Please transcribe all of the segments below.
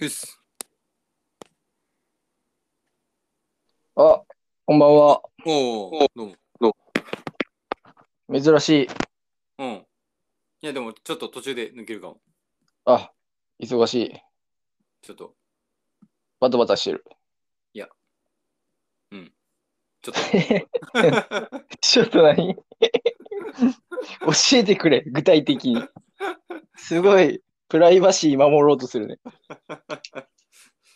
うっす。あ、こんばんは。おお、どうも。珍しい。うん。いや、でも、ちょっと途中で抜けるかも。あ、忙しい。ちょっと、バタバタしてる。ちょっ と。ちょっと何 教えてくれ、具体的に。すごい、プライバシー守ろうとするね。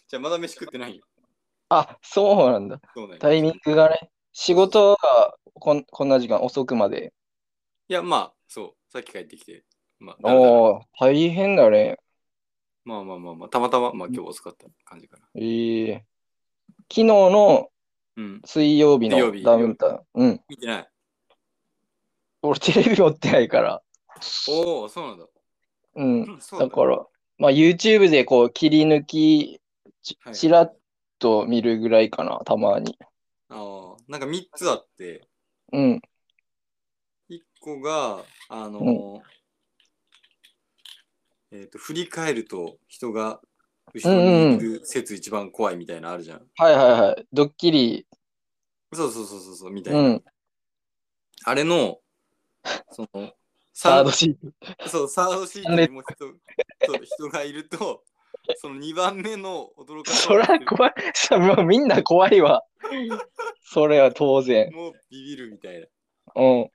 じゃあ、まだ飯食ってないよ。あ、そうなんだ。そうね。タイミングがね。仕事がこんこんな時間遅くまで。いや、まあ、そう。さっき帰ってきて。まあ、だらだらおー、大変だね。まあまあまあまあ、たまたま、まあ今日遅かった感じかな。ええ昨日のうん。水曜日水曜の日ダウンタウン。うん。見てない。俺テレビ持ってないから。おお、そうなんだ。うん。うん、そうなだんだ。から、まあ、YouTube でこう切り抜きちはいちらっと見るぐらいかな、たまに。ああ、なんか3つあって、うん。 1個が、あのーえっ、と、振り返ると人が後ろにいる説一番怖いみたいなのあるじゃん。はいはいはい。ドッキリ。そうそうそうそうそう、みたいうな。ん。あれの、その、サーサードシーズン。ド、そう、サードシートにも人、そう人がいると、その2番目の驚かさそりゃ怖い。さもうみんな怖い わ。それは当然。もうビビるみたいうん。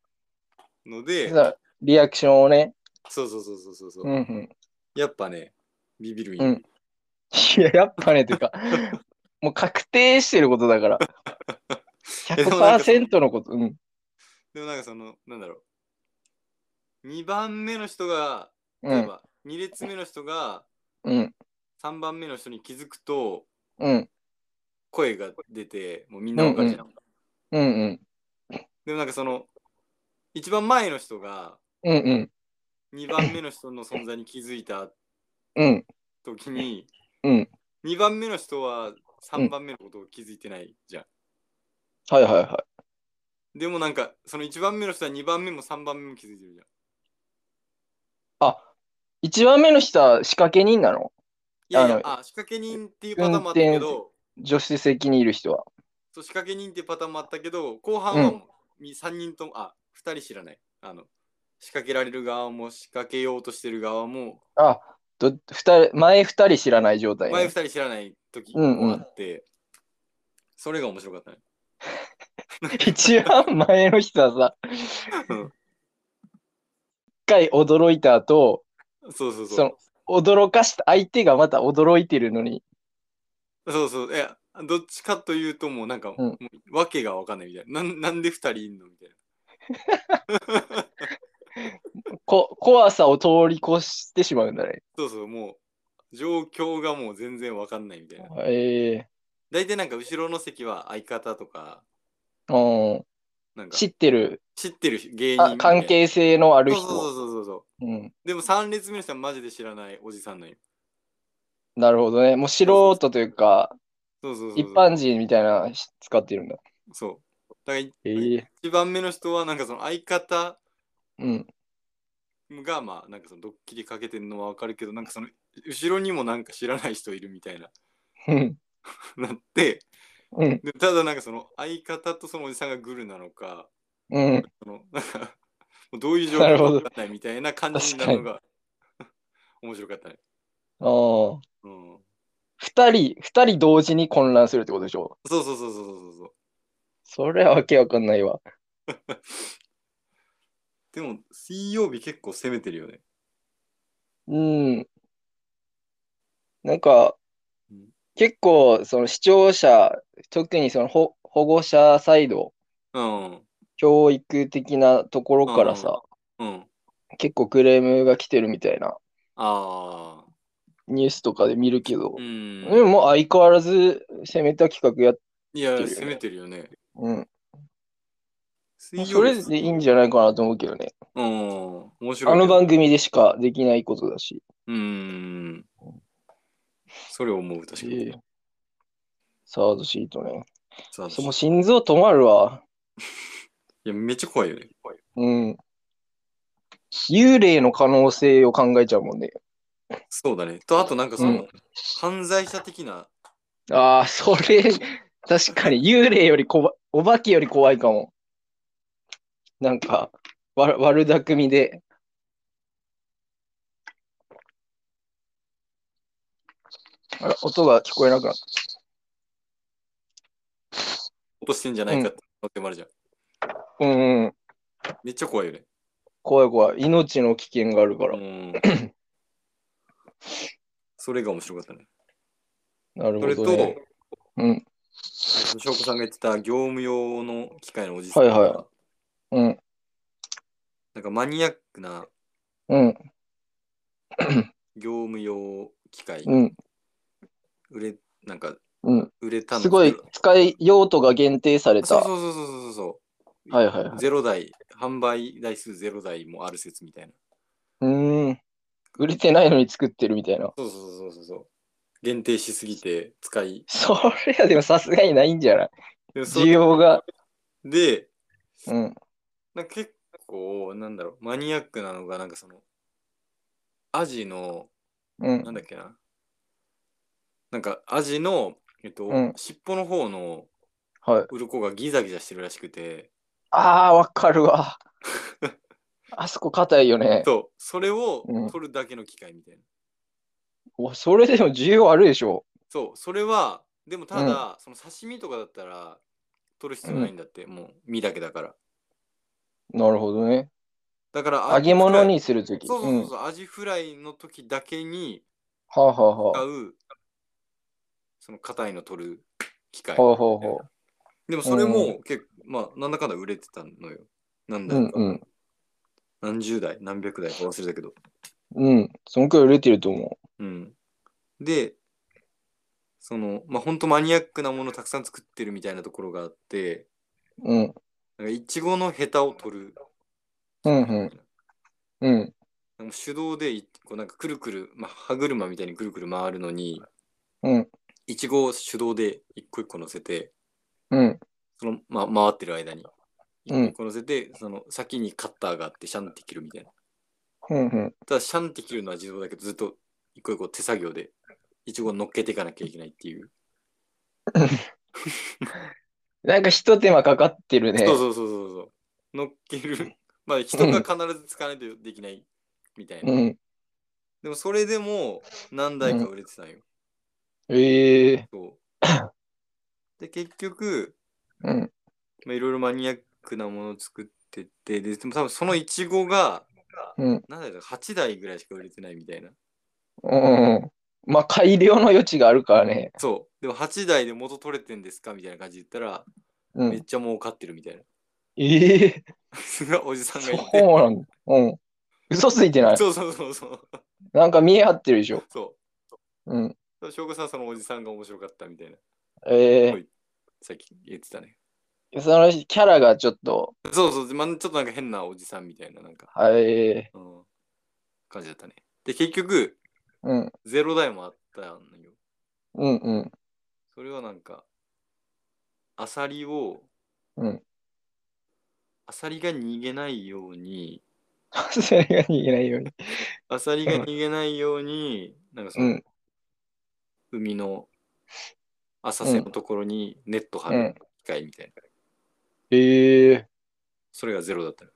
なので、さリアクションをね。そうそうそうそうそうそう、うんうん。やっぱね、ビビるんうよんいや、やっぱね、て か、もう確定してることだから。でもなんか100%のこと。うん。でもなんかその、なんだろう。2番目の人が、う例えん。ば、2列目の人がうん。 3番目の人に気づくと、うん。声が出て、もうみんなわかるじゃん。うんうん。でもなんかその、一番前の人が、うんうん。 2番目の人の存在に気づいたうん。時に、 うん2番目の人は3番目のことを気づいてないじゃん。はいはいはい。でもなんか、その1番目の人は2番目も3番目も気づいてるじゃん。一番目の人は仕掛け人なのいやいあや、のあ仕掛け人っていうパターンもあった運け転ど、助手席にいる人は。そう仕掛け人っていうパターンもあったけど、後半はう3人とも、あ、2人知らない。あの、仕掛けられる側も仕掛けようとしてる側も、あ、ど二人前二人知らない状態、ね。前2人知らない時うんうんもあって、それが面白かったね。一番前の人はさ、うん一回驚いた後、そうそうそそのう。驚かした相手がまた驚いてるのに。そうそう。いや、どっちかというと、もうなんか、うんもうわけがわかんないみたいな。なんなんで2人いんのみたいな。こ怖さを通り越してしまうんだね。そうそう、もう、状況がもう全然わかんないみたいな。え大体なんか、後ろの席は相方とか、えうん、なんか、知ってる知ってる芸人みたいあな。関係性のあるそうそう人。そうそうそう。うん、でも3列目の人はマジで知らないおじさんなんよ。なるほどね。もう素人というか、そうそうそう一そう。般人みたいなし使ってるんだ。そう。だからええ1番目の人はなんかその相方うん。がまあなんかそのドッキリかけてるのはわかるけどなんかその後ろにもなんか知らない人いるみたいなうん。なってうん。でただなんかその相方とそのおじさんがグルなのかうん。そのなんかもうどういう状なる況ほかどわかんないみたいな感じになるのが 面白かったね。ああ。うん、二人、二人同時に混乱するってことでしょそうそうそうそうそうそう。それはわけわかんないわ。でも水曜日結構攻めてるよね。うん。なんかうん、結構、その視聴者、特にその保、保護者サイド、うん。教育的なところからさ、うん。結構クレームが来てるみたいなああ。ニュースとかで見るけどう、でもん。もう相変わらず攻めた企画やっ、いや、てるよね攻めてるよね。うん。水曜日それでいいんじゃないかなと思うけどね。うん。面白いあね。の番組でしかできないことだし。うん。それを思う、確かに。ええサードシートね。さあその心臓止まるわ。いや、めっちゃ怖いよね。うん。幽霊の可能性を考えちゃうもんね。そうだね。と、あとなんかその、うん犯罪者的な、ああ、それ、確かに幽霊よりこば、お化けより怖いかも。なんか、わ悪巧みで。あら、音が聞こえなくなっ落としてんじゃないかって思ってもあるじゃん。た。うんうん、めっちゃ怖いよね。怖い怖い。命の危険があるからう。ん。それが面白かったね。なるそほれどと、ね。うん、翔子さんが言ってた業務用の機械のおじさんはいはうん、なんかマニアックなうん、業務用機械、うん、売れなんかうん。売れたのすごい、使い用途が限定されそうた。そうそうそうそうそうはいはいはいゼロ台販売台数ゼロ台もある説みたいなうーん。売れてないのに作ってるみたいな。 そうそうそうそうそう限定しすぎて使いそれはでもさすがにないんじゃないでそ需要が。でうん。なんか結構なんだろうマニアックなのがなんかそのアジのうんな。んだっけななんかアジのえっと、うん尻尾の方のはい。鱗がギザギザしてるらしくてああ、わか るわ。あそこ硬いよね。そうそれをうん取るだけの機械みたいな、おそれでも需要あるでしょ。そうそれはでもただ、その刺身とかだったら取る必要ないんだって、もう身だけだからなるほどね。だから揚げ物にアジするフとライき。そううそん。うはそう、アジフライの時だけにあ、はあは使あ。はうその硬いの取る機械あはあはあ。でもそれも結構、まあなんだかんだ売れてたのよなんだうんか、うん。何十代何百代か忘れたけどうん。そのくらい売れてると思うんでそのまあほんとマニアックなものたくさん作ってるみたいなところがあってう。うん。なんかいちごのヘタを取るうんうん。うん。なんか手動でいこうなんかくるくる、まあ、歯車みたいにくるくる回るのにうん。いちごを手動で一個一個乗せてうん。その、まあ、回ってる間に一うん個一個乗せて、その先にカッターがあってシャンって切るみたいなうんうん。ただシャンって切るのは自動だけどずっと一個一個手作業でいちごを乗っけていかなきゃいけないっていう、なんかひと手間かかってるねそう。そうそうそうそう乗っけるまあ人が必ず使わないとできないみたいな、うん。でもそれでも何台か売れてたんよ、ええ。そうで結局うん。まあ、いろいろマニアックなものを作っててででも多分そのいちごがうん。何台だ8台ぐらいしか売れてないみたいなうんうん。まあ、改良の余地があるからね。そうでも8台で元取れてんですかみたいな感じで言ったら、うめっん。ちゃ儲かってるみたいな ええ。すごいおじさんがそ言ってうなんだ。うん。嘘ついてない。そうそうそうそうなんか見え張ってるでしょ。そうん。う翔子さんはそのおじさんが面白かったみたいなえはえいさっき言ってたねそのキャラがちょっと、そうそう、まあ、ちょっとなんか変なおじさんみたいななんか、はい。うん、感じだったねで結局うん。ゼロ台もあったんようんうん。それはなんかアサリをうん。アサリが逃げないように、それが逃げないように。アサリが逃げないように、なんかそうの、ん。海の浅瀬のところにネット張うんる機械みたいな。ええそれがゼロだったの。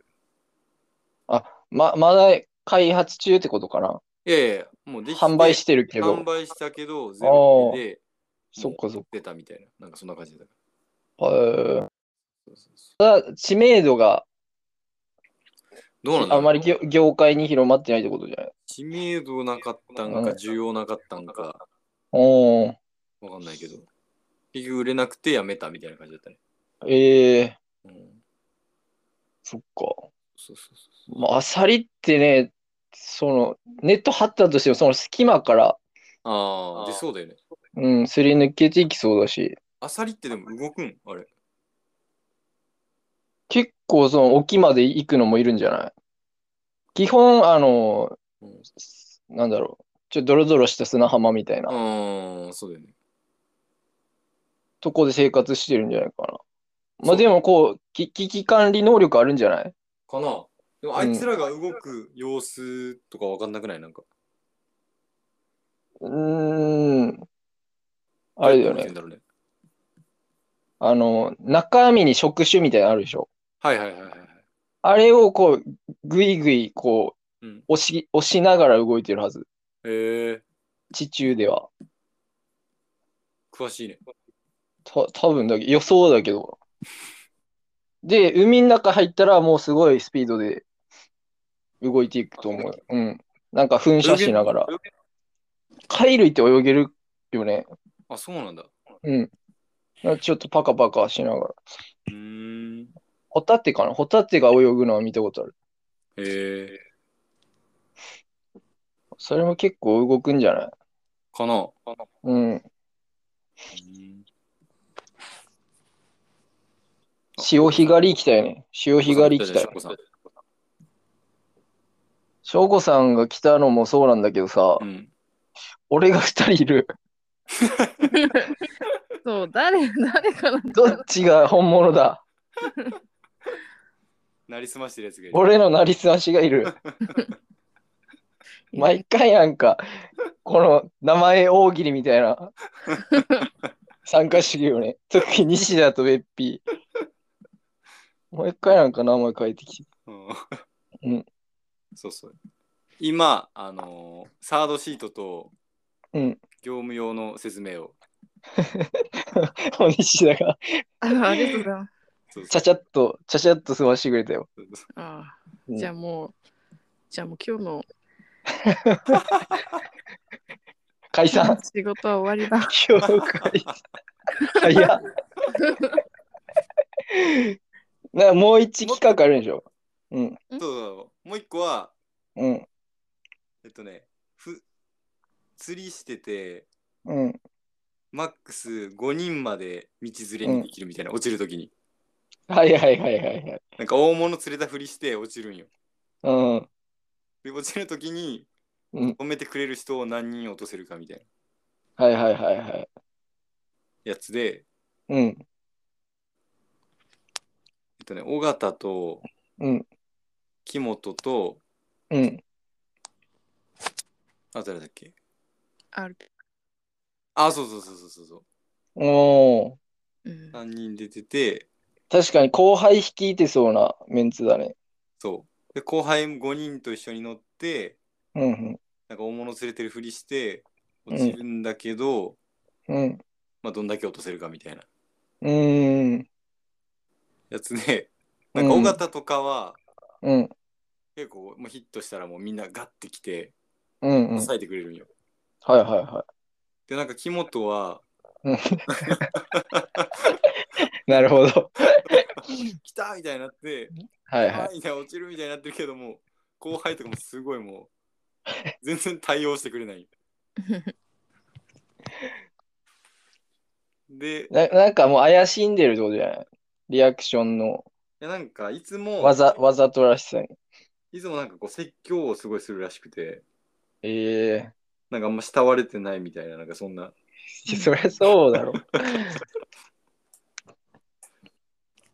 ま、まだ開発中ってことかな。いやいや、もうできて販売してるけ販ど。売したけど、ゼロでそっかそっもう出たみたいな。なんかそんな感じだった。か。へえそうそうそただ、知名度がうどうなんだろあうまり業業界に広まってないってことじゃない知名度なかったんか、うん需要なかったんか、おーわかんないけど。結局売れなくてやめたみたいな感じだったね。ええうん。そっか。そうそうそうまあ、アサリってね、その、ネット張ったとしても、その隙間から、そう。ああ、で、そうだよね。うん、すり抜けていきそうだし、アサリってでも動くんあれ。結構、その、沖まで行くのもいるんじゃない基本、あのうん、なんだろう、ちょっとドロドロした砂浜みたいなああ、そうだよね。とこで生活してるんじゃないかな。まそあ、うでも、こう、き危機管理能力あるんじゃないかなでもあいつらが動く様子とかわかんなくないなんか。うーん。あれだよどうやって覚えてねん。だろうね。あの、中身に触手みたいなのあるでしょ。はいはいはいはいはい。あれをこう、ぐいぐいこううん、押し、押しながら動いてるはず。へえ地中では。詳しいね。た、多分だけど、予想だけど。で、海の中入ったらもうすごいスピードで動いていくと思う。うん。なんか噴射しながら。泳げる貝類って泳げるよね。あ、そうなんだ。うん。なんかちょっとパカパカしながら。うーん。ホタテかなホタテが泳ぐのは見たことある。へえそれも結構動くんじゃないかな。かなうん。うん潮干狩り行きたいね。潮干狩り行きたい翔。子さん翔子さんが来たのもそうなんだけどさ、うん。俺が二人いる。そう、誰、誰かな。どっちが本物だなりすましてるやつがいる。 俺のなりすましがいる。毎回なんか、この名前大喜利みたい な参加してるよね。特に西田とべっぴー。もう一回なんか名前変えてきて。ううんん。そうそう。今、あのーサードシートとうん。業務用の説明を。西田が、あありがとうございます。そうちゃちゃっと、ちゃちゃっと済ましてくれたよ。そうそうあうあんじゃあもう、じゃあもう今日の解 散。仕事は終わりだ。 今日解散。早っ。なもう一企画あるんでしょうん。そうそうもう一個は、うん。えっとね、ふ釣りしてて、うん。マックス5人まで道連れにできるみたいな、落ちるときに。はいはいはいはいはい。なんか大物釣れたふりして落ちるんよ。うん。で落ちるときにうん。止めてくれる人を何人落とせるかみたいなはいはいはいはい。やつで、うん。えっとね、尾形とうん。木本と、うん。あ、誰だっけあるあ、そうそうそうそうそうそう。おーうん、 3人出てて、確かに後輩率いてそうなメンツだね。そう。で、後輩も5人と一緒に乗って、うんなんか大物連れてるふりして、落ちるんだけど、うん。うん。まあ、どんだけ落とせるかみたいなうーん。やつで、なんか尾形とかは、うん。結構もうヒットしたらもうみんなガッてきて、うんうん。はい抑えてくれるんよ。はいはで、なんか木本は、い。うんなるほど。来たみたいになって、はいはい。い、落ちるみたいになってるけども、後輩とかもすごいもう、全然対応してくれない。で、いななんかもう怪しんでるってことじゃないリアクションのやなんかいつも、わざわざとらしさに。いつもなんかこう説教をすごいするらしくて、ええなんかあんま慕われてないみたいな、なんかそんな。いやそりゃそう だろ。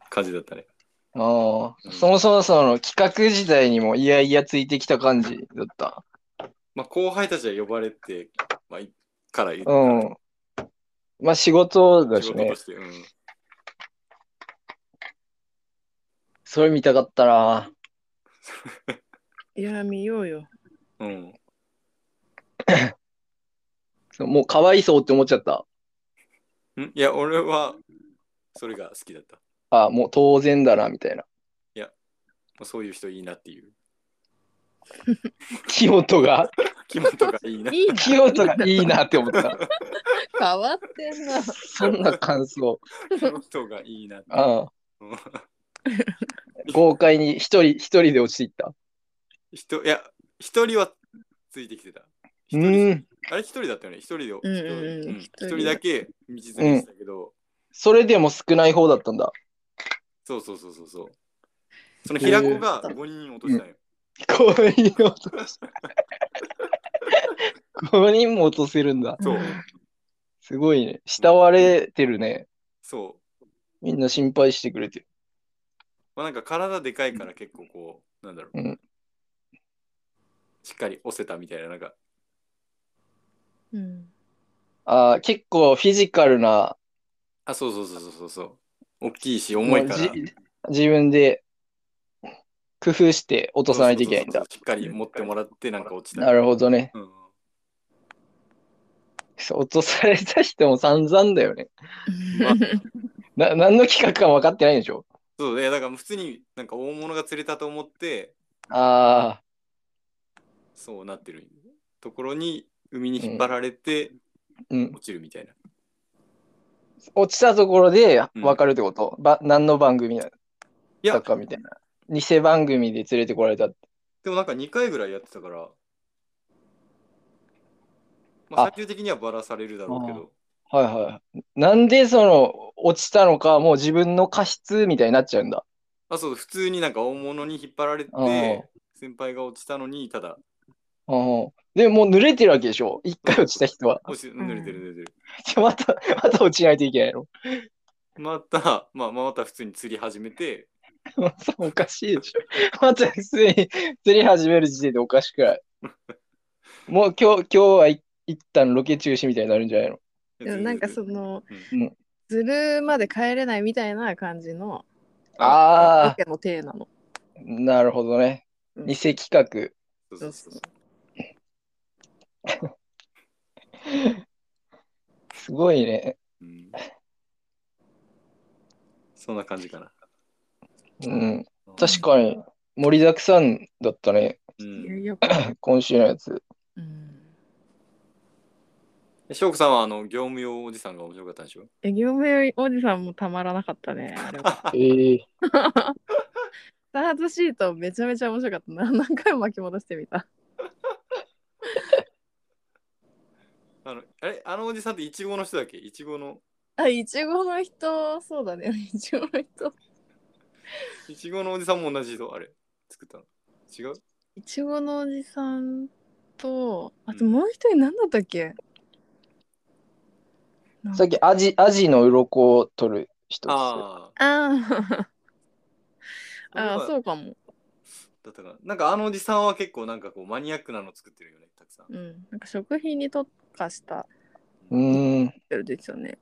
感じだったね。あうあ、んそもそもその企画自体にもいやいやついてきた感じだった。まあ後輩たちは呼ばれて、まあ、いから言ったうらん。まあ仕事だ仕し事ねと。して、うん。それ見たかったな。いや、見ようよ。うん。そうもうかわいそうって思っちゃった。んいや、俺は、それが好きだった。まあもう当然だな、みたいな。あ、そういう人いいなっていう。清人が、木本がい いな。いいな。清人がいいなって思った。変わってんな。そんな感想。木本がいいなって。ああうん豪快に一人、一人で落ちていった。人、いや、一人はついてきてた。一う人ん。あれ一人だったよね。一人で、一人うんうんうん一一人人だけ道連れしたけど、それでも少ない方だったんだ。 そうそうそうそうそう。その平子が5人落としたんよ。 5人落とした。5人も落とせるんだ。そうすごいね。慕われてるね。そう。みんな心配してくれてる。まあ、なんか体でかいから結構こう、なんだろう、うんしっかり押せたみたいな、なんか、うん。あー結構フィジカルな、あ、そうそうそうそうそうそう。大きいし、重いから。もうじ自分で工夫して落とさないといけないんだそう。そうそうそうしっかり持ってもらって、なんか落ちた。なるほどね。うんそう落とされた人も散々だよね。な何の企画か分かってないでしょそうで、だから普通になんか大物が釣れたと思って、あそうなってるところに海に引っ張られてあ、うん。落ちるみたいな。落ちたところでうん分かるってこと、ば何の番組だいやったかみたいな。偽番組で連れてこられたって。でもなんか2回ぐらいやってたから、まあ、あ最終的にはバラされるだろうけど、はいはい。なんでその落ちたのかもう自分の過失みたいになっちゃうんだ。あそう普通になんか大物に引っ張られてあー、先輩が落ちたのに、ただ、うん。でももう濡れてるわけでしょ一回落ちた人は。 落ち濡れてる濡れてる。でまた、また落ちないといけないの。また、まあ、まあまた普通に釣り始めて、そうおかしいでしょ。また普通に釣り始める時点でおかしくない。もう今日、今日はい一旦ロケ中止みたいになるんじゃないのでもなんかそのうん、ずるまで帰れないみたいな感じのロああ、ケの体なの。なるほどね。うん偽企画。そうそうそうそうすごいね。うんそんな感じかな。うん。確かに盛りだくさんだったね。ういやん。いや、今週のやつ。うん。翔子さんはあの業務用おじさんが面白かったんでしょえ、業務用おじさんもたまらなかったね。あれはええスタートシートめちゃめちゃ面白かったな。何回も巻き戻してみた。あのあれあのおじさんってイチゴの人だっけイチゴのあ、いちごの人、そうだね。いちごの人。いちごのおじさんも同じ人あれ作ったの違ういちごのおじさんと、あとうんもう一人何だったっけ、なんさっきアジ、アジの鱗を取る人です。ああ あ。あああ、うそうかも。だったかななんかあのおじさんは結構なんかこうマニアックなの作ってるよねたくさんうん。なんか食品に特化したうーん。やつですよね。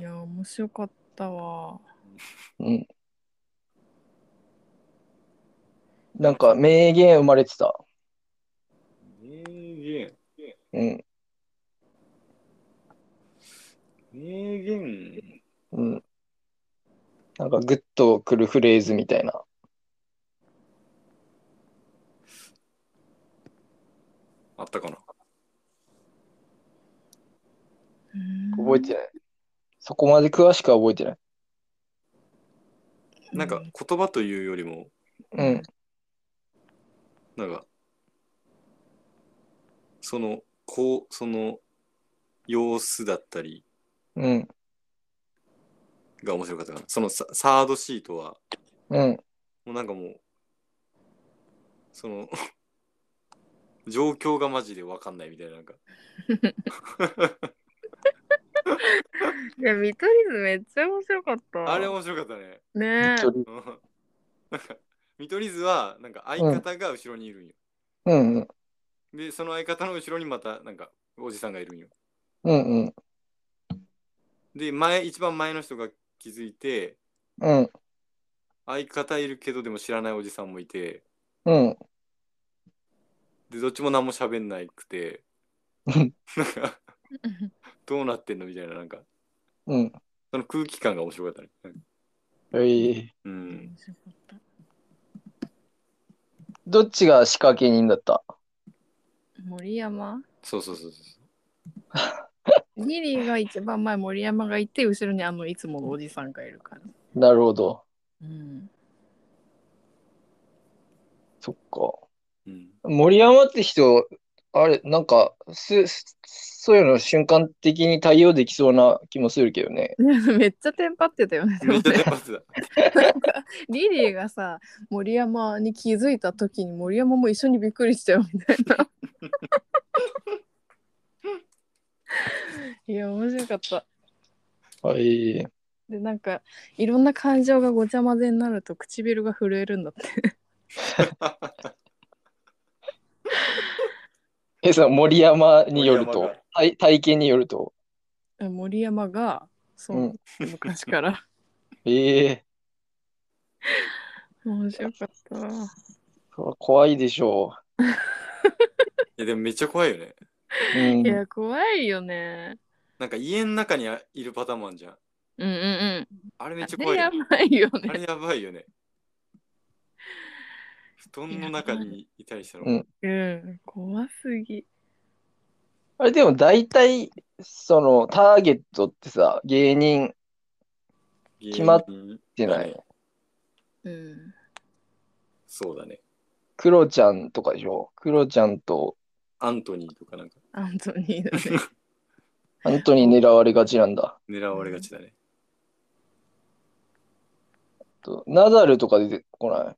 いや、面白かったわ。うん。なんか名言生まれてた。名言うん。名言うん。なんかグッとくるフレーズみたいな。あったかな覚えてない。そこまで詳しくは覚えてない。うんなんか言葉というよりもうん。なんかそのこうその様子だったりうん。が面白かったかなそのササードシートはうん。もうなんかもう、その、 状況がマジでわかんないみたいな、なんか。いや、見取り図めっちゃ面白かった。あれ面白かったね。ねえ。ううんなんか、見取り図は、なんか相方が後ろにいるんよ。んうん。で、その相方の後ろにまた、なんか、おじさんがいるんよ。うんうん。で、前、一番前の人が気づいて、うん。相方いるけど、でも知らないおじさんもいて、うん。で、どっちも何も喋んないくてうん、なんか、どうなってんのみたいな、なんか、うん。その空気感が面白かったね。えいうん。白かった。どっちが仕掛け人だった森山そうそうそうそう。ギリが一番前、森山がいて、後ろにあのいつものおじさんがいるから。なるほど。うん。そっか。うん森山って人、あれ、なんか、す、すそういうの瞬間的に対応できそうな気もするけどね。 めっちゃテンパってたよね。でもめっねちゃ出発だ。なんか リリーがさ、森山に気づいた時に森山も一緒にびっくりしたよみたい な。いや、面白かった。はい。で、なんか、いろんな感情がごちゃ混ぜになると唇が震えるんだって。え、その森山による森山とが、体体験によると、森山がそう、うん 昔から。ええ面白かった。こ怖いでしょいやでもめっちゃ怖いよねう。うんい、や怖いよね。なんか家の中にいるパターンもあるじゃんうんうんあれうん。めっちゃあ怖いれよやねばいよあね。れやばいよね。布団の中にいたりしたうのん。うん怖すぎ。あれでも大体、そのターゲットってさ、芸人決まっじゃなうい。うん。そうだね。クロちゃんとかでしょ。クロちゃんとアントニーとかなんかアントニーだ ね。アントニー狙われがちなんだ。狙われがちだね。とナダルとか出てこない。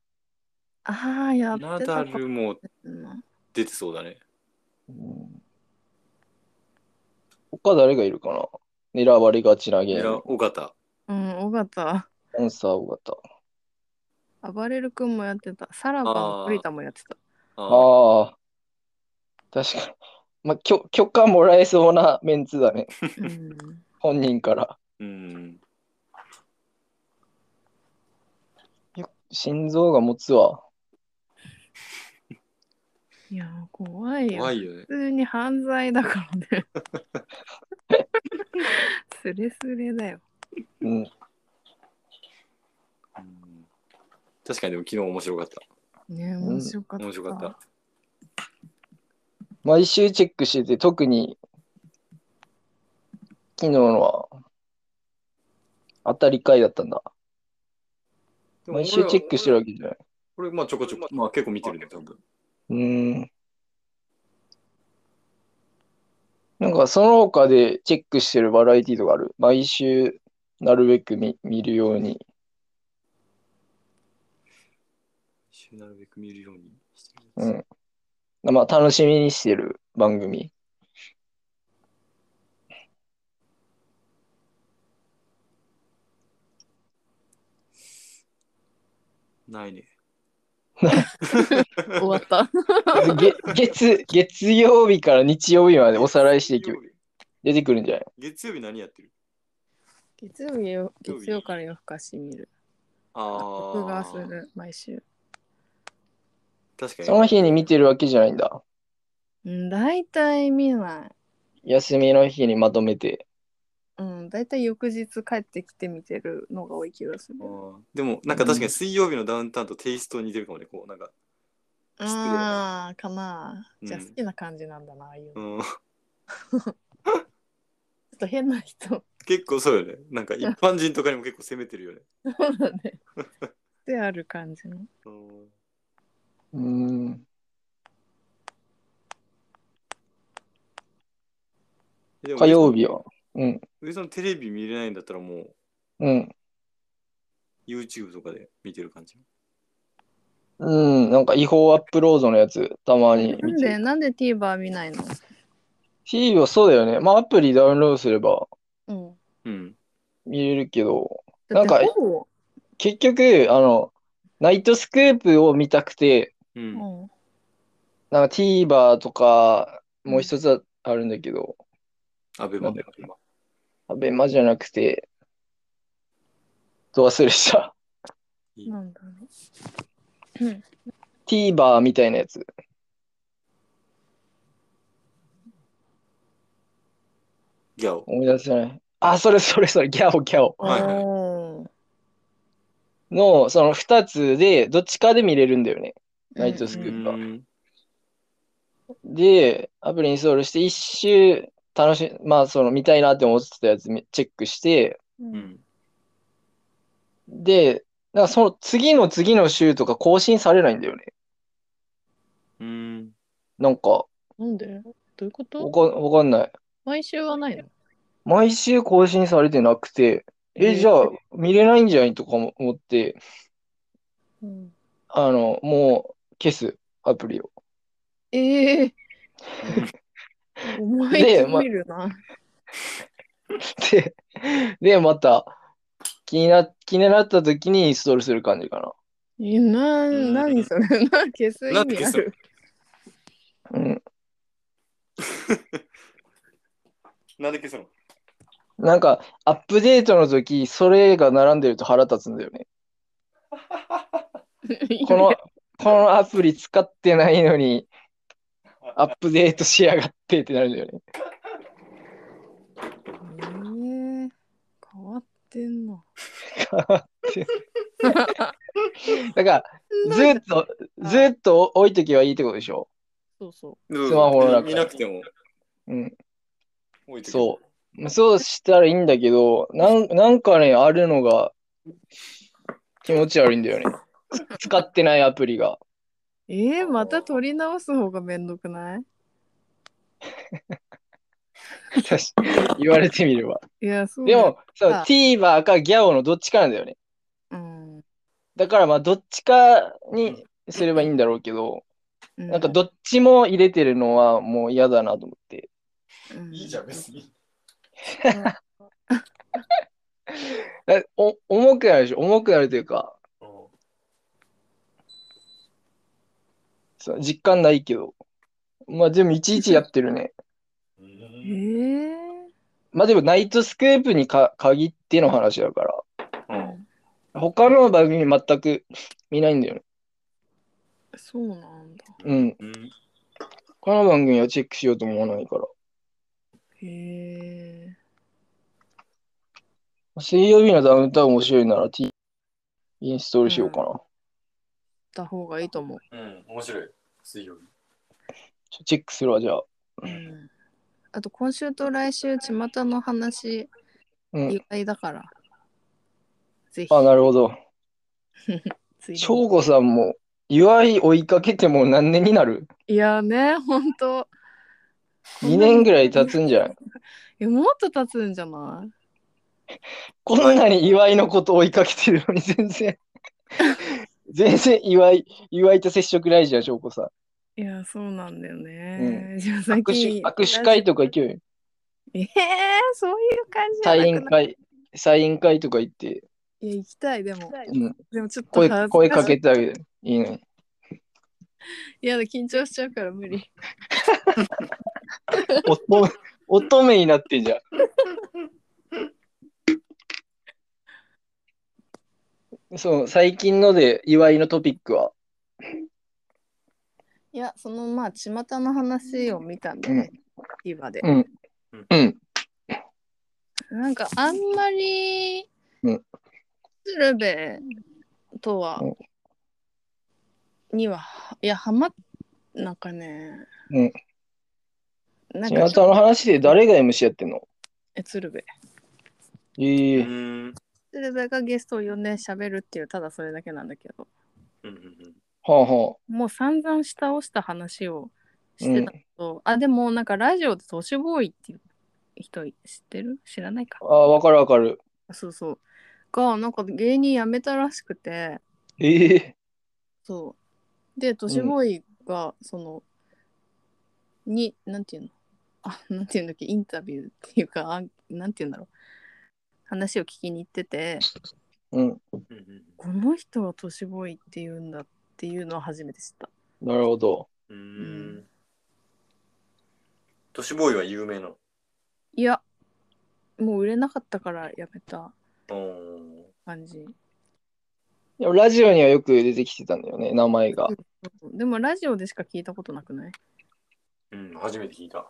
ああやってナたダルもな。出てそうだね。うん他誰がいるかな狙われがちな芸狙人。尾形。うん尾形。ダンサー尾形。暴れる君もやってた。さらばの森田もやってた。ああ。ああ。確かに。まあ、許許可もらえそうなメンツだね。うん。本人から。うん。心臓が持つわ。いやー怖いよ。怖いよね。普通に犯罪だか らね。スレスレだよ。うん。うん確かにでも昨日面白かった。ねん面白かった。面白かった。毎週チェックしてて、特に、昨日のは、当たり会だったんだ。毎週チェックしてるわけじゃない。これまあちょこちょこ、まあ結構見てるね、多分。うーん。なんかその他でチェックしてるバラエティとかある。毎週なるべく見、見るように。一緒になるべく見るようにしてるうやつ。ん。まあ楽しみにしてる番組。ないね。終わった。 げ月、月曜日から日曜日までおさらいしていき出てくるんじゃない月曜日何やってる月曜日よ、月曜から夜更かし見る。ああ。録画する、毎週。確かに。その日に見てるわけじゃないんだ。うん、大体見ない。休みの日にまとめて。うん、大体翌日帰ってきて見てるのが多い気がする。あーでもなんか確かに水曜日のダウンタウンとテイスト似てるかもねこうなんか礼だなああー、かな。じゃあうん好きな感じなんだな、ああいうの。うちょん っと変な人。結構そうよねなんか一般人とかにも結構攻めてるよねそうだ ね。である感じの。うんうーん。でも火曜日は。うん。上さんテレビ見れないんだったらもうん。う YouTube とかで見てる感じうん。なんか違法アップロードのやつ、たまにな見んてで、なんで TVer 見ないの TV はそうだよね。まあアプリダウンロードすればうん。うん見れるけど、だってなんかほぼ結局、あの、ナイトスクープを見たくて、ううんん。なんか TVer とか、もう一つはあるんだけど、アベマなんででアベマじゃなくて、ど忘れした。なんだろう。うん。 TVer みたいなやつ。ギャオ思い出せない。あ、それそれそれ、ギャオギャオ。はいはいおーの、その二つで、どっちかで見れるんだよね。ナイトスクープはうんで、アプリインストールして、一周、楽し、まあ、その、見たいなって思ってたやつめチェックして、うんううんんで、なんかその次の次の週とか更新されないんだよね。うんなんか、なんでどういうことわかんわかんない。毎週はないの毎週更新されてなくて、ええ、ーじゃあ見れないんじゃないとかも思って、うんあの、もう消す、アプリを。ええー、思いつ見るな。で、で、また、気にな、気になった時にインストールする感じかえ、なうん ん、何それな、消す意なんで味消あするな。うん。なんで消すのなんか、アップデートの時、それが並んでると腹立つんだよね。この、このアプリ使ってないのに、アップデートしやがってってなるんだよね。 ええ変わって んの。だから、ずっと、ずっと置いとけばいいってことでしょ。そうそススマホの中見なくてもうん。置いてそうそうしたらいいんだけど、なんなんかね、あるのが気持ち悪いんだよね。使ってないアプリが。 う。ええまた取り直す方がめんどくない確かに言われてみれば。いや、そうだでも、そうあ TVer か GAO のどっちかなんだよね。うん。だからまあ、どっちかにすればいいんだろうけど、ななんかどっちも入れてるのはもう嫌だなと思って。いいじゃん、別に。だお重くなるでしょ重くなるというか、そう実感ないけど。まあでもいちいちやってるね。ええまあでもナイトスクープにか限っての話だから。うん他の番組全く見ないんだよね。そうなんだ。うん。うんこの番組はチェックしようと思わないから。へえ水曜日のダウンタウン面白いなら T インストールしようかな。た方がいいと思う。うん、面白い。水曜日。ちょチェックするわ、じゃあ。うんあと今週と来週巷の話うん意外だから、ぜひあ、なるほど。ついでに翔吾さんも、岩井追いかけてもう何年になるいやねほんと ?2 年ぐらい経つつんじゃないいやもっと経つんじゃないこんなに岩井のこと追いかけてるのに全 然。全然岩井、岩井と接触ないじゃん、翔子さいやそうなんだよね、じゃあん。最握近手、握手会とか行けよ。えー、そういう感じじゃサなくないイン会、サイン会とか行って、いや行きたいでもうん、でもちょっと声恥ずしい声かけてあげる。いいのに。いや緊張しちゃうから無理乙 女乙女になってんじゃん。そう、最近ので祝いのトピックは。いやそのまあ巷の話を見たんで、うんね、今でうん。うん。なんかあんまりうん鶴瓶とは、にはいやハマなんかね、うんなんちかなたの話で誰が MC やってんのえ鶴瓶ええうん。うん鶴瓶がゲストを呼んで喋るっていうただそれだけなんだけどうんはあはもう散々下をした話をしてたと、あでもなんかラジオで都市ボーイっていう人知ってる知らないかあ。あ、わかるわかる。そうそうがなんか芸人辞めたらしくてええそう。で、都市ボーイが、その、に、なんていうのあ、なんていうんだっけ、インタビューっていうか、あなんていうんだろう。話を聞きに行ってて、うん。うんうんこの人は都市ボーイって言うんだっていうのは初めて知った。なるほど。うんん。都市ボーイは有名なの。いや、もう売れなかったからやめたうん感じ。でもラジオにはよく出てきてたんだよね、名前が。でもラジオでしか聞いたことなくないうん、初めて聞いた。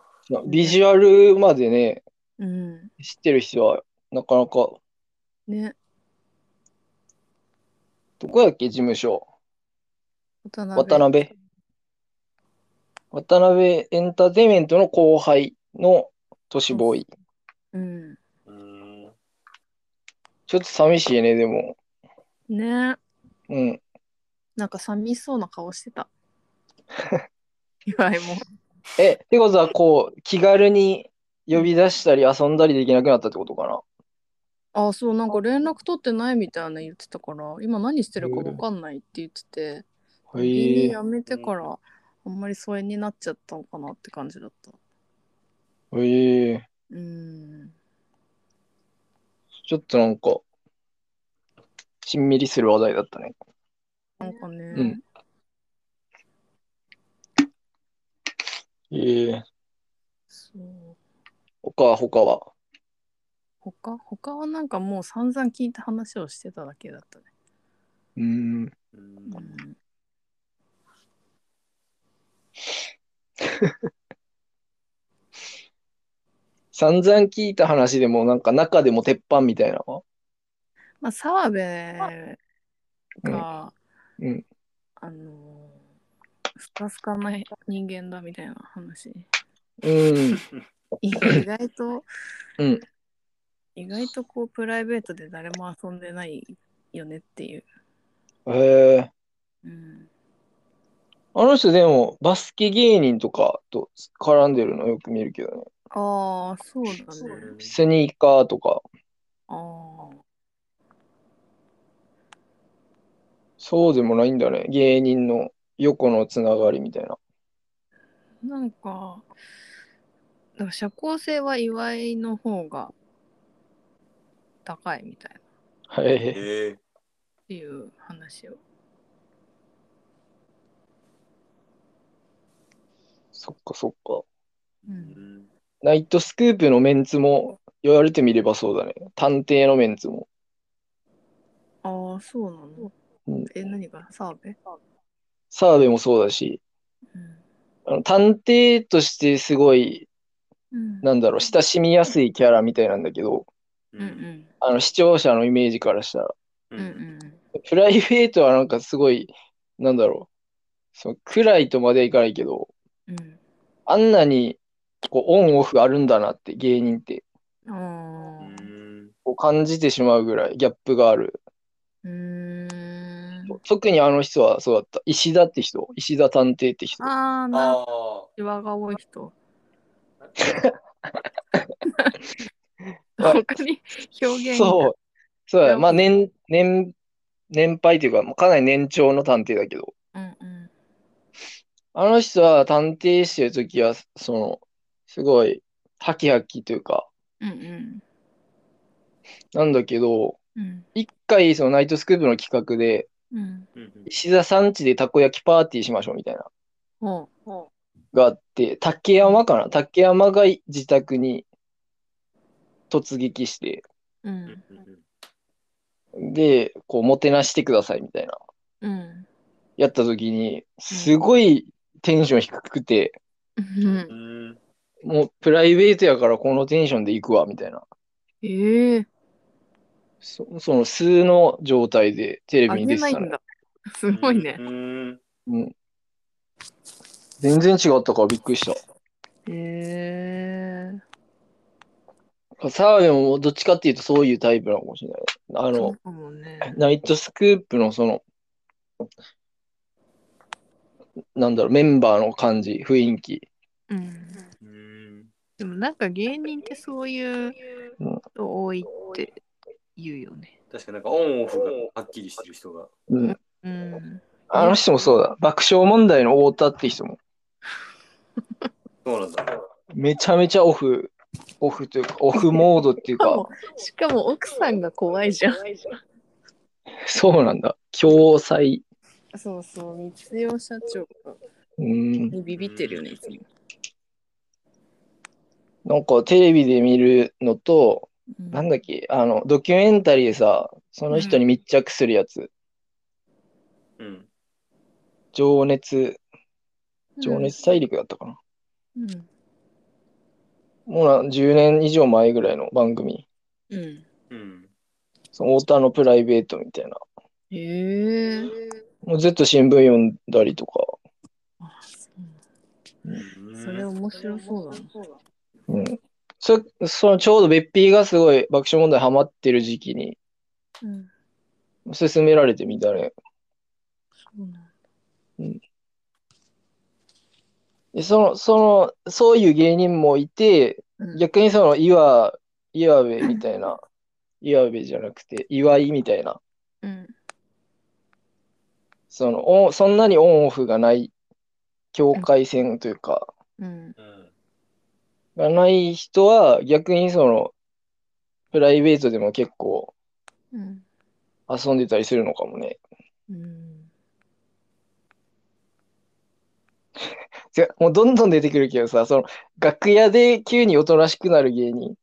ビジュアルまでね、うん。知ってる人はなかなか。ね。どこだっけ、事務所。渡辺。渡辺。渡辺エンターテインメントの後輩の都市ボーイ。うん。うん。うちょっと寂しいね、でも。ね。うん。なんか寂しそうな顔してた。 岩井も。え、ってことは、こう、気軽に呼び出したり遊んだりできなくなったってことかな。あ、そう、なんか連絡取ってないみたいな言ってたから、今何してるかわかんないって言ってて、へ芸え人辞めてから、あんまり疎遠になっちゃったのかなって感じだった。へえうーん。ちょっとなんか、しんみりする話題だったね。なんかね、うんへえそう。他は他は。他他はなんかもう散々聞いた話をしてただけだったね。うん。うんうん、散々聞いた話でも、なんか中でも鉄板みたいなのはまあ澤部が、うんうんあのースカスカな人間だみたいな話。うん。い意外と、うん意外とこうプライベートで誰も遊んでないよねっていう。へえ。うん、あの人でも、バスケ芸人とかと絡んでるのよく見るけどね。ああ、そうだね。スニーカーとか。ああ。そうでもないんだね。芸人の横のつながりみたいな。なんか、なんか社交性は岩井の方が高いみたいなっはい。へえていう話を。そっかそっか。う、うんんナイトスクープのメンツも、言われてみればそうだね。探偵のメンツも。ああ、そうなの。うんえ、何が澤部、澤部もそうだし、うんあの探偵としてすごい、うん、なんだろう、親しみやすいキャラみたいなんだけど、うんうんあの視聴者のイメージからしたら、ううんんうんプライベートはなんかすごい、なんだろう、その暗いとまではいかないけど、うんあんなにこうオンオフあるんだなって芸人ってうん。ああ。こう感じてしまうぐらいギャップがある。うーん。特にあの人はそうだった。石田って人、石田探偵って人。ああ、うんなるほどああシワが多い人。あ本当に表現がそう。そうだ、まあ年、年、年配というか、もうかなり年長の探偵だけど、うんうんあの人は探偵してるときは、その、すごい、ハキハキというか、うんなんだけど、うん一回、そのナイトスクープの企画で、うん。うん石田さん家でたこ焼きパーティーしましょうみたいな、ほうほがあって、竹山かな竹山が自宅に突撃して、う。ううんんで、こう、もてなしてくださいみたいな、うん。やったときに、すごいテンション低くて、うんう、んもうプライベートやからこのテンションで行くわ、みたいな。ええそその素の状態でテレあビにげ出てないたんね。だ。すごいねう。んうん。全然違ったからびっくりしええた。澤部もどっちかっていうとそういうタイプなのかもしれない。あそのう、かもね。ナイトスクープのその、なんだろう、メンバーの感じ、雰囲気。うん。うんでもなんか芸人ってそういう人多いって言うよね。確かになんかオンオフがはっきりしてる人がうん。うん。あの人もそうだ。爆笑問題の太田って人も、そうなんだめちゃめちゃオフ、オフというか、オフモードっていうしかか、 も、しかも奥さんが怖いじゃん。そうなんだ。共済。そうそう、光代社長がうん。ビビってるよね、いつも。なんかテレビで見るのと、うんなんだっけ、あの、ドキュメンタリーでさ、その人に密着するやつ。うん情熱、情熱大陸だったかな。うん。もうな10年以上前ぐらいの番組。うん。うんその太田のプライベートみたいな。へえもうずっと新聞読んだりとか。あそううんそれ面白そうだな。うん。そそのちょうどべっぴーがすごい爆笑問題ハマってる時期にうん。勧められてみたね。そうなんでその、その、そういう芸人もいて、うん逆にその岩、岩部みたいな、岩部じゃなくて、岩井みたいな、うん。そのオンそんなにオンオフがない境界線というか、うん。うんがない人は逆にその、プライベートでも結構うん。遊んでたりするのかもね。うん。違うもうどんどん出てくるけどさ、その、楽屋で急におとなしくなる芸人、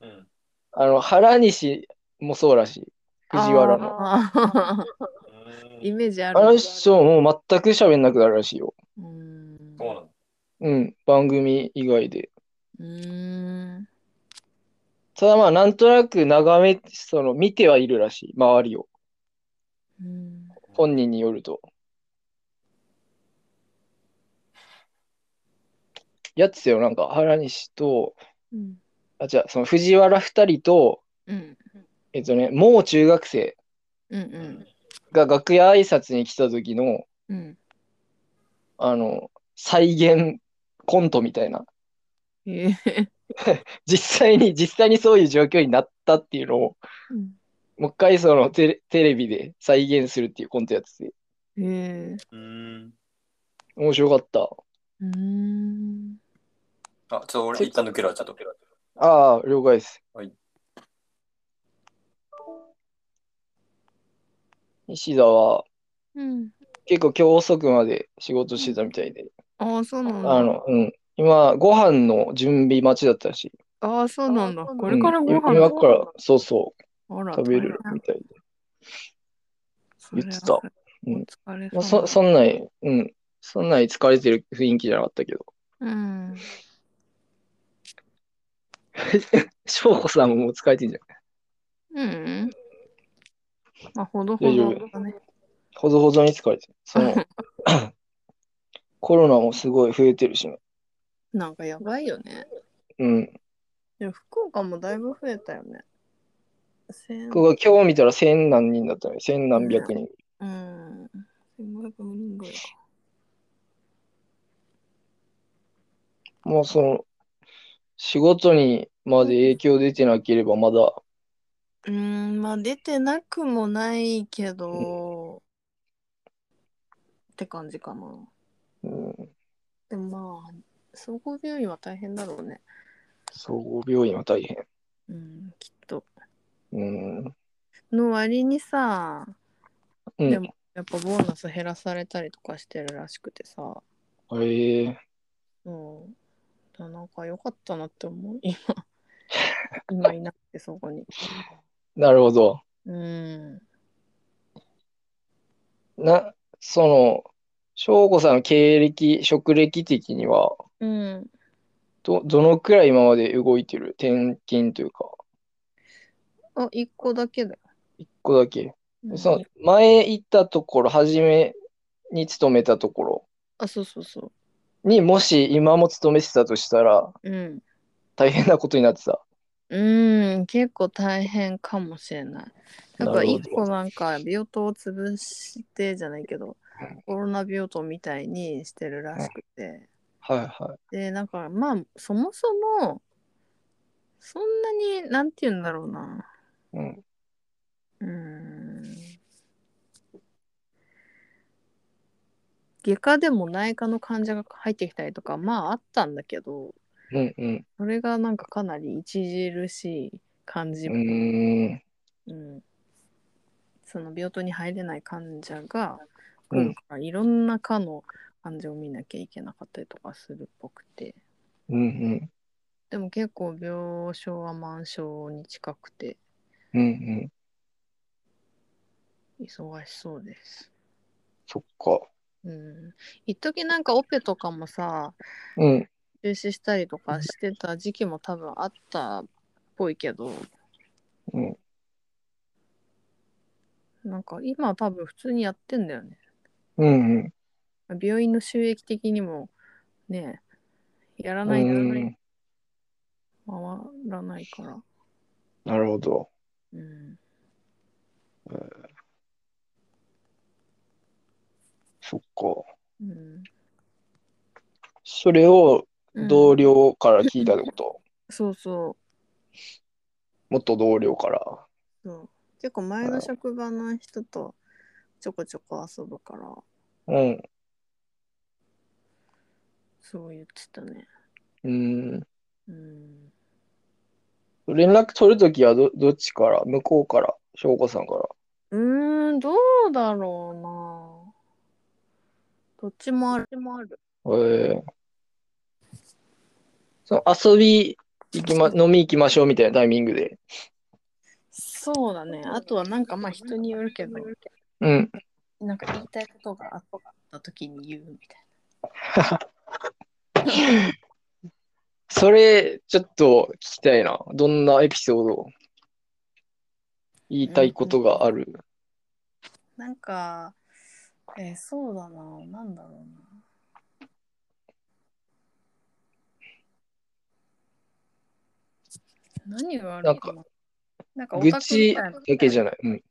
うん。あの、原西もそうらしい。藤原の。あー イうんメージあるあの人もう全く喋んなくなるらしいよ。うーんそうなんだ。うん、番組以外で。うーんただまあ、なんとなく眺め、その、見てはいるらしい、周りを。うん本人によると。やつよ、なんか、原西と、うんあ、じゃその藤原二人と、うんえっとね、もう中学生うんううんが楽屋挨拶に来た時の、うんあの、再現コントみたいな。ええ実際に、 実際にそういう状況になったっていうのを、うんもう一回そのテレ、テレビで再現するっていうコントやってて、ええうん。面白かった。うーんあ、ちょっと俺一旦抜けるわ、ちょっと。ああ、了解です。はい。西田はうん結構今日遅くまで仕事してたみたいで、ああそうなんだあの、うん。今、ご飯の準備待ちだったし、ああそうなんだここれからご飯今から、そうそう、あら食べるみたいで。言ってたそれはお疲れまあ、様そ、そんなに、うん。そんなに疲れてる雰囲気じゃなかったけど。 うん翔子さんももう疲れてんじゃん。うんまあほどほ大丈ど夫だねほどほどに疲れてる。そ の、コロナもすごい増えてるしね。なんかやばいよねうん。でも福岡もだいぶ増えたよね千僕が今日見たら千何人だったね。千何百人。うん1500人ぐらいかもうその、仕事にまで影響出てなければまだ、うーん、まあ出てなくもないけど、って感じかな。うん、でもまあ、総合病院は大変だろうね。総合病院は大変。うん、きっと。うん。の割にさ、うでん。もやっぱボーナス減らされたりとかしてるらしくてさ、ええうん。だなんか良かったなって思う、 今。今いなくて、そこに。なるほど。うん。な、その、翔子さんの経歴、職歴的には、うん。ど、どのくらい今まで動いてる転勤というか、あ、一個だけだよ。一個だけ。うんその、前行ったところ、初めに勤めたところあ、そうそうそにもし今も勤めてたとしたら、う。うん。大変なことになってた。うん、結構大変かもしれない。なるなんかほど一個なんか病棟を潰してじゃないけど、コロナ病棟みたいにしてるらしくて。はいはで、なんかまあ、そもそも、そんなに、なんて言うんだろうな。い。うん。うーん。外科でも内科の患者が入ってきたりとか、まああったんだけど、うんうん。それがなんかかなり著しい感じうーん。うん、その病棟に入れない患者が来るから、いろんな科の患者を見なきゃいけなかったりとかするっぽくてうんでも結構病床は満床に近くてうん。うんうん。忙しそうです。そっか。うん、一時なんかオペとかもさうん。中止したりとかしてた時期も多分あったっぽいけど、うんなんか今は多分普通にやってんだよね。うんうん。病院の収益的にもねやらうないとん。回らないから、なるほど。うん、そっか。うんそれをうん同僚から聞いたってこと、そうそ元同僚から。うそう結構前の職場の人とちょこちょこ遊ぶからうん。そう言ってたねうん。うん連絡取るときはど、どっちから向こうから翔子さんから。うーんどうだろうなどっちもあるどっちもあるえーその遊び行き、ま、飲み行きましょうみたいなタイミングで。そうだね。あとはなんかまあ人によるけど、うん。なんか言いたいことがあった時に言うみたいそれ、ちょっと聞きたいな。どんなエピソード言いたいことがある。な。なんか、えーそうだな。なんだろうな。何があるかななんかオ愚タク痴みたいなだけじゃない。うん。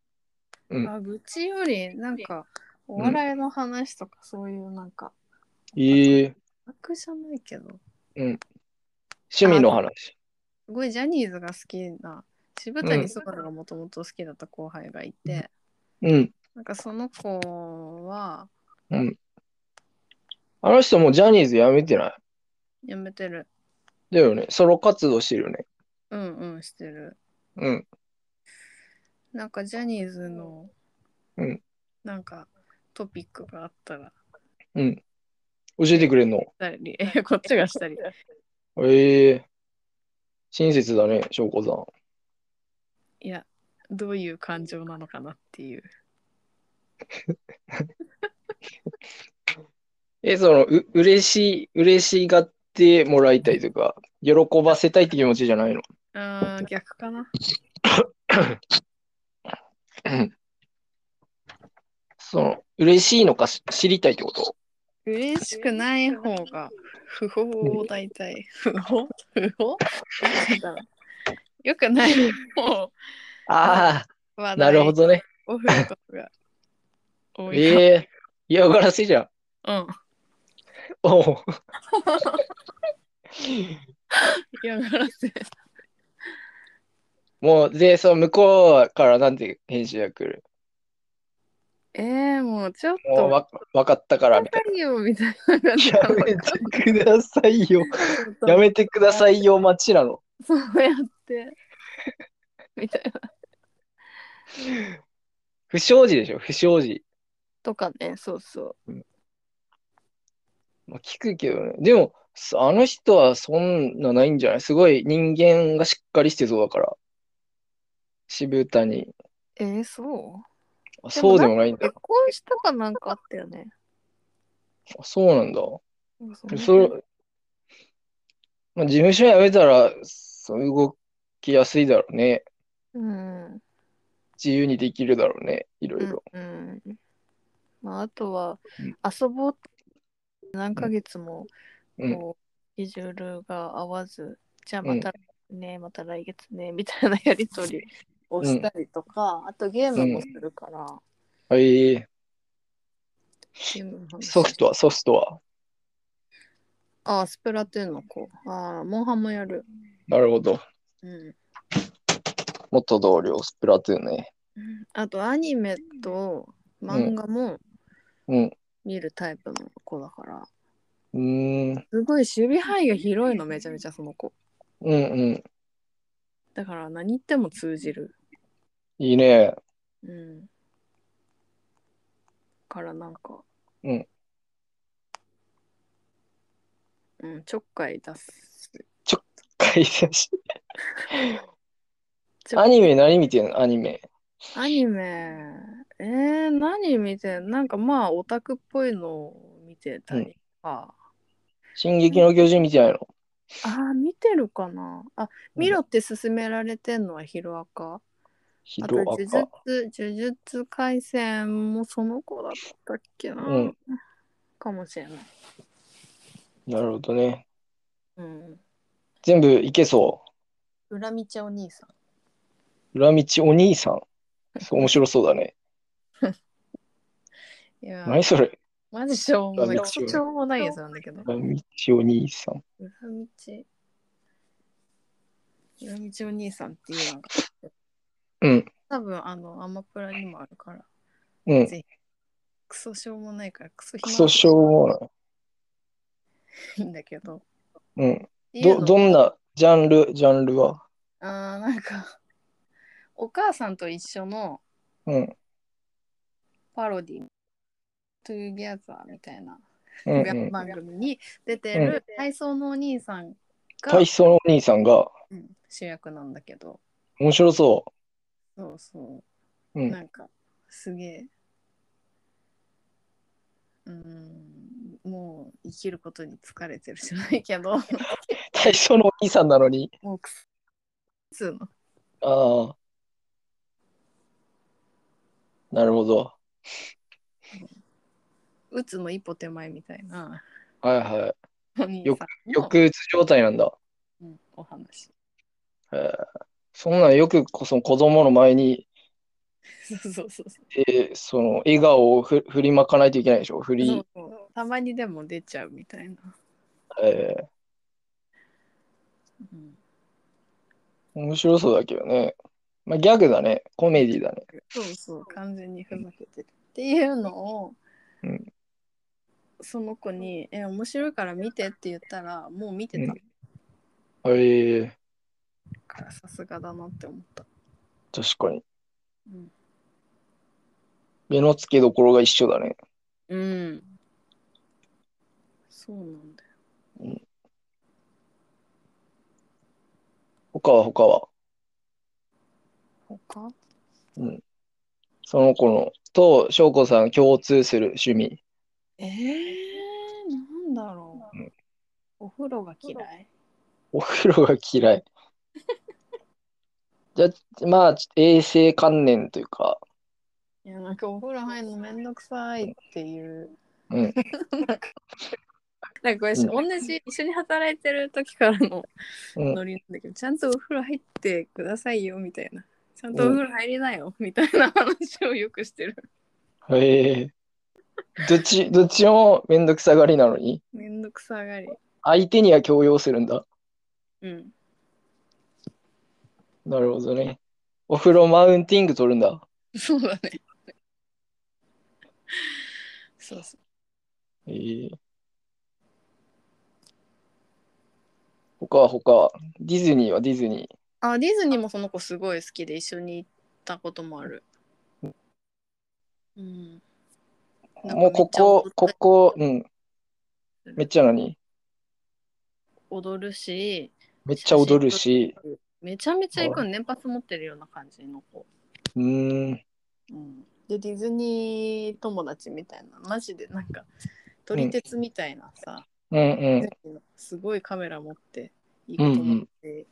うんあ愚痴よりなんかお笑いの話とかそういうなんかええ楽じゃないけど趣味の話。すごいジャニーズが好きな渋うん谷そばがもともと好きだった後輩がいて、うん。なんかその子はあの人もうジャニーズ辞めてない。やめてるだよね。ソロ活動してるよね。うんうんしてるうん。なんかジャニーズのうんなんかトピックがあったら教えてくれんの二人え こっちがしたりええ親切だね、翔子さん。いやどういう感情なのかなっていうえ、その、う、嬉しい、嬉しがってもらいたいというか、喜ばせたいって気持ちじゃないの。あー逆かなその、嬉しいのかし知りたいってこと嬉しくない方が不法を大体不法不法 なんだろうよくない方あはあ、なるほどね。オフとかが多いかええ嫌がらせじゃん。うんおう 嫌がらせもう、で、その向こうからなんて返信が来る。えー、もうちょっもうとわ、わかったから、みたいいよみたいな感じな。やめてくださいよ。やめてくださいよ、待ちなの。そうやってみたいな不祥事でしょ、不祥事。とかねそうそうまあ、聞くけどね。でも、そあの人はそんなないんじゃないすごい人間がしっかりしてそうだから。渋谷。えー、そうあ、そうでもないんだ結。婚したかなんかあったよねあ、そうなんだ。そうそれ、まあ、事務所辞めたら、そう動きやすいだろうね。うん自由にできるだろうね。いろいろ。うんうんまあ、あとはうん遊ぼうって何ヶ月もうんこう、スケジュールが合わずじゃあうまんたね、また来月ねみたいなやりとりをしたりとか、あとゲームもするから、はい、ゲームの話ソフトは、ソフトは。ああスプラトゥーンの子ああモンハンもやるなるほど。うん元同僚、スプラトゥーンね。あとアニメと漫画もうん。見るタイプの子だから、うーん。すごい守備範囲が広いのめちゃめちゃその子うんうん。だから何言っても通じるいいね。うん。からなんか。うん。うん、ちょっかい出す。解説しちょアニメ何見てんのアニメ。アニメ、えー、何見てんなんかまあオタクっぽいのを見てたりか。進撃の巨人みたいなの。ああ、見てるかな。あ、見ろって勧められてんのはヒロアカ。ヒあとロア呪術カ。、呪術廻戦もその子だったっけな。うんかもしれない。なるほどね。うん。全部いけそ裏道お兄さん。う。裏道お兄さん。そう面白そうだね。いやー何それマジしょうもな裏い。道をしょうもないやつなんだけど。裏道お兄さん。裏道。裏道お兄さんっていうのが。うん。多分、あの、アマプラにもあるから。うん。ぜひ。クソしょうもないから、クソクソしょうもうもないんだけど。ない。うん。っていうど、のどんなジャンル、ジャンルはあーなんか、お母さんと一緒のうん。パロディ、トゥーギャザーみたいな。うんう親ん、番組に出てる体操のお兄さんが体、操のお兄さんがうん主役なんだけど面白そ。そうそううう、ん、なんかすげえうーんもう生きることに疲れてるじゃないけど体操のお兄さんなのに。もうくすつうのああ。なるほど。打つの一歩手前みたいなはいはお兄さんい。の、抑うつ状態なんだ。うん、お話へえそんなんよくこその子供の前に、そうそうそうそうえーその笑顔をふ振りまかないといけないでしょ。振り、そうそうたまにでも出ちゃうみたいな、えーうん、面白そうだけどね。まあ、ギャグだね。コメディだね。そうそう完全にふざけてるっていうのを、うんその子に「え面白いから見て」って言ったらもう見てたええからさすがだなって思った、確かに。うん目の付けどころが一緒だね。うん、そうなんだよ他は他は。他その子のと翔子さん共通する趣味。えー、なんだろう、うんお風呂が嫌いお風呂が嫌 い。じゃあ、まあ、衛生観念というか、いやなんかお風呂入るのめんどくさいっていう。 うん、なんか私、同じ一緒に働いてる時からのうんノリなんだけど、ちゃんとお風呂入ってくださいよみたいな。ちゃんとお風呂入りなよみたいな話をよくしてる。へえどっち、どっちもめんどくさがりなのに、 めんどくさがり。相手には強要するんだ。うん。なるほどね。お風呂マウンティング取るんだ。そうだね。そうそう。へえ他は他は、ディズニーはディズニあ、ディズニーもその子すごい好きで一緒に行ったこともある。うん。ー。もうここ、ここ、うん。めっちゃ何踊るし、めっちゃ踊るし、めちゃめちゃ行くの年パス持ってるような感じの子。うーん、うん、でディズニー友達みたいなマジでなんか撮り鉄みたいなさ、うんうん全、部すごいカメラ持っていいこと持って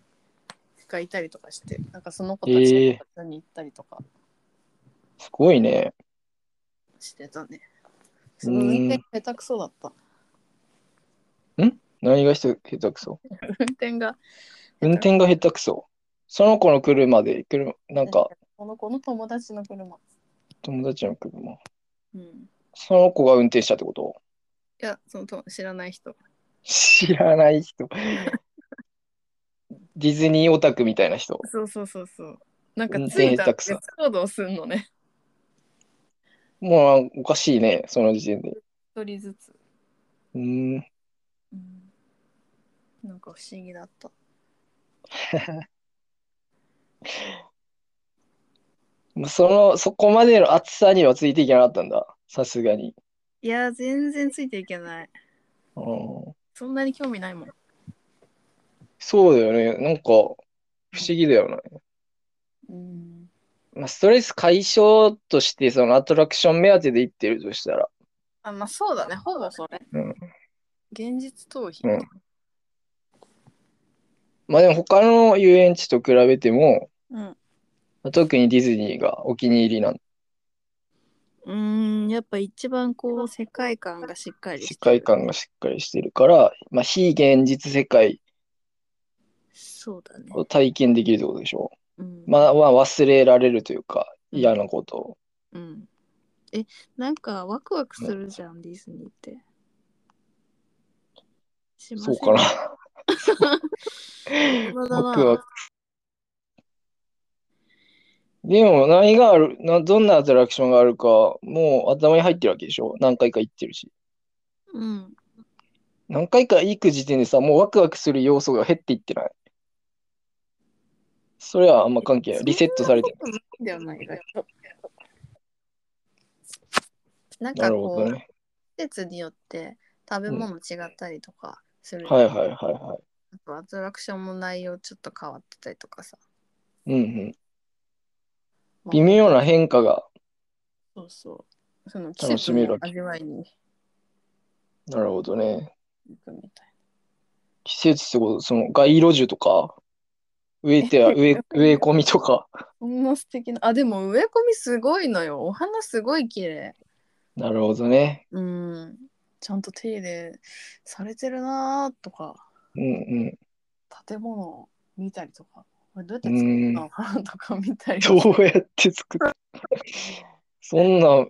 がいたりとかして、なんかその子たちとええ一緒に行ったりとかすごいね。してたね。すごい運転下手くそだった。何が下手くそ運転が運転が下手くそ。その子の車で、車、なんかこの子の友達の車。友達の車。うん、いその子が運転したってことやそのと知らない人。知らない人。ディズニーオタクみたいな人。そうそうそうそう。なんか運つ転い下た手らくそ別行動するのね。もうおかしいね、その時点で。一人ずつ。うーん、うんなんか不思議だった。まあその、そこまでの暑さにはついていけなかったんだ。さすがに。いや、全然ついていけない。うん、そんなに興味ないもん。そうだよね。なんか、不思議だよね。うん。まあ、ストレス解消として、そのアトラクション目当てで行ってるとしたら、あ、まあそうだね。ほぼそれ。うん現実逃避。うんまあでも他の遊園地と比べても、うん。まあ特にディズニーがお気に入りなんうん、やっぱ一番こう、世界観がしっかりして世る界観がしっかりしてるから、まあ非現実世界そうだね。を体験できるってことでしょうん。まあ、まあ忘れられるというか、嫌なことを。うん。え、なんかワクワクするじゃん、ディズニーって。しませそんうかな。。まだワなクワク。でも何があるな、どんなアトラクションがあるか、もう頭に入ってるわけでしょ何回か行ってるし。うん。何回か行く時点でさ、もうワクワクする要素が減っていってない。それはあんま関係ない。リセットされてる。そんなことないんだよな、意外となんなかるほこどう、ね。季節によって食べ物違ったりとかする、はいはいはいはあとアトラクションも内容ちょっと変わってたりとかさい。うんうん。微妙な変化が。そうそうその季楽節しめるのわけ味わいになるほどね。行くみたい季節ってこと、その街路樹とか、植えては植え植え込みとか。 なこんな素敵なあでも植え込みすごいのよお花すごい綺麗なるほどね。うんちゃんと手入れされてるなーとかうん建物を見たりとかこれどうやってう作っん。うたん。のかなとか見たりどうやって作ったそんな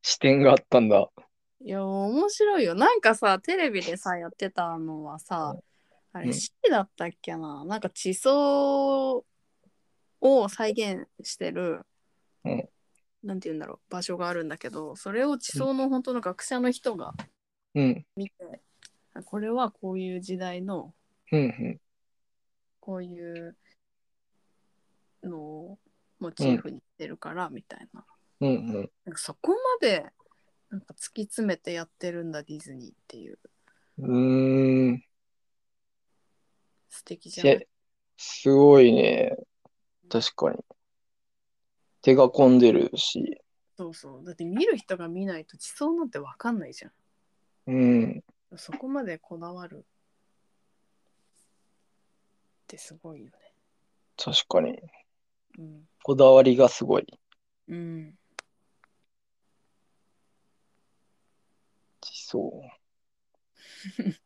視点があったんだ。いや面白いよなんかさテレビでさやってたのはさあうれん C だったっけな、なんか地層を再現してる、うんなんて言うんだろう場所があるんだけどそれを地層の本当の学者の人が、うん。これはこういう時代のうんうん。こういうのをモチーフにしてるからみたいな,、うんうん。なんかそこまでなんか突き詰めてやってるんだディズニーっていううーん。素敵じゃないせ、すごいね。確かに。手が込んでるし。そうそう。だって見る人が見ないと地層なんてわかんないじゃうん。ん。そこまでこだわるってすごいよね。確かに。うん。こだわりがすごい。うん。地層。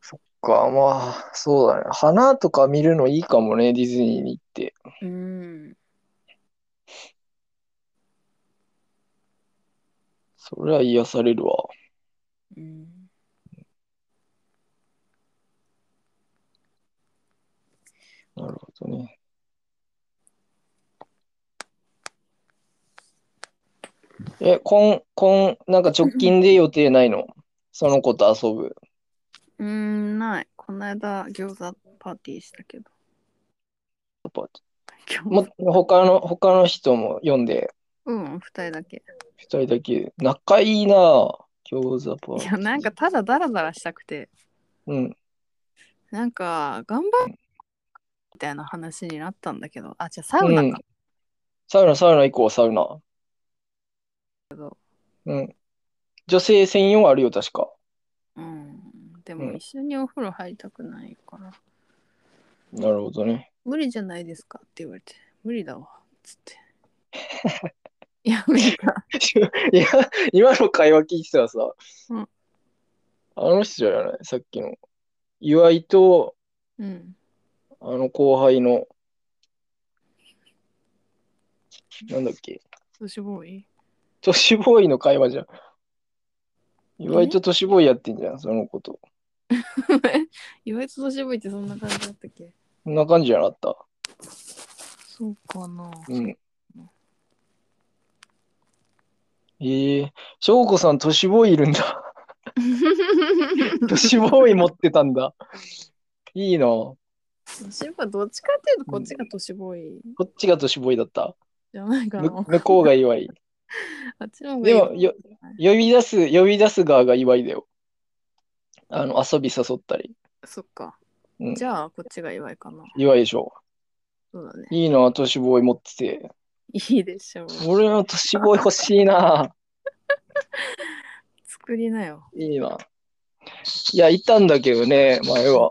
そっか、まあ、そうだね。花とか見るのいいかもね、ディズニーに行って。うん。それは癒されるわ。うん、なるほどね。え、こん、こん、なんか直近で予定ない のその子と遊ぶ。うん、ない。この間、餃子パーティーしたけど。餃子も、他の、他の人も読んで、うん、二人だけ。二人だけ、仲いいなぁ餃子パいー。や、なんかただダラダラしたくて、うん、なんか、頑張るみたいな話になったんだけど、あ、じゃあサウナか。サウナ、サウナ行こう、サウナ。うん。女性専用あるよ、確か。うん。でも、一緒にお風呂入りたくないから。なるほどね。 無理じゃないですかって言われて無理だわつって いや無理だいや、今の会話聞いてたらさ、うんあの人じゃない、さっきの。岩井と、うんあの後輩の、なんだっけ、都市ボーイ都市ボーイの会話じゃん。岩井と都市ボーイやってんじゃん、そのこと。意外と都市ボーイってそんな感じだったっけそんな感じじゃなかっそうか なた。うん。ええー、翔子さん、都市ボーイいるん だ。都市ボーイ持ってたんだ。いいな。こ都市ボーイどっちかっていうとこっちが都市ボーイっちが都市ボーイだった。じゃないかな、む向こうが岩井。あっちの方がいでいもよ、呼び出す、呼び出す側が岩井だよ。あの、遊び誘ったり。そっか、うんじゃあこっちが岩井かな岩井でしょ。そうだねいいな、都市ボーイ持ってて。いいでしょう俺の都市ボーイ欲しいな。作りなよ、いいな。いや、いたんだけどね、前は。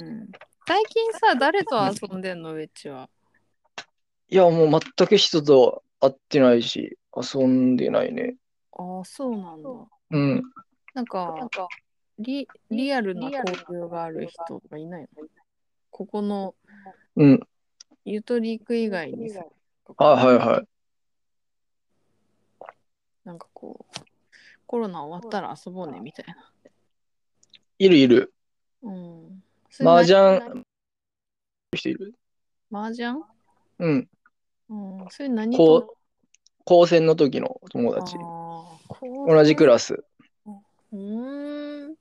うん、最近さ誰と遊んでんのうちはいや、もう全く人と会ってないし、遊んでないね。ああそうなんだうん。なんかリリアルな交流がある人がいないのここのうん。ゆとりく以外にさはいはいはい。なんかこうコロナ終わったら遊ぼうねみたいな。いるいる。うん。麻雀ン。人いる。麻雀うん。うん。それ何こ高専の時の友達。同じクらい。ラス。うーん。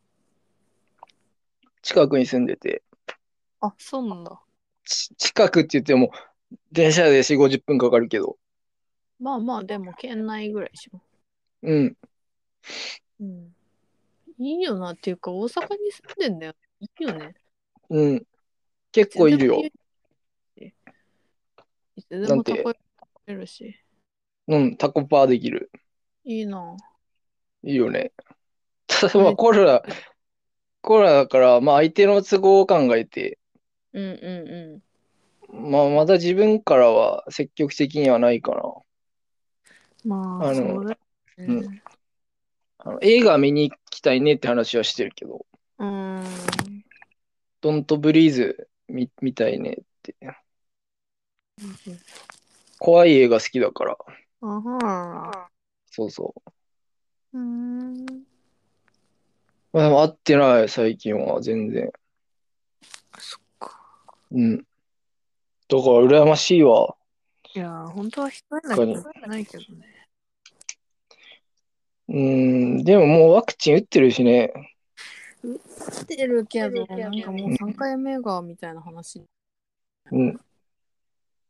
近くに住んでて。あ、そうなんだ。ち近くって言っても、電車で4、50分かかるけど。まあまあ、でも県内ぐらいでしょ。うん。うんいいよなっていうか大阪に住んでんだよいいよねうん。結構いるよ。いつでもたこ焼き食べれるしうん、タコパーできる。いいないいよね。ただまあコロナ、コロナだから、まあ相手の都合を考えて、うんうんうんまあまだ自分からは積極的にはないかな。まああのそうだよねあの映画見に行きたいねって話はしてるけど、うんドントブリーズ見見たいねって。怖い映画好きだから。あはそうそう。ーうんまあ、でも会ってない、最近は、全然。そっかうん。だから、羨ましいわ。いやー本当は一人だけどないけどねうん、でももうワクチン打ってるしね。来てるけどなんかもう3回目がみたいな話うん。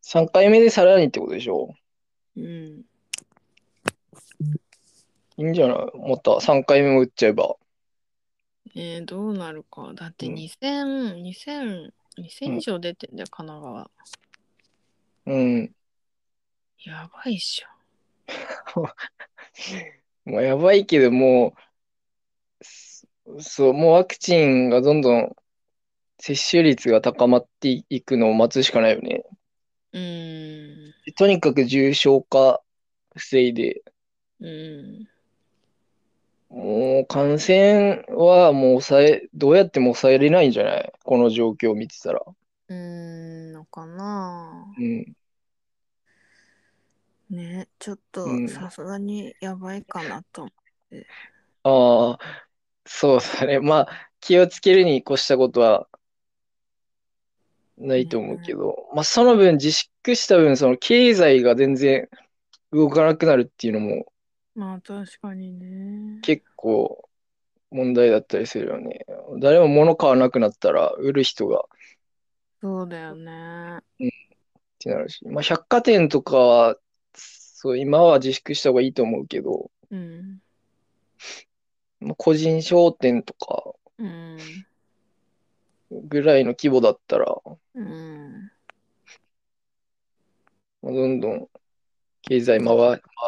3回目でさらにってことでしょ。うんいいんじゃないまた3回目も打っちゃえば。えー、どうなるかだってうん2000、2000 2000以上出てんだよ神奈川うん。やばいっしょまあ、やばいけど、もう、そそう、もうワクチンがどんどん接種率が高まっていくのを待つしかないよね。うーんとにかく重症化防いで、うんもう感染はもう抑え、どうやっても抑えれないんじゃないこの状況を見てたら。うーんのかなうん。ねちょっとうんさすがにやばいかなと、ああ、そうだね。まあ、気をつけるに越したことはないと思うけど、まあ、その分自粛した分、その経済が全然動かなくなるっていうのもまあ確かにね結構問題だったりするよね。誰も物買わなくなったら売る人がっそうだよねてなるし、まあ、百貨店とかは、そう、今は自粛した方がいいと思うけど、うんまあ、個人商店とかうんぐらいの規模だったら、うんまあどんどん経済回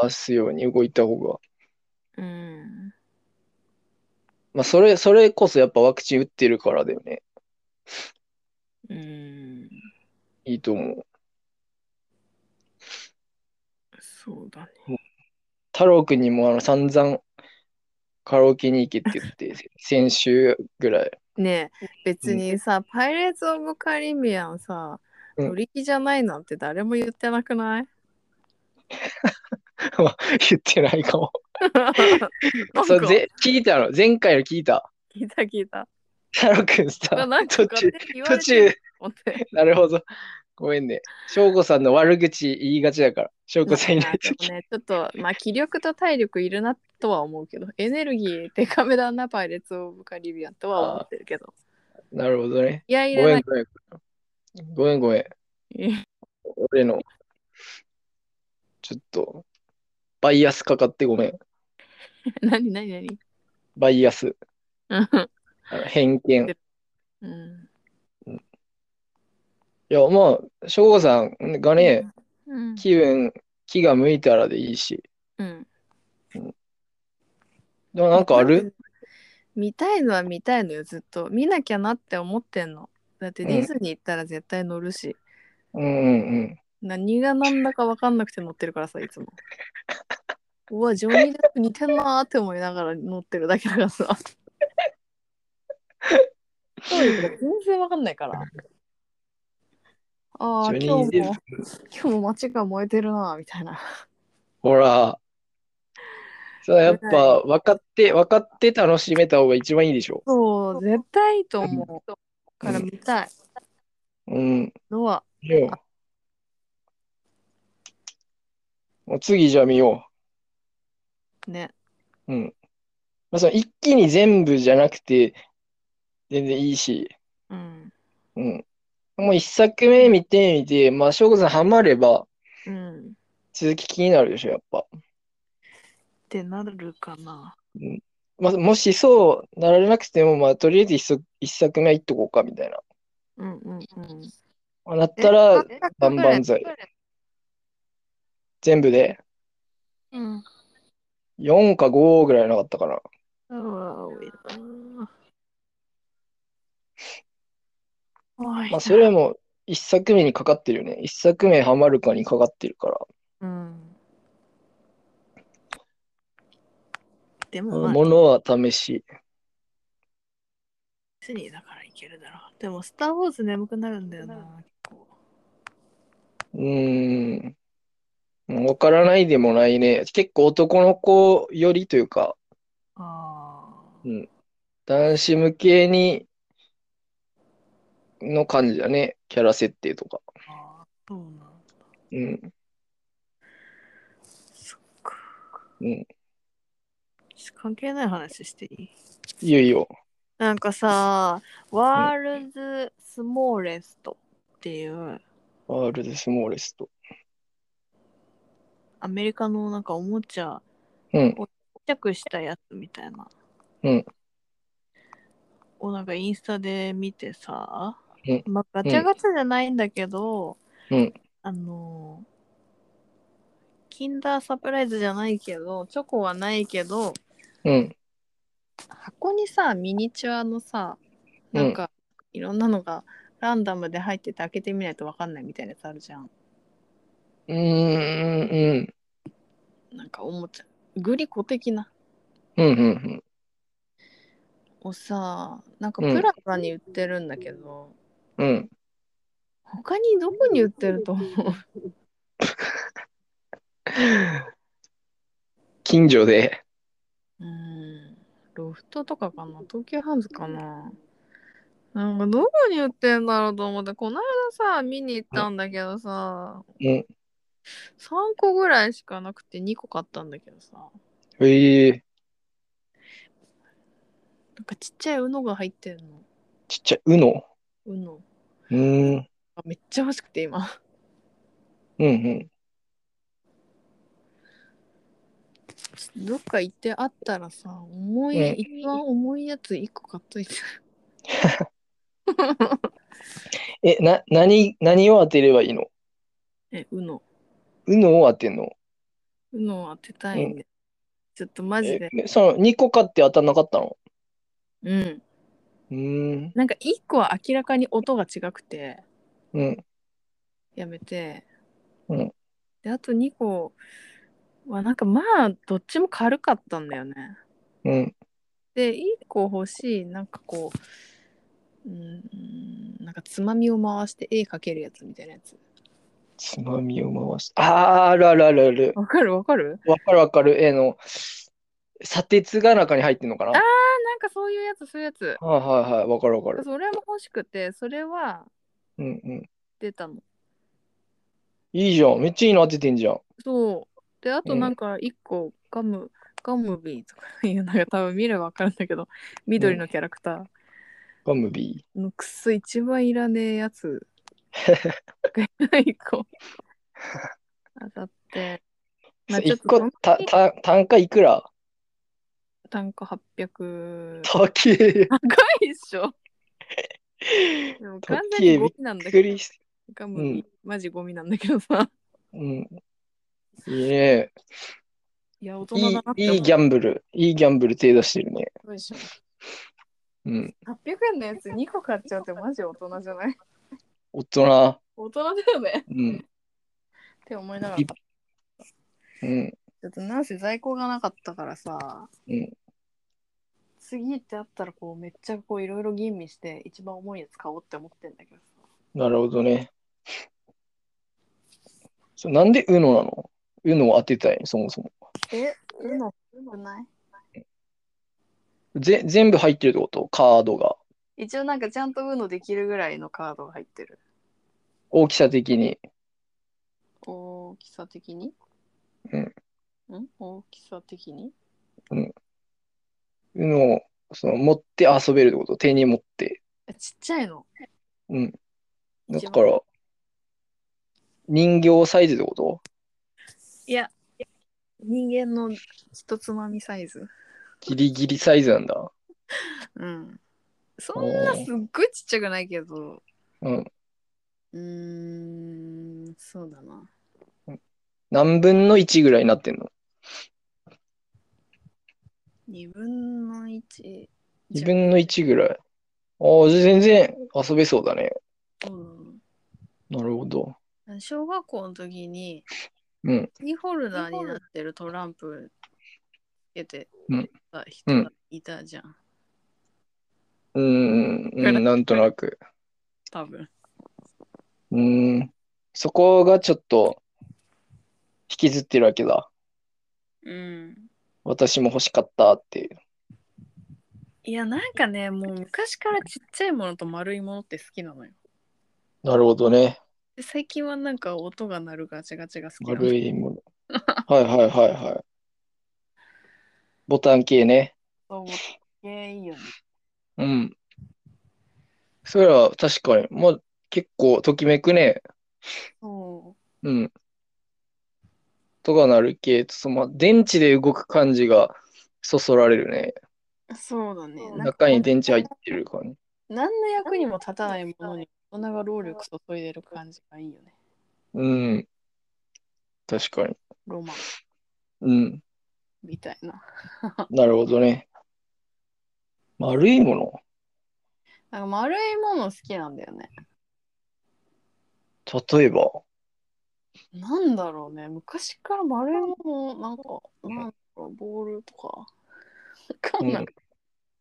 回すように動いた方が、うんまあ、それ、それこそやっぱワクチン打ってるからだよね。うんいいと思う。そうだね太郎くんにもあの散々カラオケに行けって言って、 せ先週ぐらい。 ねえ別にさ、パイレーツ・オブ・カリビアンさうん乗り気じゃないなんて誰も言ってなくない、 言ってないかも。なんかそうぜ聞いたの。前回の聞いた。聞いた聞いた。太郎くんさなん、か途中勝、手に言わ途れて中る、と思って。なるほど。ごめんね。翔子さんの悪口言いがちだから。翔子さんいないとき。でもね、ちょっと、まあ、気力と体力いるなとは思うけど、エネルギーデカめだな、パイレーツ・オブ・カリビアンとは思ってるけど。なるほどね。いやいごやめなんい。 ごめん。ごめんごめん。俺の、ちょっと、バイアスかかってごめん。何何何バイアス。うん あの偏見。いうん。や、まあ、省吾さんがね、うん。気分、気が向いたらでいいし。うん。でもなんかある見たいのは見たいのよ、ずっと。見なきゃなって思ってんの。だってうんディズニー行ったら絶対乗るし。うんうんうん。何が何だか分かんなくて乗ってるからさ、いつも。うわ、ジョニー・デップ似てんなーって思いながら乗ってるだけだからさ。そういうこと全然分かんないから。ああ、ジョニー今日デも、今日も街が燃えてるなーみたいな。ほら。そうやっぱ、分かって、分かって楽しめた方が一番いいでしょ。そう、絶対いいと思う。から見たいうん。のは、いやもう次じゃあ見よね。う。うん。まあ、その一気に全部じゃなくて、全然いいし。うん。うん。もう一作目見てみて、まあ、翔子さんハマれば、うん。っ続き気になるでしょ、やっぱ。てなるかな。まあ、もしそうなられなくても、まあ、とりあえず一作一作目はいっとこうかみたいな。うんうんうん。まあなったら、え万々歳。全部でうん。 4か5ぐらいなかったかな。うわ、多い な。多いまなあ、それも一作目にかかってるよね。一作目ハマるかにかかってるから。うん。であも、まのあ、ものは試し。ディズニーだからいけるだろう。でも、スター・ウォーズ眠くなるんだよな。結構うーん。わからないでもないね。結構男の子よりというか、ああ。男子向けに、の感じだね。キャラ設定とか。ああ、そうなんだ。うん。そっか。うん。関係ない話していいいよいよ。なんかさ、ワールズ・スモーレストっていうワールドスモーレスト。アメリカのなんかおもちゃうん。ちっちゃくしたやつみたいな。うんをなんかインスタで見てさ、うんまあ、ガチャガチャじゃないんだけど、うんあのーキンダーサプライズじゃないけど、チョコはないけど、うん。箱にさ、ミニチュアのさ、なんかいろんなのがランダムで入ってて開けてみないとわかんないみたいなやつあるじゃん。うん。うん。うん。なんかおもちゃ。グリコ的な。うん。うん。うん。をさ、なんかうんプラザに売ってるんだけど、うん。他にどこに売ってると思う近所で。うんロフトとかかな東急ハンズかななんかどこに売ってんだろうと思ってこの間さ見に行ったんだけどさ、うん3個ぐらいしかなくて2個買ったんだけどさええ。なんかちっちゃいウノが入ってるのちっちゃい。うの。ウノうーん。うん。めっちゃ欲しくて今 うん。どっか行ってあったらさ重い、うん一番重いやつ1個買っといてえ、な、何、何を当てればいいのえウノうのを当てんのウノを当てたいんで、ちょっとマジえで、その2個買って当たんなかったのうんうーん。なんか1個は明らかに音が違くてうん。やめて、うんであと2個はなんかまあどっちも軽かったんだよねうん。で1個欲しいなんかこううんなんかつまみを回して絵描けるやつみたいなやつつまみを回して。あー、あるあるあるある。わかるわかるわかるわかる。えーの、砂鉄が中に入ってんのかなああなんかそういうやつそういうやつはいはいはい。わかるわかる。それも欲しくてそれはうんうん。出たのいいじゃん。めっちゃいいの当ててんじゃん。そうであとうんなんか1個ガム、ガムビーとかいうなんか多分見ればわかるんだけど緑のキャラクター、ガムビのくっそ一番いらねえ やつ一個当たって、ー。まあ、ちょ1っとそ個のたた単価いくら単価800高え。高いっしょでも完全にゴミなんびだっくけどりしガム、うんマジゴミなんだけどさうん。いいね。いや大人いだなっい、て思いいギャンブル。いいギャンブル手出してるね。うでしょうん。 800円のやつ2個買っちゃうってマジ大人じゃない大人。大人だよねうん。って思いながらいうん。ちょっとなんせ在庫がなかったからさ、うん次ってあったらこうめっちゃこういろいろ吟味して一番重いやつ買おうって思ってんだけどさ。なるほどね。そうなんで UNO なの ?UNO を当てたい、そもそも。え、うのくないぜ全部入ってるってことカードが。一応なんかちゃんとうのできるぐらいのカードが入ってる。大きさ的に。大きさ的にうん。ん大きさ的に UNO をその持って遊べるってこと手に持って。えちっちゃいの。うん。だ一番から、人形サイズってこといや、人間の一つまみサイズ。ギリギリサイズなんだ。うん。そんなすっごいちっちゃくないけど。うん。うーん、そうだな。何分の1ぐらいになってんの2分の1。 ?2 分の1ぐらい。ああ、じゃあ全然遊べそうだね。そうなるほど。だな小学校の時に、うんキーホルダーになってるトランプつけてうんた人がいたじゃん、うーん、うん、なんとなく。多分。うーん。そこがちょっと引きずってるわけだ。うん。私も欲しかったっていう。いや、なんかね、もう昔からちっちゃいものと丸いものって好きなのよ。なるほどね。で最近はなんか音が鳴るガチャガチャが好きなの。丸いもの。 はいはいはいはい。ボタン系ね。そう、えいいよね。うん。それは確かに。まあ結構ときめくね。そうん。とがなる系と、その、まあ電池で動く感じがそそられるね。う。そうだね。なんか中に電池入ってる感じ。何の役にも立たないものに大人が労力注いでる感じがいいよね。うん。確かに。ロマンうん。みたいな。なるほどね。丸いものなんか丸いもの好きなんだよね。例えば。なんだろうね。昔から丸いもの、なんか、なんだろう、ボールとか。わかんなうい。ん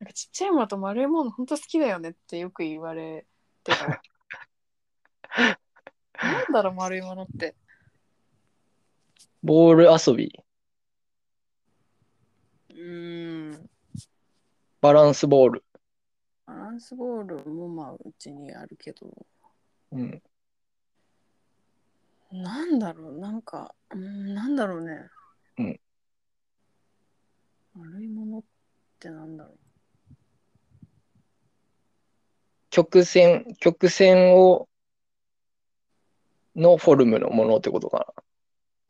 なんかちっちゃいものと丸いもの本当好きだよねってよく言われてた。なんだろう、丸いものって。ボール遊び。うーん。バランスボール。バランスボールもまあ、うちにあるけど。うん。なんだろう、なんか、うん、なんだろうね。うん。丸いものってなんだろう。曲線、曲線を、のフォルムのものってことか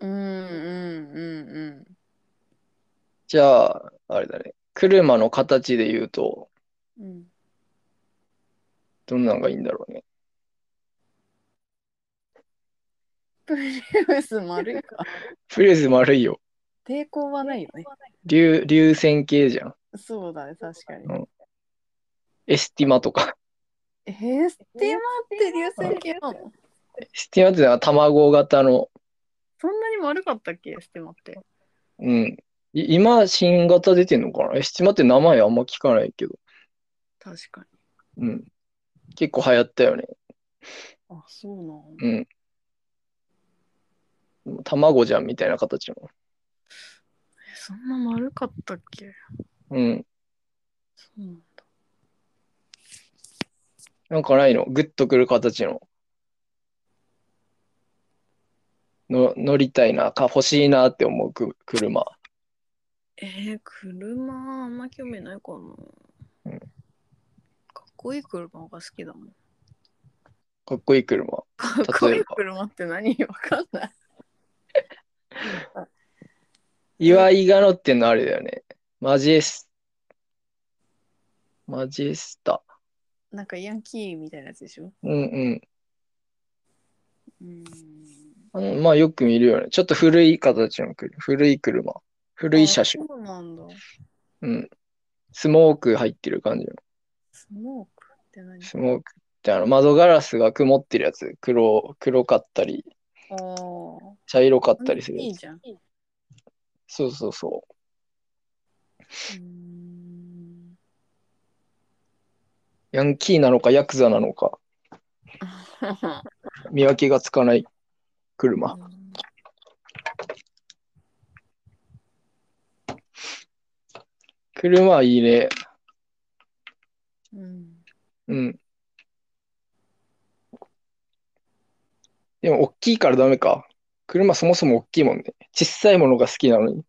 な。うんうんうんじゃあ、あれだね。車の形で言うと、うん。うん。 どんなのがいいんだろうね。プリウス丸いか。フレーズ丸いよ。抵抗はないよね。流、流線形じゃん。そうだね、確かに。エスティマとか。 えー、ステマって流線形なのエスティマってのは卵型の、そんなに丸かったっけステマって。うん。い今、新型出てんのかなエスティマって名前あんま聞かないけど。確かに。うん。結構流行ったよね。あ、そうなのうん。卵じゃんみたいな形の。えそんな丸かったっけうん。そうなんだ。なんかないのグッとくる形の。の、乗りたいな、か、欲しいなって思うく車。えー、車あんま興味ないかな。うんかっこいい車が好きだもん。かっこいい車。かっこい例えいば車って何わかんない。岩井が乗ってんのあれだよね。マジエス。マジエスタ。なんかヤンキーみたいなやつでしょうんうんうん。あの。まあよく見るよね。ちょっと古い形の車。古い車。古い車種あ。そうなんだ。うん。スモーク入ってる感じの。スモークって何スモークってあの窓ガラスが曇ってるやつ。黒、黒かったり、あ茶色かっあ。たりするいやいつ。じゃん。そうそうそうーんう。ヤンキーなのかヤクザなのか、見分けがつかない車。車はいいね。うん。うん。でも、大きいからダメか。車そもそも大きいもんね。小さいものが好きなのに、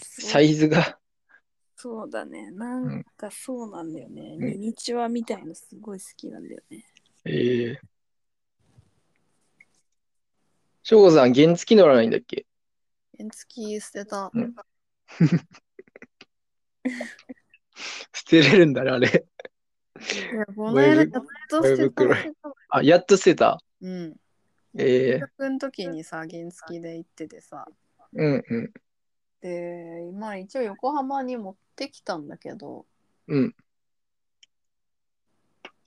サイズが。そうだね。なんかそうなんだよね。ミニチュアみたいのすごい好きなんだよね。ええ。省吾さん、原付乗らないんだっけ原付き捨てた。うん捨てれるんだね、あれ。いや、この間やっと捨てたゴミ袋あ、やっと捨てた。うん。ええ大学の時にさ、原付で行っててさ、うんうん。で、まあ一応横浜に持ってきたんだけど、うん。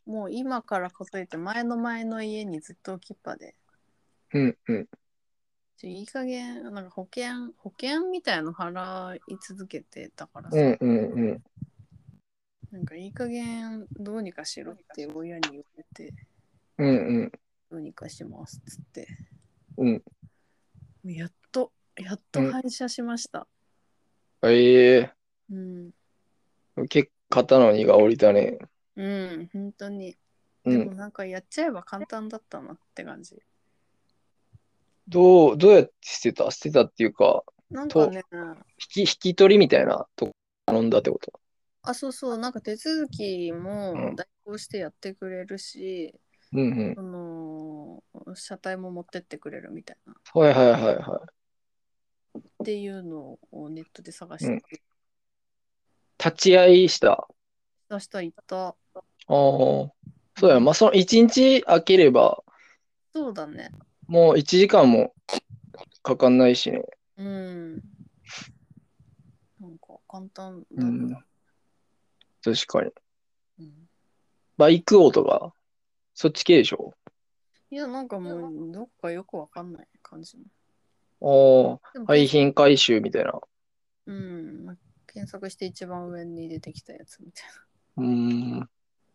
もう今から数えて前の前の家にずっと置きっぱで、うんうん。ちょいい加減、なんか保険、保険みたいの払い続けてたからさ、うんうんうん。なんかいい加減どうにかしろって親に言ってて、うんうん。どうにかしますっつって。うん。やっと、やっと廃車しました。ええうん。結構肩の荷が下りたね。うん、本当に。うでもん。なんかやっちゃえば簡単だったなって感じ。どう、どうやって捨てた捨てたっていうか、なんかね、引き、引き取りみたいなとこ頼んだってこと。あ、そうそう、なんか手続きうもん代行してやってくれるし、うんうん。その、車体も持ってってくれるみたいな。はいはいはいはい。っていうのをネットで探して、うん立ち会いした。出した行った。ああ。そうや、まあ、その一日空ければ、そうだね。もう1時間もかかんないしね。うん。なんか簡単うだった。ん。確かに。うんバイク王とか、そっち系でしょいや、なんかもう、どこかよくわかんない感じの。あでもあ、廃品回収みたいな。うん、まあ検索して一番上に出てきたやつみたいな。うーん。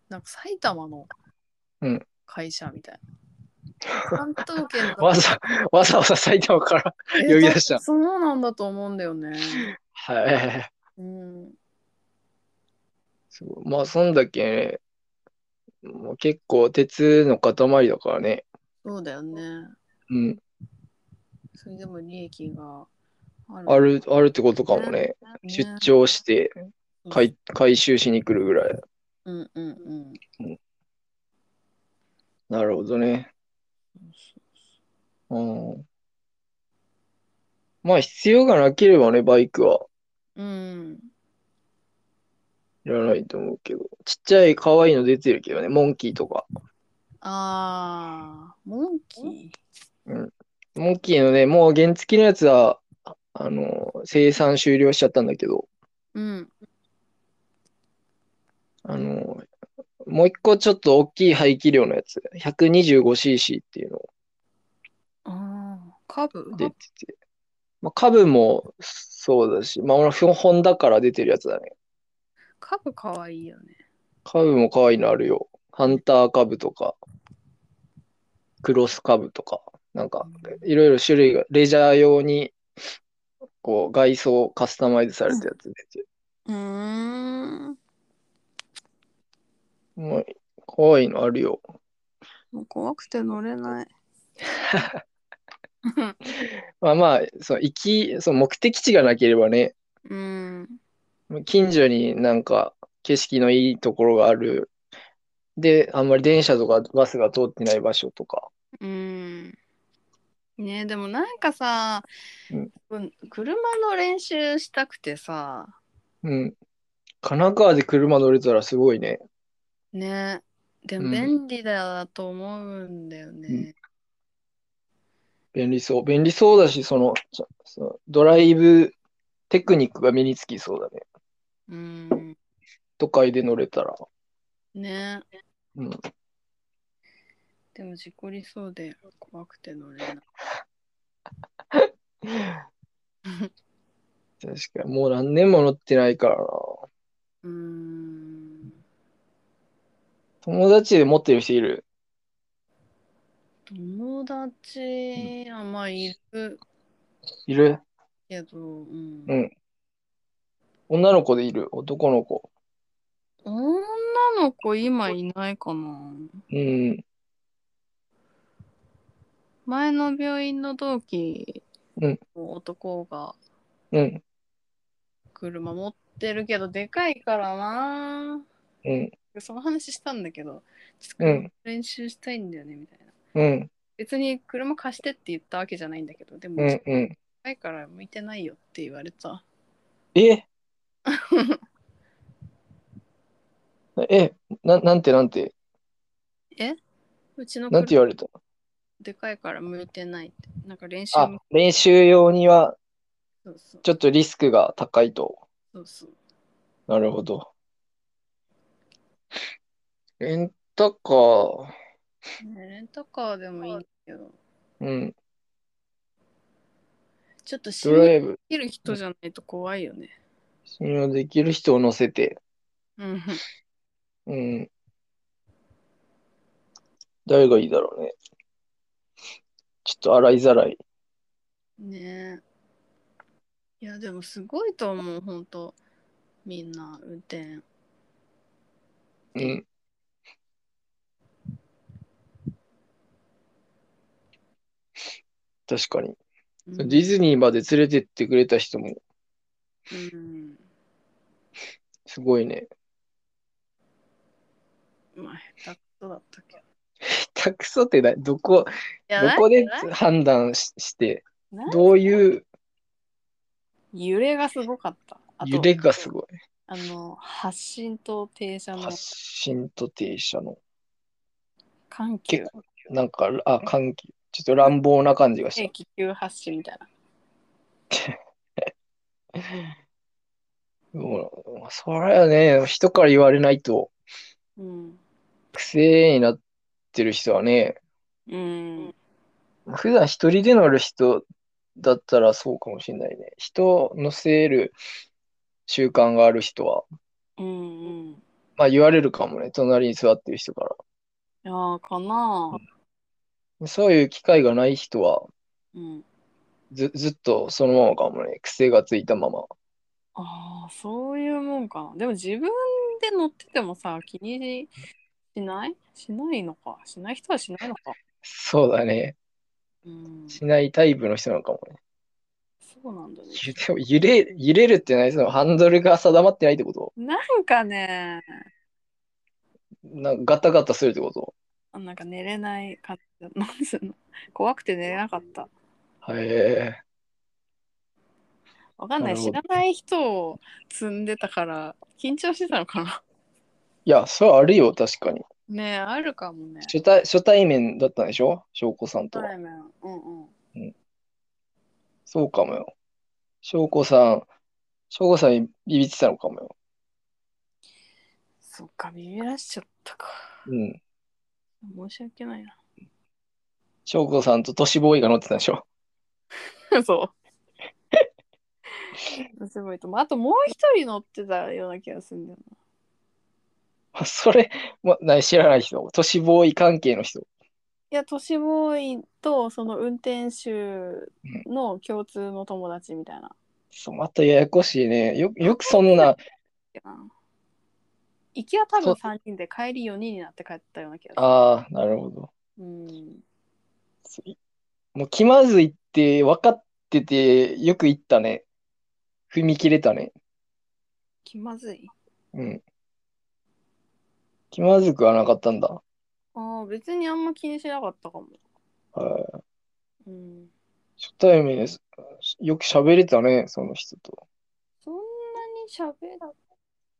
なんか埼玉のうん会社みたいな。関東圏 だわざ、わざわざ埼玉から。呼び出したえそうなんだと思うんだよね。はい。うん。すごいまあ、そんだけ、もう結構鉄の塊だからね。そうだよね。うん。それでも利益がある。ある、あるってことかもね。ね出張して回、回収しに来るぐらい。うんうんうん。なるほどね。うん。まあ、必要がなければね、バイクはうん。いらないと思うけど。ちっちゃい可愛いの出てるけどね、モンキーとか。あー、モンキモンキーのね、もう原付のやつは、ああの、生産終了しちゃったんだけど、ー。うん。あの、もう一個ちょっと大きい排気量のやつ、125cc っていうのあー、カブ出てて、まあ、株もそうだし、まあ、俺はホンダから出てるやつだね。カブかわいいよね。株も可愛いのあるよ。ハンター株とか、クロス株とか、なんか、いろいろ種類が、レジャー用に、こう、外装カスタマイズされたやつ出てる。うーん。もう、可愛いのあるよ。もう怖くて乗れ ない。まあまあ、そう、行き、そう、目的地がなければね、うん。近所になんか景色のいいところがある。で、あんまり電車とかバスが通ってない場所とか。うん。ねえでもなんかさ、うんうん車の練習したくてさ、うん。神奈川で車乗れたらすごいね。ねえでうもん便利だと思うんだよね。便利そう。便利そうだし、その、ちょそのドライブテクニックが身につきそうだね。うん。都会で乗れたら。ねえうん。でも事故りそうで怖くて乗れない。確かに。もう何年も乗ってないからな。うん。友達で持ってる人いる。友達はまあいるいるけど、うんうん女の子でいる。男の子。女の子今いないかな。うん。前の病院の同期うんの男がうん。車持ってるけどでかいからなうん。その話したんだけどちょっとうん車練習したいんだよねみたいな、うん。別に車貸してって言ったわけじゃないんだけどでもうん。うん。でかいから向いてないよって言われたええ、な、なんてなんて、うちのなんて車言われたでかいから向いてないって。なんか練習あも、練習用にはそうそうちょっとリスクが高いと。そうそう。なるほど。レンタカー、ねレンタカーでもいいんだけど、うん、ちょっと信ドラ用でイブ、きる人じゃないと怖いよね。信用できる人を乗せて、うん。うん。誰がいいだろうね。ちょっと洗いざらい。ねえ。いや、でもすごいと思う、ほんと。みんな運転。うん。確かに。うんディズニーまで連れてってくれた人もうん。すごいね。まあ、下手くそだったけど。い下手くそってなどこ、やどこでなんか判断しして、なんかどういう揺れがすごかった。あと揺れがすごい。あの、発進と停車の発進と停車の、緩急結、なんか、あ、緩急。ちょっと乱暴な感じがし定期急発進みたいな。た。もうそれはね、人から言われないと、うん。癖になってる人はね、うん。普段一人で乗る人だったらそうかもしれないね。人を乗せる習慣がある人は、うんうん。まあ言われるかもね、隣に座ってる人から。いやーかなそういう機会がない人は、ーうん。ず、ずっとそのままかもね、癖がついたまま。ああ、そういうもんかな。でも自分で乗っててもさ、気にしないしないのか。しない人はしないのか。そうだね。うん。しないタイプの人なのかもね。そうなんだね。ゆでも揺れ、揺れるってないそのハンドルが定まってないってことなんかね、なんかガタガタするってことなんか寝れない感じ。 なんすんの怖くて寝れなかった。へわかんなない。る知ほどらない人を積んでたから、緊張してたのかな。 え。いや、それはあるよ、確かに。ねえ、あるかもね。初対、初対面だったんでしょ翔子さんとドは。ラえもん。うんうん。そうかもよ。翔子さん、翔子さんにビビってたのかもよ。そっか、ビビらしちゃったか。うん。申し訳ないな。翔子さんと都市ボーイが乗ってたんでしょ そう。すごいと思う。あともう一人乗ってたような気がするんだよあそれ、ま、な知らない人。都市ボーイ関係の人。いや、都市ボーイとその運転手の共通の友達みたいな。そう、またややこしいね。よ、よくそんな、行きは多そ分う3人で帰り4人になって帰ったような気がする。ああ、なるほど。うん。もう気まずいって分かってて、よく言ったね。踏み切れたね。気まずい。うん。気まずくはなかったんだ。ああ、別にあんま気にしなかったかも。はいうん。初対面です。よく喋れたね、その人と。そんなに喋っ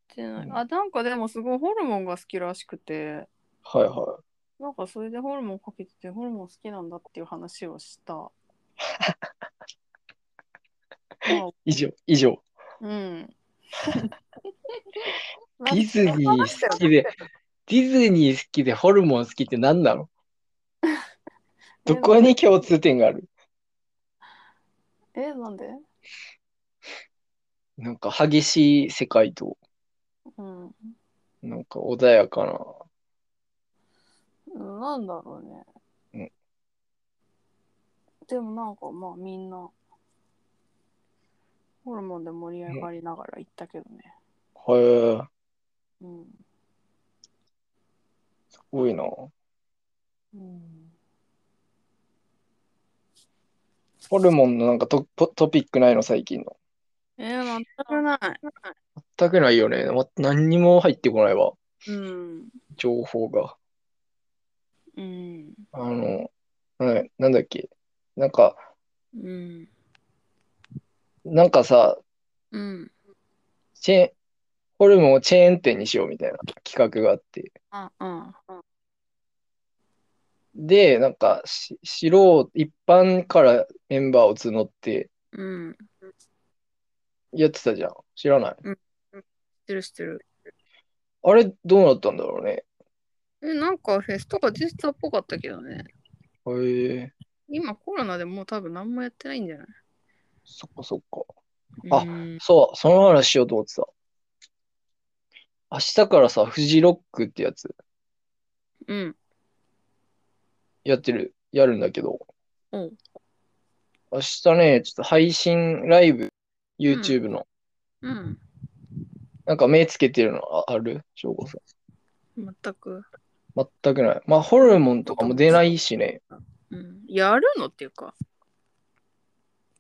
てない。あ、なんかでもすごいホルモンが好きらしくて、はいはなんかそれでホルモンかけてて、ホルモン好きなんだっていう話をした。まあい。 以上、以上。うん。ディズニ ー好きで、ディズニー好きでホルモン好きって何なのどこに共通点があるえ、なんでなんか激しい世界と、うん。なんか穏やかな。なんだろうね。でもなんかまあみんな、ホルモンで盛り上がりながら行ったけどね。へえ、うん。すごいな。うん、ホルモンのなんかトポトピックないの最近の。えー、全くない。全くないよね。ま何にも入ってこないわ。うん。情報が。うん。あの、はい、なんだっけ。なんか、うん。なんかさ、うん。チェーン、ホルモンをチェーン店にしようみたいな企画があって。うんうんで、なんかし、素人、一般からメンバーを募ってうんやってたじゃん。知らない。知ってる知ってる。あれ、どうなったんだろうね。え、なんかフェスとか実たっぽかったけどね。へえ、今コロナでもう多分何もやってないんじゃないそっかそっか。あうんそう、その話しようと思ってた。明日からさ、フジロックってやつうん。やってる、やるんだけど。うん明日ね、ちょっと配信ライブ、YouTube の、うん。なんか目つけてるのあある翔吾さん。全く。全くない。まあ、ホルモンとかも出ないしね。うん。やるのっていうか。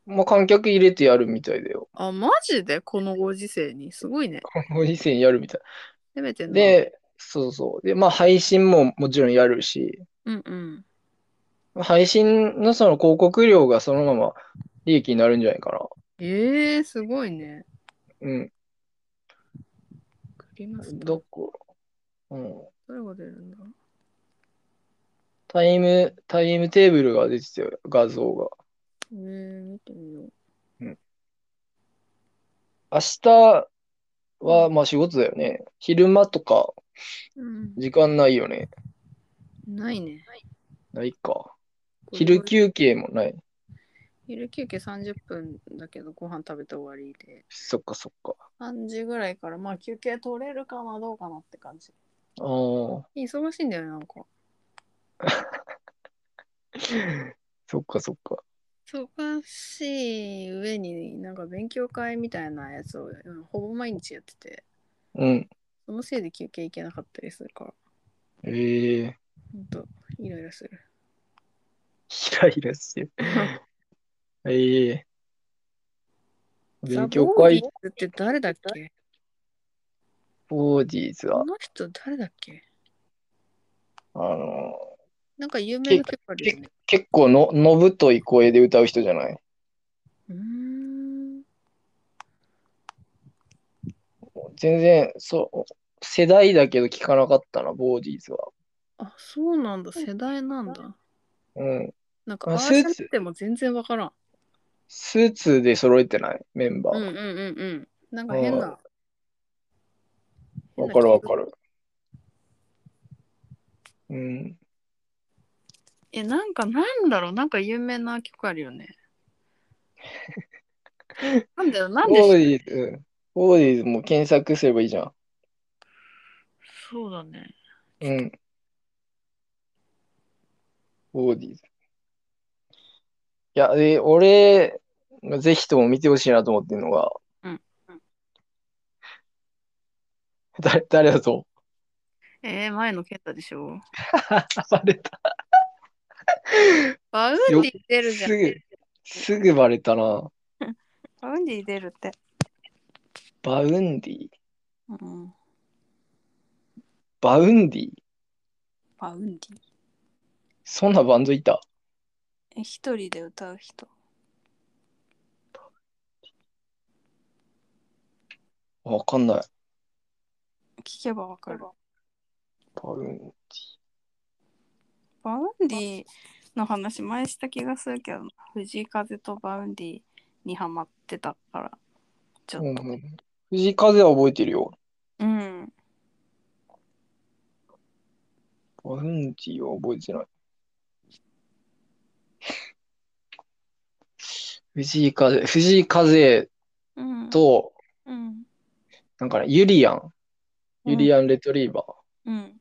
まあ、観客入れてやるみたいだよ。あ、マジでこのご時世に。すごいね。ご時世にやるみたい。せめてんな。で、そうそう。で、まあ、配信ももちろんやるし、うんうん。配信のその広告料がそのまま利益になるんじゃないかええー、すごいね。な。うん。クリマスどこうん。誰が出るんだタイム、タイムテーブルが出てたよ、画像が。えー、見てみよう。明日は、まあ仕事だよね。昼間とか、うん。時間ないよね。ないね。ないか。昼休憩もない。昼休憩30分だけど、ご飯食べて終わりで。そっかそっか。 3時ぐらいから、まあ休憩取れるかな、どうかなって感じ。ああ、忙しいんだよね、なんか。そっかそっか。忙しい上に、なんか勉強会みたいなやつをうんほぼ毎日やってて、うん。そのせいで休憩行けなかったりするから、ええほんと、イライラする。ひらひらして る。ええ勉強ザボー会イズって誰だっけボーディーズこは、の人誰だっけあのなんか有名な曲あるよね。結構の、のぶとい声で歌う人じゃないうーん。全然、そう、世代だけど聞かなかったな、ボーディーズは。あ、そうなんだ。世代なんだ。うん。なんか、あああスーツしても全然わからん。スーツで揃えてないメンバうー。んうんうんうん。なんか変な。わかるわかる。る。うん。え、なんかなんだろう。なんか有名な曲あるよね。 なんだよ。なんボーでディーズ、うんボーディーズも検索すればいいじゃん。そうだね。うん。ボーディーズ。いや、で、俺、ぜひとも見てほしいなと思ってるのが、うん誰、誰だとえー、前の健太でしょ。 バレた。バウンディ出るじゃんす。ぐ、すぐバレたな。バウンディ出るって。バウンディ。うん。バウンディ。バウンディ。そんなバンドいた。え、一人で歌う人。わかんない。聞けばわかる。バウンバウンディの話前した気がするけど藤井風とバウンディにハマってたからちディ。ょっとうんうん藤井風は覚えてるよ。うん、バウンディは覚えてない。 藤井風、藤井風うんと、うんなんかね、ユリアン、うんユリアンレトリーバー。うん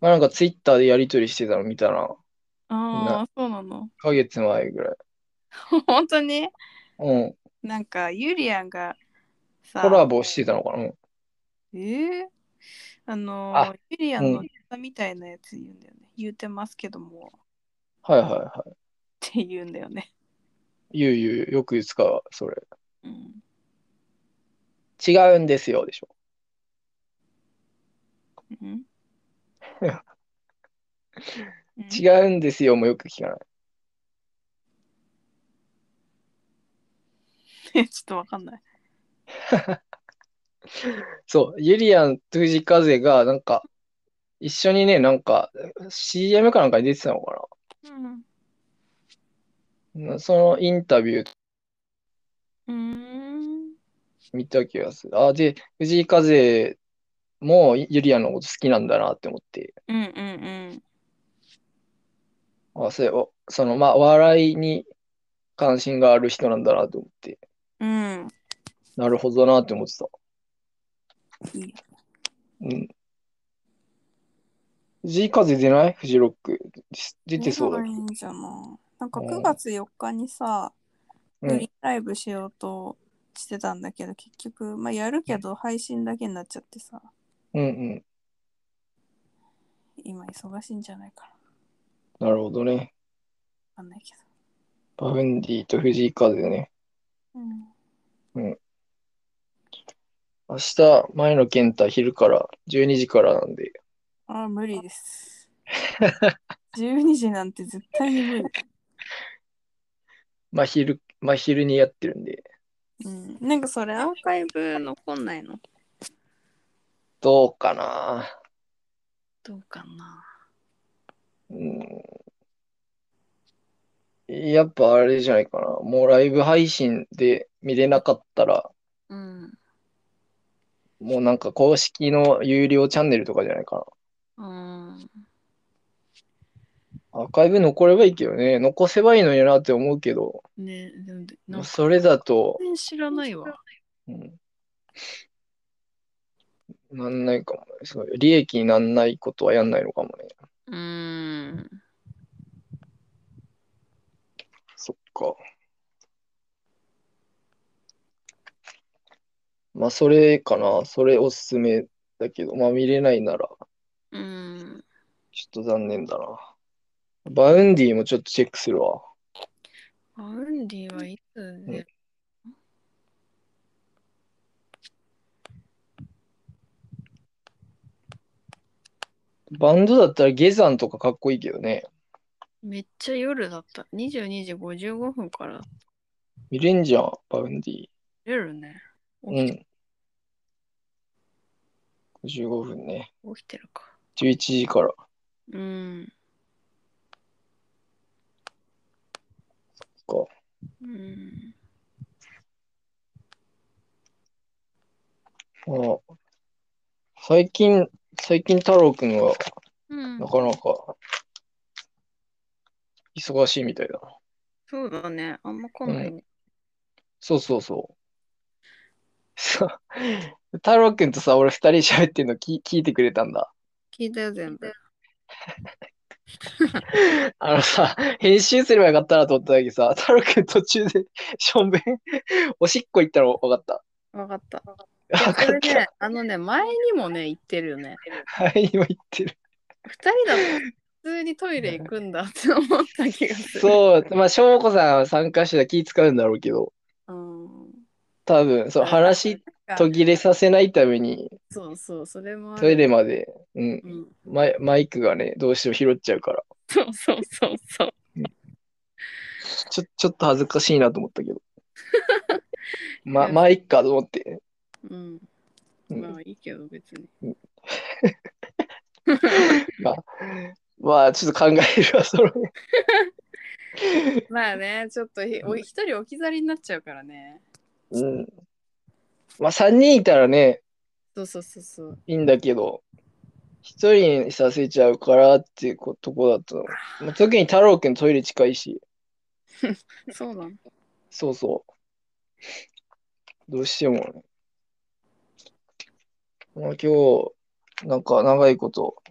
まあなんかツイッターでやりとりしてたの見たな。1ああそうなの ヶ月前ぐらい。本当にうん。なんかユリアンがさコラボしてたのかな。うんえーあのあユリアンのうんネタみたいなやつ言うんだよね、言うてますけどもはいはいはって言うんだよね、い。ゆうゆう、よく使う、それ。うん、違うんですよ、でしょ。うん 違うんですよもよく聞かない。うんちょっとわかんないそう、ゆりやんと藤風が、なんか、一緒にね、なんか、CM かなんかに出てたのかうん。な。そのインタビューうん。見た気がする。あ、で、藤井風もゆりやんのこと好きなんだなって思って。うんうんあ、そうやおその、まあ、笑いに関心がある人なんだなと思って。うん。うん。なるほどなって思ってた。いいうん。藤井風出ないフジロック。出てそうだ出けたらいいんじゃないなんかうん9月4日にさ、うんグリーンライブしようとしてたんだけど、結局、まあ、やるけど配信だけになっちゃってさ、ど。うんうん。今忙しいんじゃないかな。わなるほどね。かんないけど。バフンディと藤井風ね。うん、明日、前野健太昼から、12時からなんで。あー無理 です。12時なんて絶対に無理。まあ昼、まあ昼にやってるんで。うん、なんかそれアーカイブ残んないのどうかな。どうかなうん。やっぱあれじゃないかな。もうライブ配信で見れなかったら、うん。もうなんか公式の有料チャンネルとかじゃないかうん。な。アーカイブ残ればいいけどね。残せばいいのになって思うけど、ねでも、なもんうかそれだと、全然知らないわ。うん。なんないかもね。そう利益になんないことはやんないのかもね。うん。そっか。まあ、それかな。それおすすめだけど、まあ、見れないなら、うん。ちょっと残念だな。バウンディもちょっとチェックするわ。アンディはいつねバンドだったら下山とかかっこいいけどね。めっちゃ夜だった。22時55分から見れんじゃん、バウンディ。出るね。うん。55分ね。起きてるか。 11時から。うん。そっか。うん。まあ、最近、最近太郎くんはうんな。かなか忙しいみたいだな。そうだね。あんま来ないね。そうそうそう。そう。太郎くんとさ、俺二人喋ってんの聞聞いてくれたんだ。聞いたよ、全部。あのさ、編集すればよかったなと思ったんだけどさ、太郎くん途中で しょんべん、おしっこ行ったの分かった。わかった。こ分かれった。ね、あのね、前にもね、言ってるよね。はい、今言ってる。二人だと普通にトイレ行くんだって思った気がする。そう、まあ、しょうこさんは参加してたら気使うんだろうけど、うん。多分、そう、話途切れさせないために、そうそう、それもあるトイレまで、うん、うんマイマイクがね、どうしても拾っちゃうから、そうそうそうそう。ちょ、ちょっと恥ずかしいなと思った けど。ま、まあ、いっかと思って。うん。うんまあいいけど別に。 まあ、ちょっと考えるわ、それ。 まあね、ちょっとひお一人置き去りになっちゃうからね。うん。まあ、3人いたらね、そうそうそう そう。いいんだけど、1人にさせちゃうからっていうことこだと、まあ、特に太郎くんトイレ近いし、そうなの。そうそう。どうしてもね。まあ、今日、なんか長いこと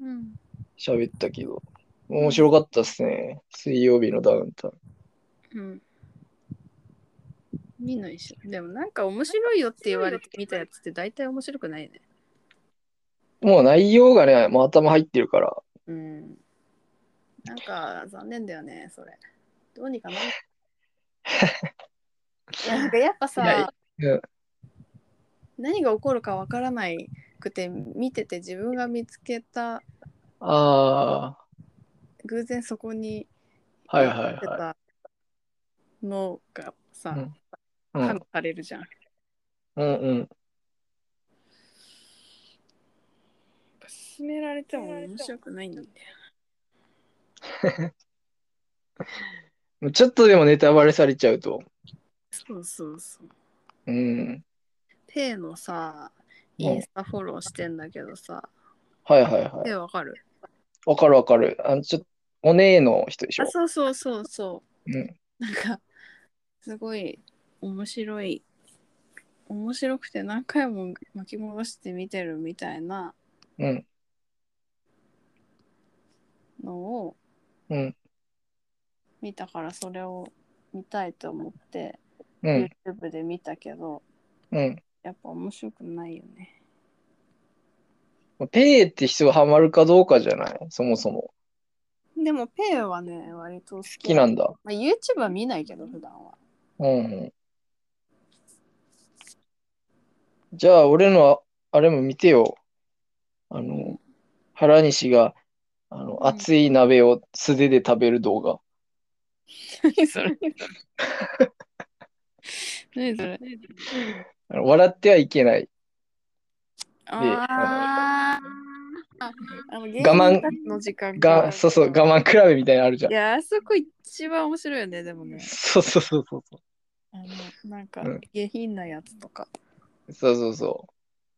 うん。喋ったけど、面白かったっすね。水曜日のダウンタウン。うん。見ないし。でもなんか面白いよって言われて見たやつって大体面白くないね。もう内容がね、もう頭入ってるから、うん。なんか残念だよね、それ。どうにかな。いや なんかやっぱいやさ、うん何が起こるかわからないくて見てて自分が見つけたあ偶然そこにあ、はいはいやってはい。たのがさ、うん加うん味されるじゃん。うんうん。勧められても面白くないんだよ。ちょっとでもネタバレされちゃうと。そうそうそう。うん。ペイのさ、インスタフォローしてんだけどさ、はいはいはペい。イわかるわかるわかる。あの、ちょっと、お姉の人でしょあ、。そうそうそうそう。うん。なんかすごい面白い面白くて何回も巻き戻して見てるみたいなうん。のをうん。見たからそれを見たいと思って、うん。 YouTube で見たけどうん。やっぱ面白くないよね。ペイって人がハマるかどうかじゃないそもそも。でもペイはね割と好き好きなんだ。まあ、YouTube は見ないけど普段は。うんうん。じゃあ、俺のああれも見てよ。あの、原西が、あんの、熱い鍋を素手で食べる動画。何それ 何それあの笑ってはいけない。あーあの我慢芸人たちの時間が、そうそう、我慢比べみたいなのあるじゃんい。や、あそこ一番面白いよね、でもね。そうそうそうそうそあの、なんかうん、下品なやつとか。う。そうそうそ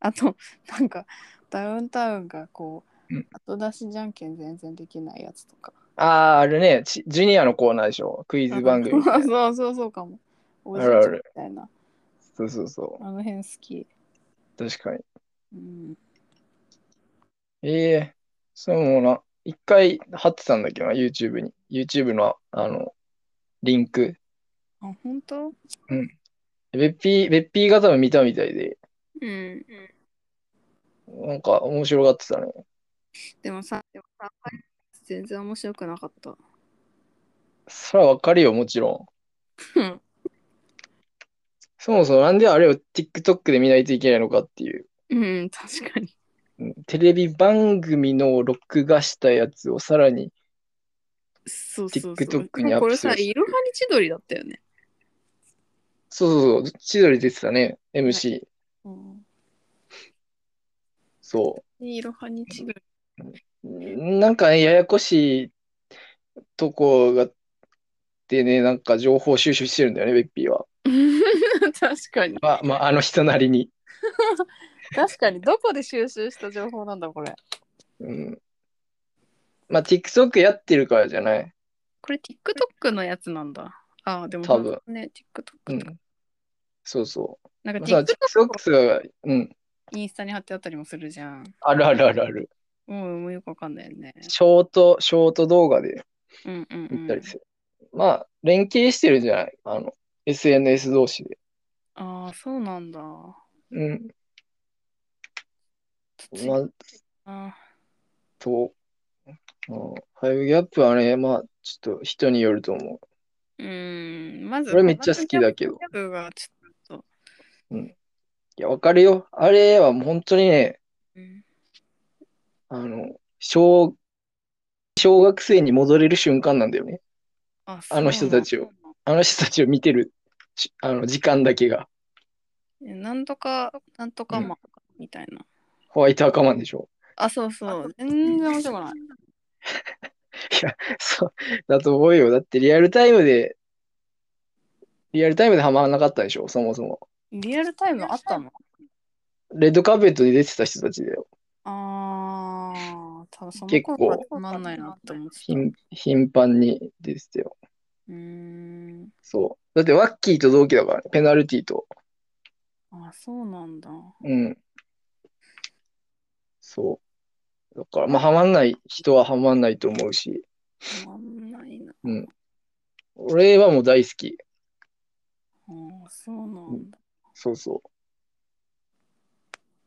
あと、なんか、ダウンタウンがこううん、後出しじゃんけん全然できないやつとか。う。ああ、あれね、ちジュニアのコーナーでしょ。クイズ番組。あ そうそうそうかも。おじいちあゃるあんみるたいな。そうそうそあの辺好き。う。確かに。うん。ええそうもな。一回貼ってたんだけどな、YouTube に。YouTube の、あの、リンク。あ、本当べっぴー、べっぴーが多分見たみたいで、うん。なんか面白がってたね。でもさ、でもさ全然面白くなかった。それはわかるよ、もちろうんん。そもそもなんであれを TikTok で見ないといけないのかっていう。うん、確かに。うんテレビ番組の録画したやつをさらに、そうそうそう。 TikTok でにアッもこれプするさ、いろはに千鳥だったよね。そうそうそう、千鳥出てたね、MC。うん。そいろはに千鳥。う。なんかね、ややこしいとこが、でね、なんか情報収集してるんだよね、ベッピーは。 確かに。まあ、まあ、あの人なりに。確かにどこで収集した情報なんだこれうん。まあ、TikTok やってるからじゃない。これ TikTok のやつなんだああでも多分ね TikTok、うん。そうそなんう。かまあ、さ、 TikTok TikTok が、うん。インスタに貼ってあったりもするじゃんあるあるあるある。うんもうよくわかんないよねショート、ショート動画でうんうん、う見ん、たりする。まあ、連携してるんじゃないあの、SNS 同士で。ああそうなんだうん。ついまあ、あと、うんタイムギャップはね、まあ、ちょっと人によると思うんまず俺めっちゃ好きだけどタブがちょっう。うん。いや、わかるよ。あれはもう本当にね、と、うんあの、小、小学生に戻れる瞬間なんだよね。ああの人たちをそうなんだあの人たちを見てるし、あの、時間だけが。えなんとかなんとかマンみたいな、ホワイトアカマンでしょ。あそうそう全然面白くないいや、そう、だと思うよ。だってリアルタイムで、リアルタイムでハマらなかったでしょ、そもそも。リアルタイムあったのレッドカーペットで出てた人たちだよ。ああ、ただその結子構がつまんないなって思ってた。う頻、頻繁に出てたよ。ーん。そう。だってワッキーと同期だから、ね、ペナルティーと。あ、そうなんだ。うん。そう。だから、まあ、ハマんない人はハマんないと思うし、つまんないな。俺はもう大好き。あーそうなんだ。そうそ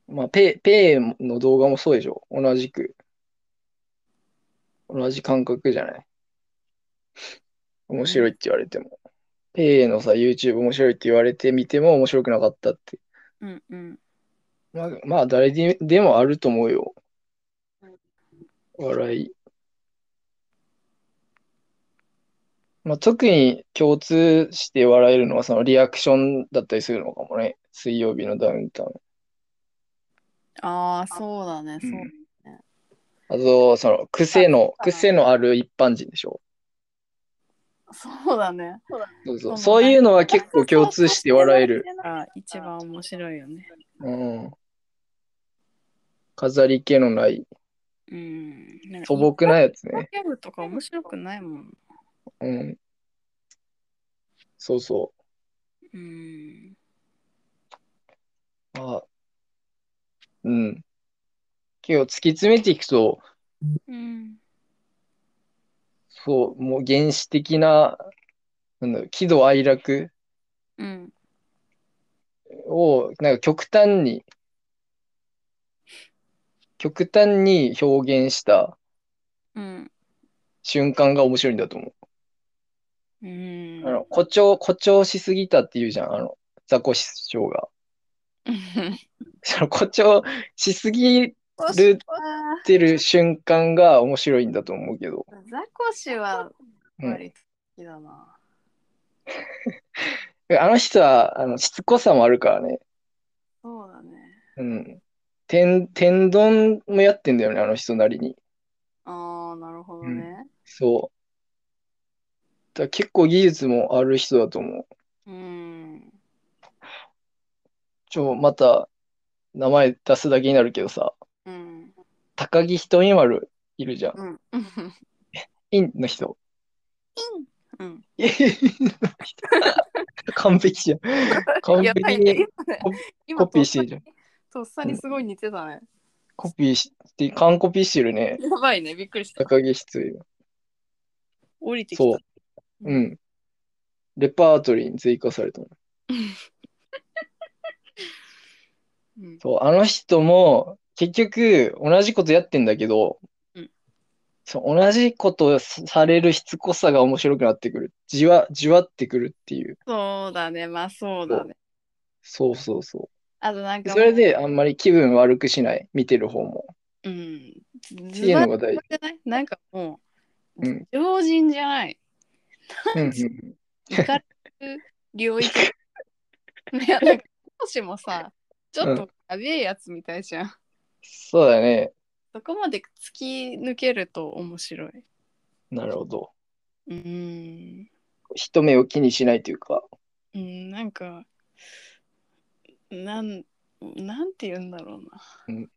う。まあ、ペイ、ペイの動画もそうでしょ。同じく。同じ感覚じゃない。面白いって言われても。ペイのさ、YouTube 面白いって言われてみても面白くなかったって。うんうん。まあ、まあ、誰ででもあると思うよ。笑い。まあ、特に共通して笑えるのは、そのリアクションだったりするのかもね。水曜日のダウンタウン。ああ、そうだね。そうう。んあと、その、癖の、癖のある一般人でしょ。そうだね。そうそうそねうそういうのは結構共通して笑える。あ一番面白いよね。うん。飾り気のないうん。なんか素朴なやつね。ギャグとか面白くないもん。うん。そうそうん。う。あうん。結構突き詰めていくと、うん。そう、もう原始的な、なんだろう、喜怒哀楽うん。を、なんか極端に、極端に表現したうん。瞬間が面白いんだと思う。うん。あの、誇張、誇張しすぎたっていうじゃん、あの、ザコシショウが。 その誇張しすぎるってる瞬間が面白いんだと思うけど。ザコシはうん割と好きだな。あの人は、あの、しつこさもあるからね。そうだね。うん。天、天丼もやってんだよね、あの人なりに。ああ、なるほどね。そう。だから結構技術もある人だと思う。うん。ちょ、また、名前出すだけになるけどさ、うん。高木ひとみ丸いるじゃん。うん。インの 人。うん。インの人完璧じゃん。完やば璧いねに。コ今コピーしてるじゃん。とっさにすごい似てたね。コピーして、完コピーしてるね。やばいね、びっくりした。高木ひとみ。降りてきた。そう。うん。レパートリーに追加されたもん。うん。そう、あの人も結局同じことやってんだけど、うんそう同じことをされるしつこさが面白くなってくる。じわ、じわってくるっていう。そうだね、まあそうだね。そうそうそあとなんう。か、それであんまり気分悪くしない。見てる方も。うん。っていうのが大事。ズバリなんかもう、うん常人じゃない。うんうん行かれる領 域。いや、なんか、講師もさ、ちょっとやべえやつみたいじゃん。そうだね。そこまで突き抜けると面白い。なるほど。うん。人目を気にしないというか。うん、なんか、なん、なんて言うんだろうな。うん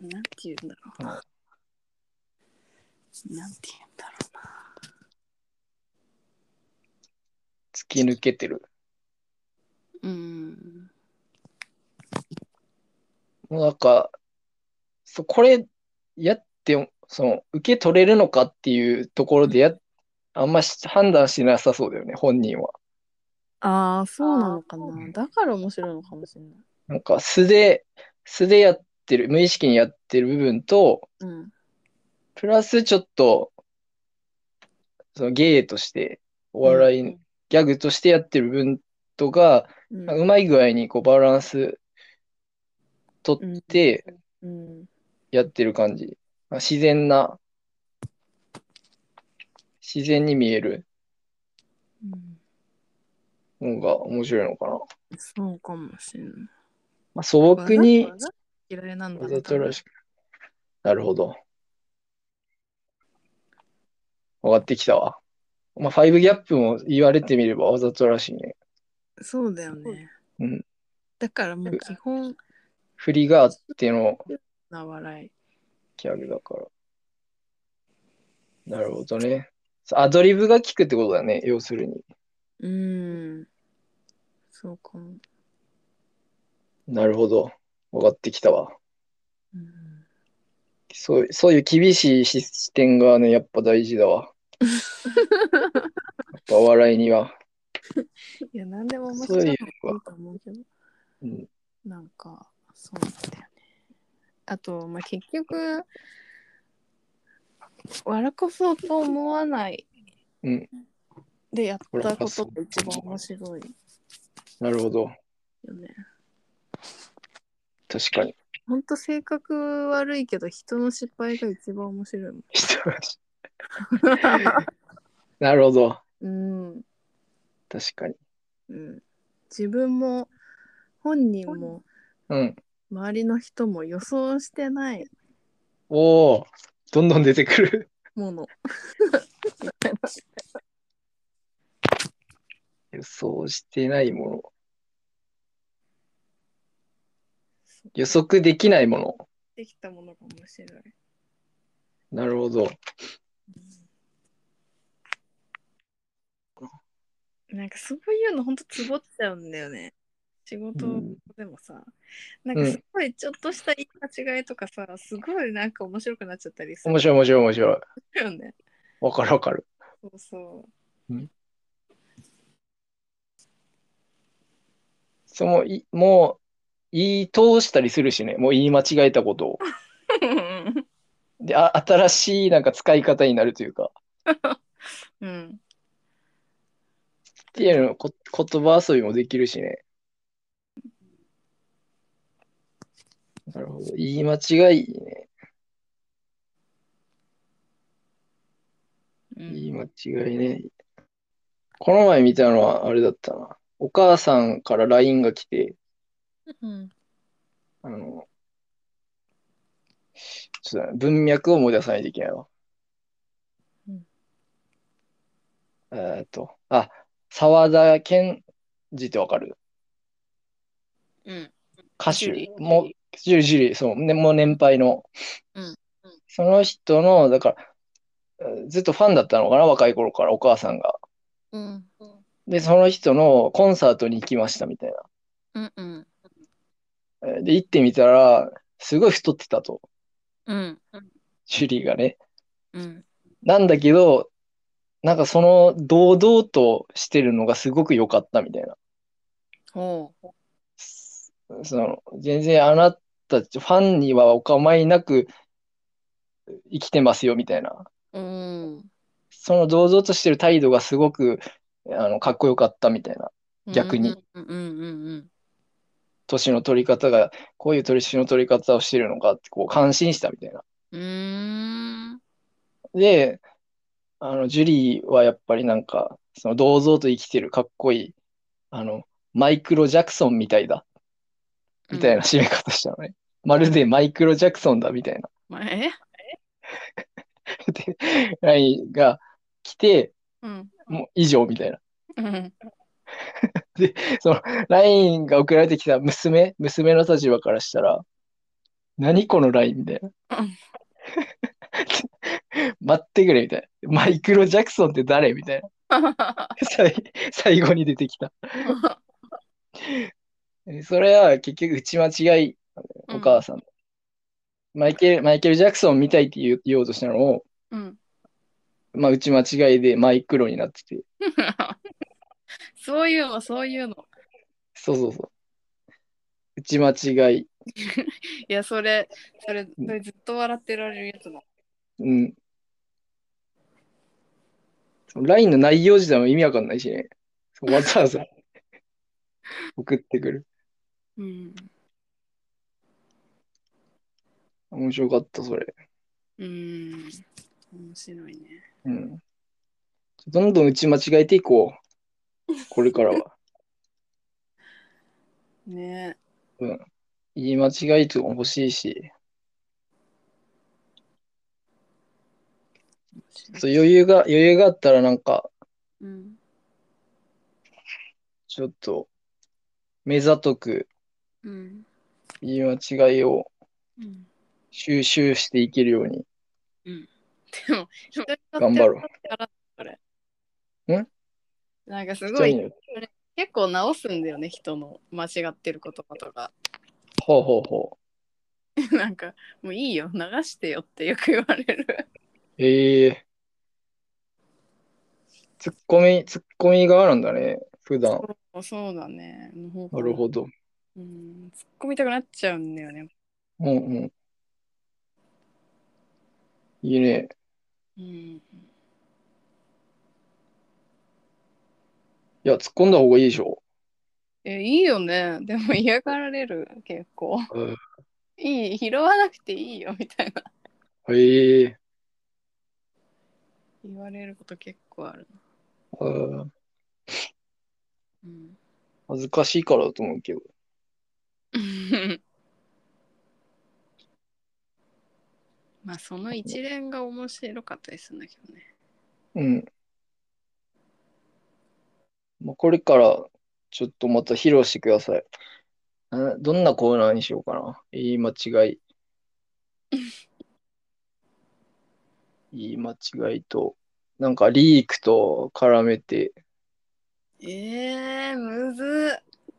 なんて言うんだろうな。なんて言うんだろうな。突き抜けてる。うん。もうなんか、そう、これやって、その、受け取れるのかっていうところでや、あんまし判断しなさそうだよね、本人は。ああ、そうなのかうな。だから面白いのかもしれない。なんか素で、素でやってる、無意識にやってる部分と、うん。プラスちょっと、その芸として、お笑い、ギャグとしてやってる部分とが、うん。なんかうまい具合にこうバランス取ってうん。やってる感じ。まあ自然な、自然に見えるうん。のが面白いのかな。そうかもしれない。まあ、素朴にわざと嫌いなんだわなざとらしく。なるほど。分かってきたわ。まあ、ファイブギャップも言われてみればわざとらしいね。そうだよね。うんだからもう基本振りがあってのな笑い。ギャグだから。なるほどね。アドリブが効くってことだね、要するに。うん。そうかも。なるほど。分かってきたわ。うん、そうそういう厳しいし視点がね、やっぱ大事だわ。やっぱお笑いには。いや、なんでも面そ白ういいのうがいいと思うけど、うん、なんか、そうなんだよね。あと、まあ、結局、笑こそうと思わない。うんで、やったことが一番面白いなるほど。よね。確かに。 ほんと性格悪いけど、人の失敗が一番面白いもん。なるほど。 うん。確かに。うん自分も本人もうん。周りの人も予想してないおお、どんどん出てくる。 もの。予想してないもの。予測できないもの。できたものかもしれない。なるほど。なんかそういうのほんとツボっちゃうんだよね。仕う事ん、でもさ、なんかすごいちょっとした言い間違いとかさ、すごいなんか面白くなっちゃったりする面白い面白い面白い。よね。わかるわかる。そうそう。そのいもう言い通したりするしね。もう言い間違えたことを。で、あ新しいなんか使い方になるというか。うっん。ていうのこ言葉遊びもできるしね。なるほど。言い間違いね。う言ん、い間違いね。この前見たのはあれだったな。お母さんから LINE が来て、うん。あの、ちょっと文脈を思い出さないといけないわ。うんえーっと、あ、沢田研二ってわかるうん。歌ジュ手リーも、ジュリージュリー、そう、ね、もう年配の。うんうんその人の、だから、えーずっとファンだったのかな、若い頃から、お母さんが。うん。で、その人のコンサートに行きましたみたいうん。うん。な。えーで、行ってみたら、すごい太ってたと、うん。ジュリーがね。うん。なんだけど、なんかその、堂々としてるのがすごく良かったみたいな。ほう。その、全然あなた、ファンにはお構いなく生きてますよみたいな。うん。その堂々としてる態度がすごくあのかっこよかったみたいな逆に。うんうんうん年の取り方がこういう年の取り方をしてるのかってこう感心したみたいな。うん。うん。であのジュリーはやっぱりなんかその堂々と生きてるかっこいいあのマイクロ・ジャクソンみたいだみたいな。締め方したのね。まるでマイクロ・ジャクソンだみたいな。 えで LINE が来てうん。もう以上みたいな。うん。 LINE が送られてきた娘、娘の立場からしたら、何この LINE みたいなう。待ってくれみたいな。マイクロ・ジャクソンって誰みたいな。最 最後に出てきた。えそれは結局打ち間違い、お母さん。マイケル、マイケル・ジャクソンみたいって言う言おうとしたのを、うん。まあ、打ち間違いでマイクロになってて。 そういうの、そういうの。そうそうそう。打ち間違い。いや、それ、それ、それずっと笑ってられるやつだ。うん。LINE の内容自体も意味わかんないしね。わざわざ送ってくる。うん。面白かった、それ。うん。面白いね。うん。どんどん打ち間違えていこう。これからは。ね言い間違いとかも欲しいし、そう余裕が、余裕があったらなんか、うん。ちょっと、目ざとくうん。言い間違いをうん。収集していけるようにでも、人によって頑張ろう。んなんかす人ごにい、よって結構直すんだよね、人の間違ってる言葉とか。 ほうほうほなんか、もういいよ、流してよってよく言われる。う。ええツッコミ、ツッコミ側なんだね、普段。そうそうだね。なるほど。ど。うん、突っ込みたくなっちゃうんだよね。うんうん。いいね。うん。いや、突っ込んだ方がいいでしょ。え、いいよね。 でも嫌がられる、結構。いい、拾わなくていいよ、みたいな。 ええ言われること結構あるな。うんうん。 恥ずかしいからだと思うけど。まあその一連が面白かったりするんだけどね。うん。まあ、これから、ちょっとまた披露してください。あどんなコーナーにしようかな。言い間違い。言い間違いと、なんかリークと絡めて、えー、むずっ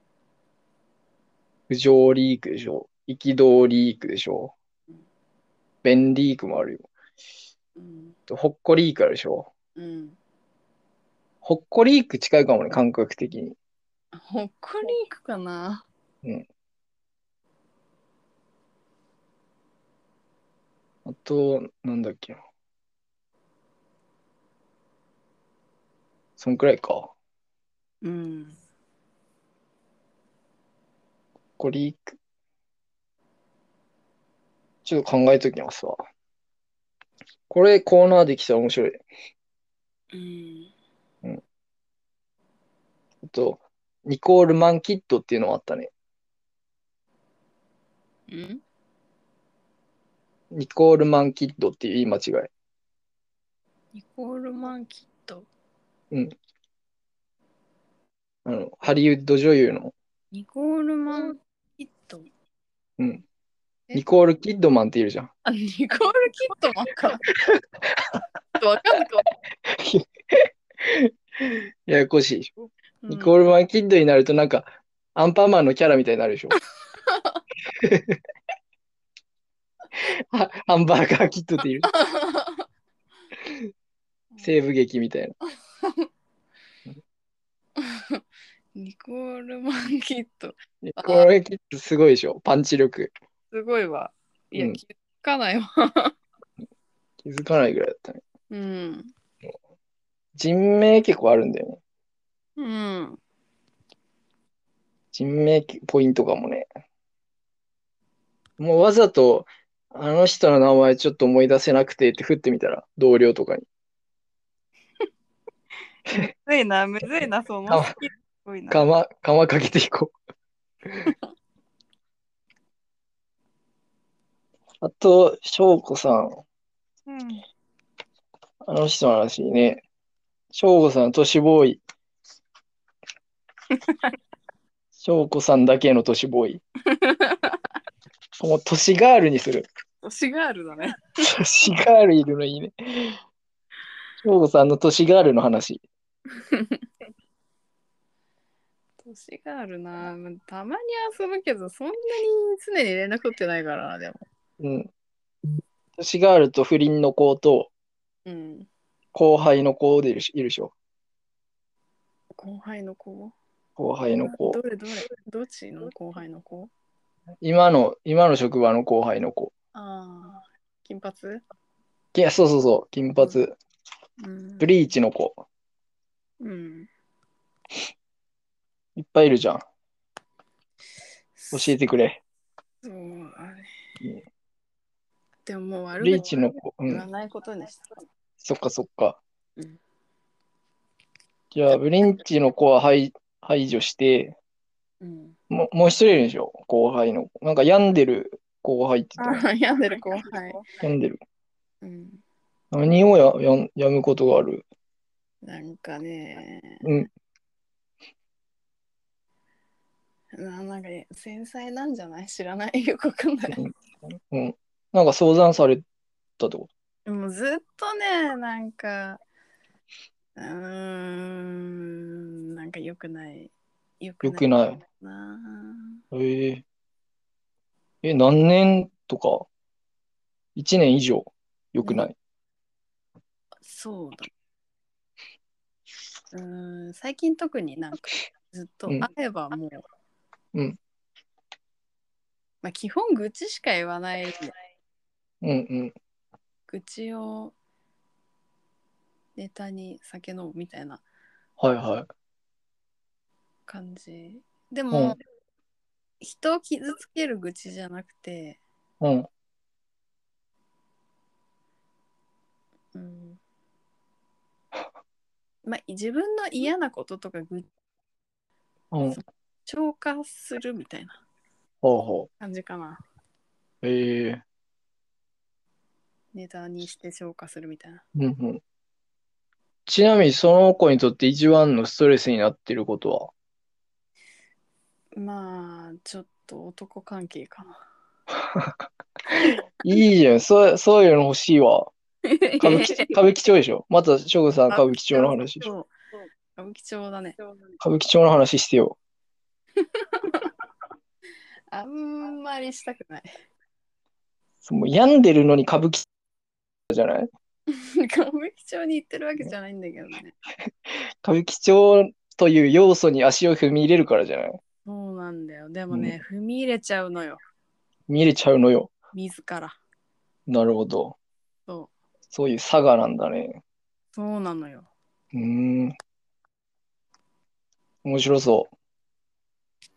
不条リークでしょ。憤リークでしょ。便リークもあるよ。うん。とほっこリークあるでしょ。うん。ほっこリーク近いかもね、感覚的に。ほっこりいくかなあと、なんだっけな。そんくらいか。ほっうん。こリーク。ちょっと考えときますわ。これコーナーできたら面白い。うん。あと、ニコールマンキッドっていうのもあったね。うんニコールマンキッドっていう言い間違い。ニコールマンキット。あの、ハリウッド女優の、ニコールマンキット。うん。えニコール・キッドマンっているじゃん。 あ、ニコールキットマンか。わかんないかややこしいでしょ。うんニコールマンキッドになるとなんか、アンパンマンのキャラみたいにな るでしょ。あハンバーガーキッド っている。西部劇みたいな。 ニコールマンキット。ニコールマンキッドすごいでしょ。パンチ力。すごいわ。いや、うん気づかないわ。気づかないぐらいだったね。うん。人名結構あるんだよね。うん。人名ポイントかもね。もうわざと、あの人の名前ちょっと思い出せなくてって振ってみたら、同僚とかに。むずいな、むずいな、そのかわスキルすごいな。かま、かまかけていこう。あと、翔子さん、うん。あの人の話ね。翔子さん、都市ボーイ。翔子さんだけの都市ボーイ。もう都市ガールにする。推しガールだね。都市ガールいるのいいね。翔吾さんの都市ガールの話。推しガールな。たまに遊ぶけどそんなに常に連絡取ってないからなでもうん。都市ガールと不倫の子とうん。後輩の子でいるしいるでしょ。後輩の子後輩の子ど。れどれどっちの後輩の子今の、今の職場の後輩の子。ああ、金髪いや、そうそうそう。金髪。うんブ。リーチの子。うん、いっぱいいるじゃん。教えてくれ。そうだねうん。でももうブ悪リー口チの子。う言わん。ないことにした。そっかそっかうん。じゃあ、ブリンチの子は排排除して、うん。ももう一人いるでしょ後輩の子。なんか病んでる後輩って言ってたああ、病んでる後輩。病んでる。うん。何をややんやむことがあるなんかね、うん。ななんか繊細なんじゃない知らない。よくわかんない。うん。なんか相談されたってこもうずっとね、なんか、うーん、なんか良くない。良く良くないなとえええ、何年とか ?1 年以上よくない、そうだ。うーん、最近特になんかずっとうん会えばもう、うんまあ基本愚痴しか言わない。うん、うん愚痴をネタに酒飲むみたいなはいはい。感じ。でうも、ん人を傷つける愚痴じゃなくて、うん。うんまあ、自分の嫌なこととか愚うん。消化するみたいなほうほ感じかな。う。ええネタにして消化するみたいな。うんうん。ちなみにその子にとって一番のストレスになってることはまあ、ちょっと男関係か な。いいじゃん。そう、そういうの欲しいわ。歌舞伎、 歌舞伎町でしょまた、省吾さん歌舞伎町の話でしょそう歌舞伎町だね。歌舞伎町の話してよ。あんまりしたくない。もう病んでるのに歌舞伎じゃない歌舞伎町に行ってるわけじゃないんだけどね。歌舞伎町という要素に足を踏み入れるからじゃないそうなんだよ。でもね、踏み入れちゃうのよ。見入れちゃうのよ。自ら。なるほど。そうそういう差がなんだね。そうなのよ。うーん。面白そう。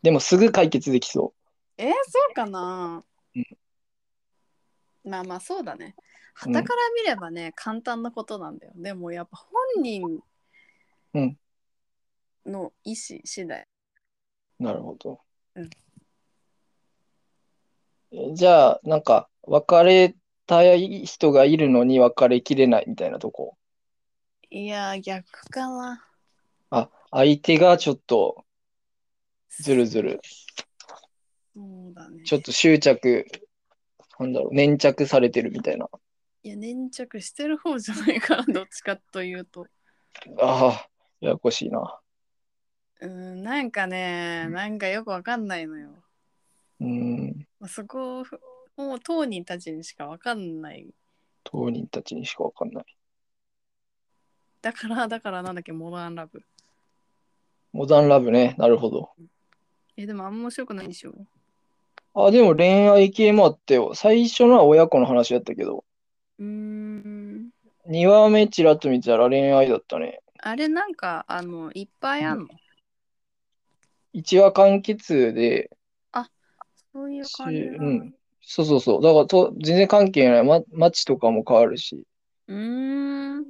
でもすぐ解決できそえー、そうかなうまあまあそうだね。はたから見ればね、簡単なことなんだよ。でもやっぱ本人うんの意思次第。う。なるほど。うんえじゃあ、なんか、別れたい人がいるのに別れきれないみたいなとこ。いやー、逆かな。あ、相手がちょっとずるずる、そうだね。ちょっと執着、なんだろう、粘着されてるみたいな。いや、粘着してる方じゃないから、どっちかというと。ああ、ややこしいな。うーん、なんかね、なんかよくわかんないのよ。うーん、まあ、そこをふ、もう当人たちにしかわかんない。当人たちにしかわかんない。だから、だからなんだっけ、モダンラブ。モダンラブね、なるほど。え、でもあんま面白くないでしょ。あ、でも恋愛系もあったよ。最初のは親子の話だったけど、うーん。 2話目ちらっと見たら恋愛だったね。あれなんか、あの、いっぱいあんの、 1話完結で、そういうし感じなうのん、そうそうそう。だからと全然関係ない。ま、街とかも変わるし、うーん。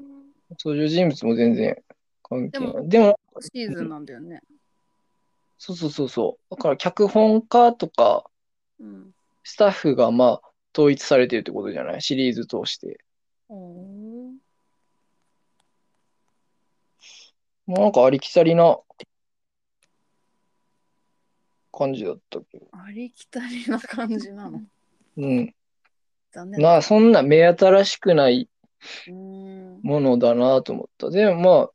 登場人物も全然関係でない。でも、シーズンなんだよね。そうそうそうそう。だから脚本家とかうん。スタッフがまあ統一されてるってことじゃないシリーズ通して。おーもうなんかありきたりな感じだったけど。ありきたりな感じなの。うん。残念だ。なあ、そんな目新しくないうーん。ものだなと思った。でもまあ、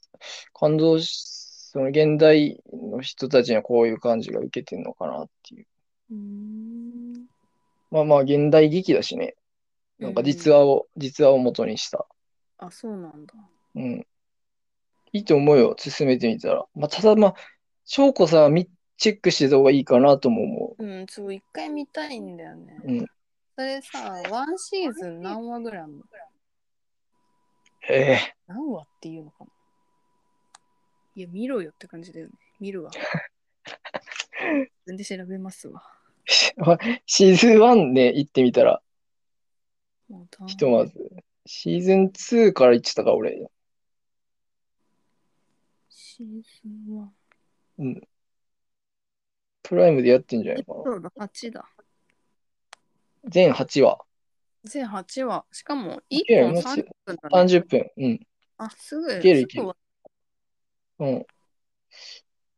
感動し、その現代の人たちにはこういう感じが受けてんのかなっていう。うーんまあまあ、現代劇だしね。なんか実話を、実話を元にした。あ、そうなんだ。うん。いいと思うよ、進めてみたら。まあ、ただまあ、翔子さんはみチェックしてた方がいいかなとも思うん、そう、一回見たいんだよね。うんそれさ、ワンシーズン何話ぐらいあんのう。ええ 何話っていうのかないや、見ろよって感じだよね。見るわ。全然調べますわ。シーズン1で行ってみたら、もう大変ひとまず。シーズン2から行ってたから、俺。シーズンは。プライムでやってんじゃないかな。そうだ、8だ。全8話。全8話。しかも、1ける本もう30分だね。 30分。うん。あ、すぐ。いけるいけるうん。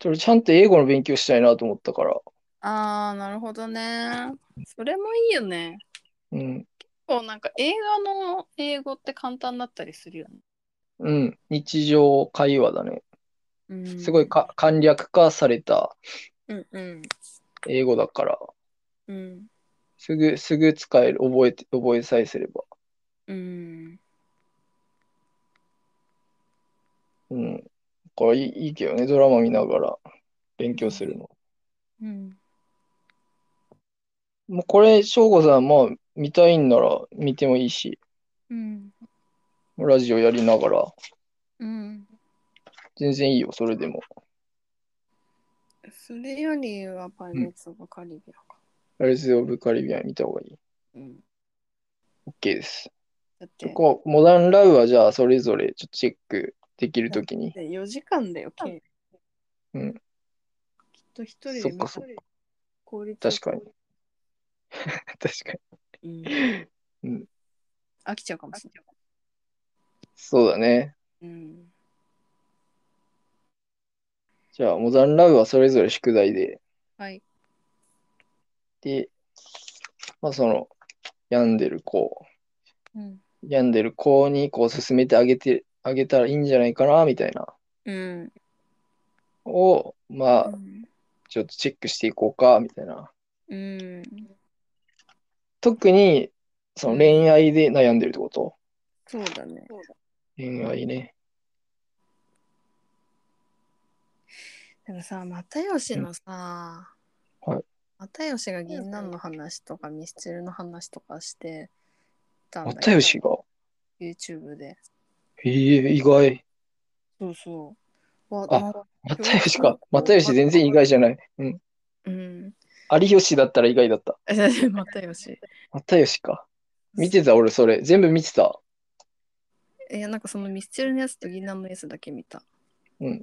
それちゃんと英語の勉強したいなと思ったから。あー、なるほどね。それもいいよね。うん。こう、なんか映画の英語って簡単だったりするよね。うん。日常会話だね。うん、すごいか簡略化されたうんうん。英語だから。うん。すぐ、すぐ使える。覚えて、覚えさえすれば。うん。うん。これいい、いいけどね。ドラマ見ながら勉強するの。うん。もうこれ、翔吾さん、まあ、見たいんなら見てもいいし、うん。ラジオやりながら、うん。全然いいよ、それでも。それよりはパイレーツ・オブ・カリビアか。ライズ・オブ・カリビアン見た方がいい。うん。 OK です。だって、こう、モダン・ラウは、じゃあ、それぞれ、ちょっとチェックできるときに。で4時間だよ、計。うんきっと一人でそっかそっか見たい効 率確かに。確かに。うんに。うん。飽きちゃうかもしれない。そうだね。うん、じゃあ、モダンラブはそれぞれ宿題で。はい。で、まあ、その、病んでる子、うん。病んでる子にこう進めてあげて、あげたらいいんじゃないかな、みたいな、うん。を、まあ、ちょっとチェックしていこうか、みたいな。うん。特に、その恋愛で悩んでるってことそうだね。恋愛ね。でもさ、又吉のさ、うんはい又吉が銀杏の話とかミスチルの話とかしてたんだけど又吉が。 YouTube で。ええ意外。そうそう。わあな又吉か。又吉全然意外じゃない。うん。うん。 有吉だったら意外だった。又吉。又吉か。見てた、俺、それ。全部見てた。いや、なんかそのミスチルのやつと銀杏のやつだけ見た。うん。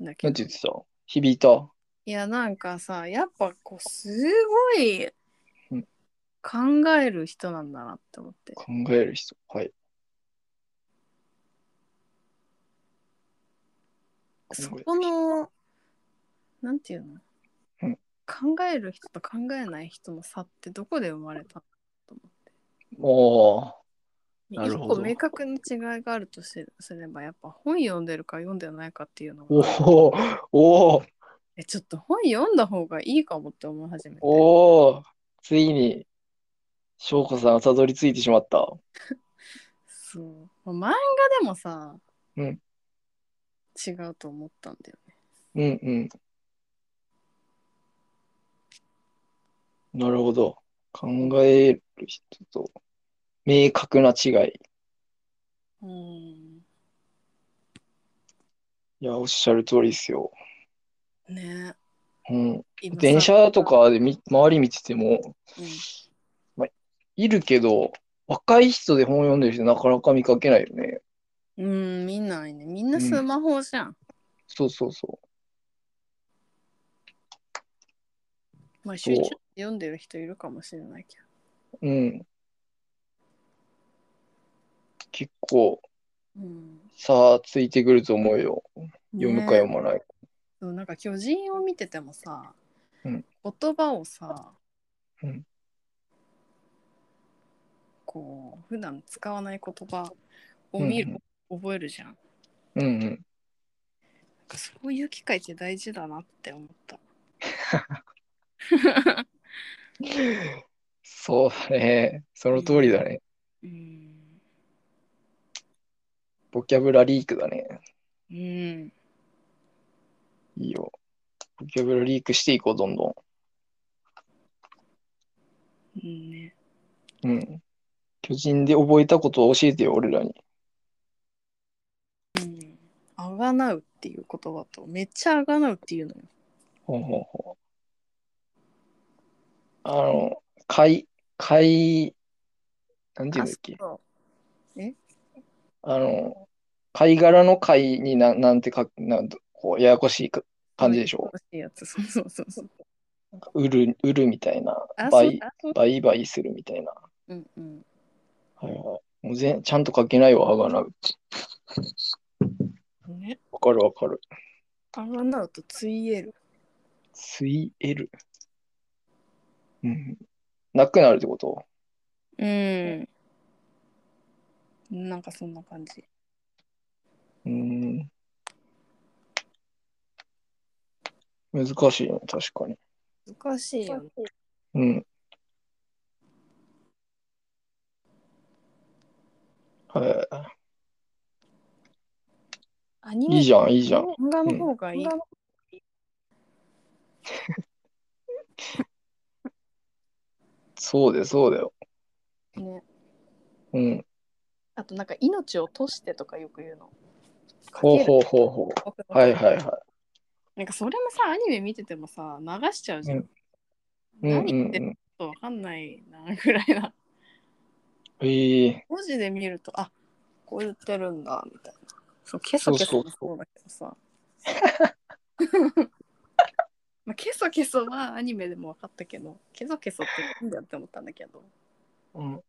だけなんてど。言ってた響いた。いや、なんかさ、やっぱこう、すごいうん考える人なんだなって思って。考える人。はい。そこの、なんていうの、うん考える人と考えない人の差ってどこで生まれたのと思って。おーなる一ほど個明確に違いがあるとすすれば、やっぱ本読んでるか読んでないかっていうのおが、ーおーえ、ちょっと本読んだ方がいいかもって思い始めて。おおついに、翔子さんはたどり着いてしまった。そう。もう漫画でもさ、うん違うと思ったんだよね。うんうん。なるほど。考える人と明確な違い。うん。いや、おっしゃる通りですよ。ねうん。今さ電車とかでみ周り見てても、うんいるけど、若い人で本読んでる人なかなか見かけないよね。うん、見ないね。みんなスマホじゃん。そうそうそまあ、集中して読んでる人いるかもしれないけう。ど。うん。結構、うん、さあ、ついてくると思うよ。読むか読ねまないか。そうなんか巨人を見ててもさ、うん言葉をさ、うんこう普段使わない言葉を見る、覚えるじゃんなんうんうん。かそういう機会って大事だなって思 ったそうだね。その通りだね。うんボキャブラリークだね。うんいいよ。ボキャブラリークしていこう、どんどうんねん。うん。巨人で覚えたことを教えてよ、俺らに。うんあがなうっていう言葉とめっちゃあがなうっていうのよほうほうほう。あの、かい、かい、なんていうんだっけ。あそうあの、貝殻の貝にななんて書く、なんこう、ややこしいか感じでしょ。欲しいやつそうそうそうそう売る、売るみたいな。あそう倍、あそう倍倍するみたいな。うんうんはいはい。もうぜちゃんと書けないわ、あがなうって。ねわかるわかる。あがなうとついえるついえる。うん。なくなるってことうんなんかそんな感じうん。難しいね、確かに。難しいよね。うん。はアニい。いいじゃん、いいじゃん。漫画の方がいい。そうだよ、そうだよ。ね、うん。あとなんか命を落としてとかよく言うの。ほうほうほうほう。はいはいはい。なんかそれもさアニメ見ててもさ流しちゃうじゃん。うんちうん何言っうてんうん。ょっとわかんないなぐらいな。ええ文字で見るとあこう言ってるんだみたいな。そうケソそうそケソうもそうだけどさ。 まあ、ケソケソはアニメで も分かったけどケソケソってなんだよって思ったんだけどうん。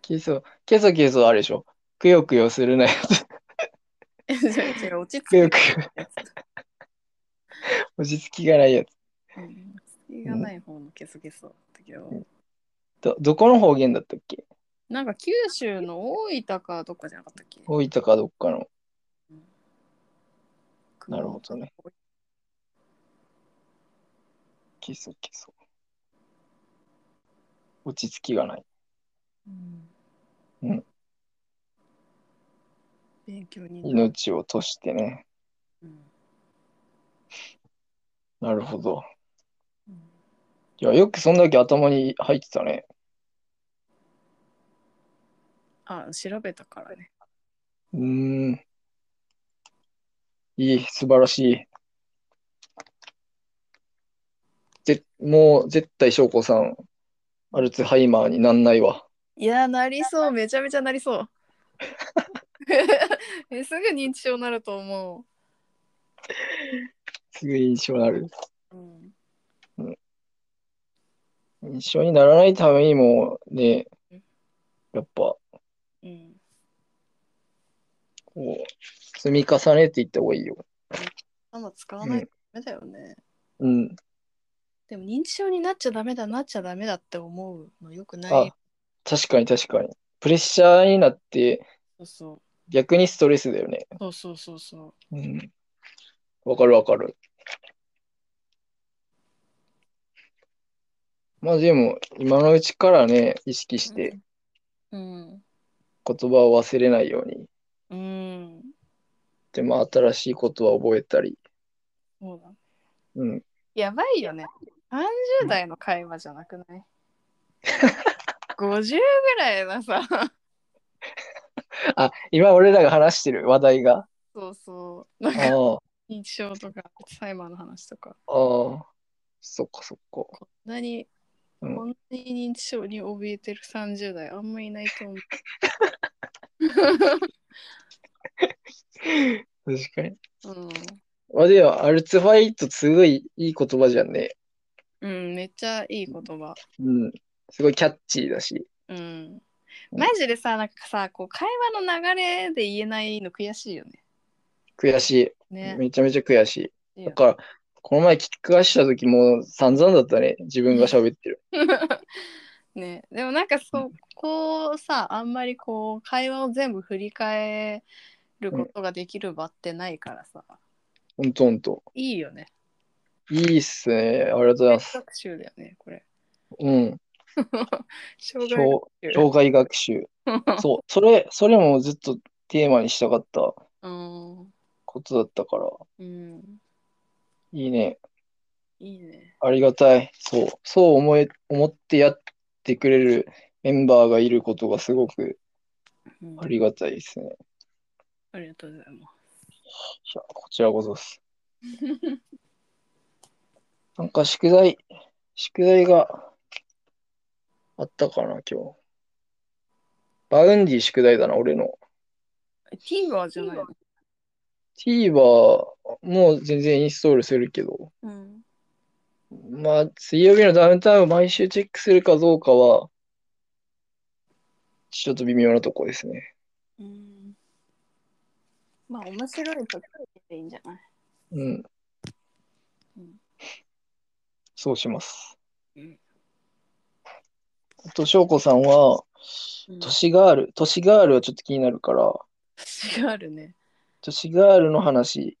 けそ、けそけそあるでしょ。くよくよするなよ。 え違う違う落ち着くきよくよ。落ち着きがないやつ。うん落ち着きがない方のゲソゲソだったけど、ど、どこの方言だったっけなんか九州の大分かどっかじゃなかったっけ大分かどっかの。ななるほどね。けそけそ。落ち着きがない。うんうん勉強になる命を賭してね。うんなるほど。うんいや、よくそんだけ頭に入ってたね。あ調べたからねうーん。いい、素晴らしい。ぜ、もう絶対翔子さん、アルツハイマーになんないわ。いやなりそうめちゃめちゃなりそう えすぐ認知症になると思すぐ印象になる。う、うん印象にならないためにもね、やっぱ、うん、こう、積み重ねていった方がいいよ。頭使わないとダメだよね、うん。でも認知症になっちゃダメだなっちゃダメだって思うのよくないあ、確かに確かに。プレッシャーになって、そうそ逆にストレスだよね。うそうそうそうそううん。わかるわかる。まあでも、今のうちからね、意識してうん言葉を忘れないように。うんで、まあ新しい言葉を覚えたり。そうだうん。やばいよね30代の会話じゃな くない50ぐらいのさあ、今俺らが話してる話題が。そうそうなん あかあ、認知症とかサイマーの話とかああ。そっかそっか。こんなに、うんこんなに認知症に怯えてる30代あんまいないと思う確かに。うんまあでも、アルツファイトすごいいい言葉じゃんね。うん、めっちゃいい言葉。うん。すごいキャッチーだし。うん。うんマジでさ、なんかさ、こう会話の流れで言えないの悔しいよね。悔しい。ね。めちゃめちゃ悔しいいい。よだから、この前聞き返した時も散々だったね。自分が喋ってる。ね。でもなんかそこをさ、あんまりこう会話を全部振り返ることができる場ってないからさ、ほんとほんと。いいよね。いいっすね。ありがとうございま学す。習だよね、これ。うん。障害障障害学習。 そう。それ、それもずっとテーマにしたかったうん。ことだったから。うん。いいね。いいね。ありがたい。そう。そう思え、思ってやってくれるメンバーがいることがすごくうんありがたいですね。いありがとうございます。や、こちらこそです。 なんか宿題、宿題があったかな、今日。バウンディ宿題だな、俺の。 TVer じゃないの TVer もう全然インストールするけど、うん。まあ、水曜日のダウンタウンを毎週チェックするかどうかは、ちょっと微妙なとこですね。うん。まあ、面白いとでいいんじゃないうんうん。そうしますうん。あと、翔子さんは、うん都市ガール、都市ガールはちょっと気になるから、違があるね。都市ガールの話、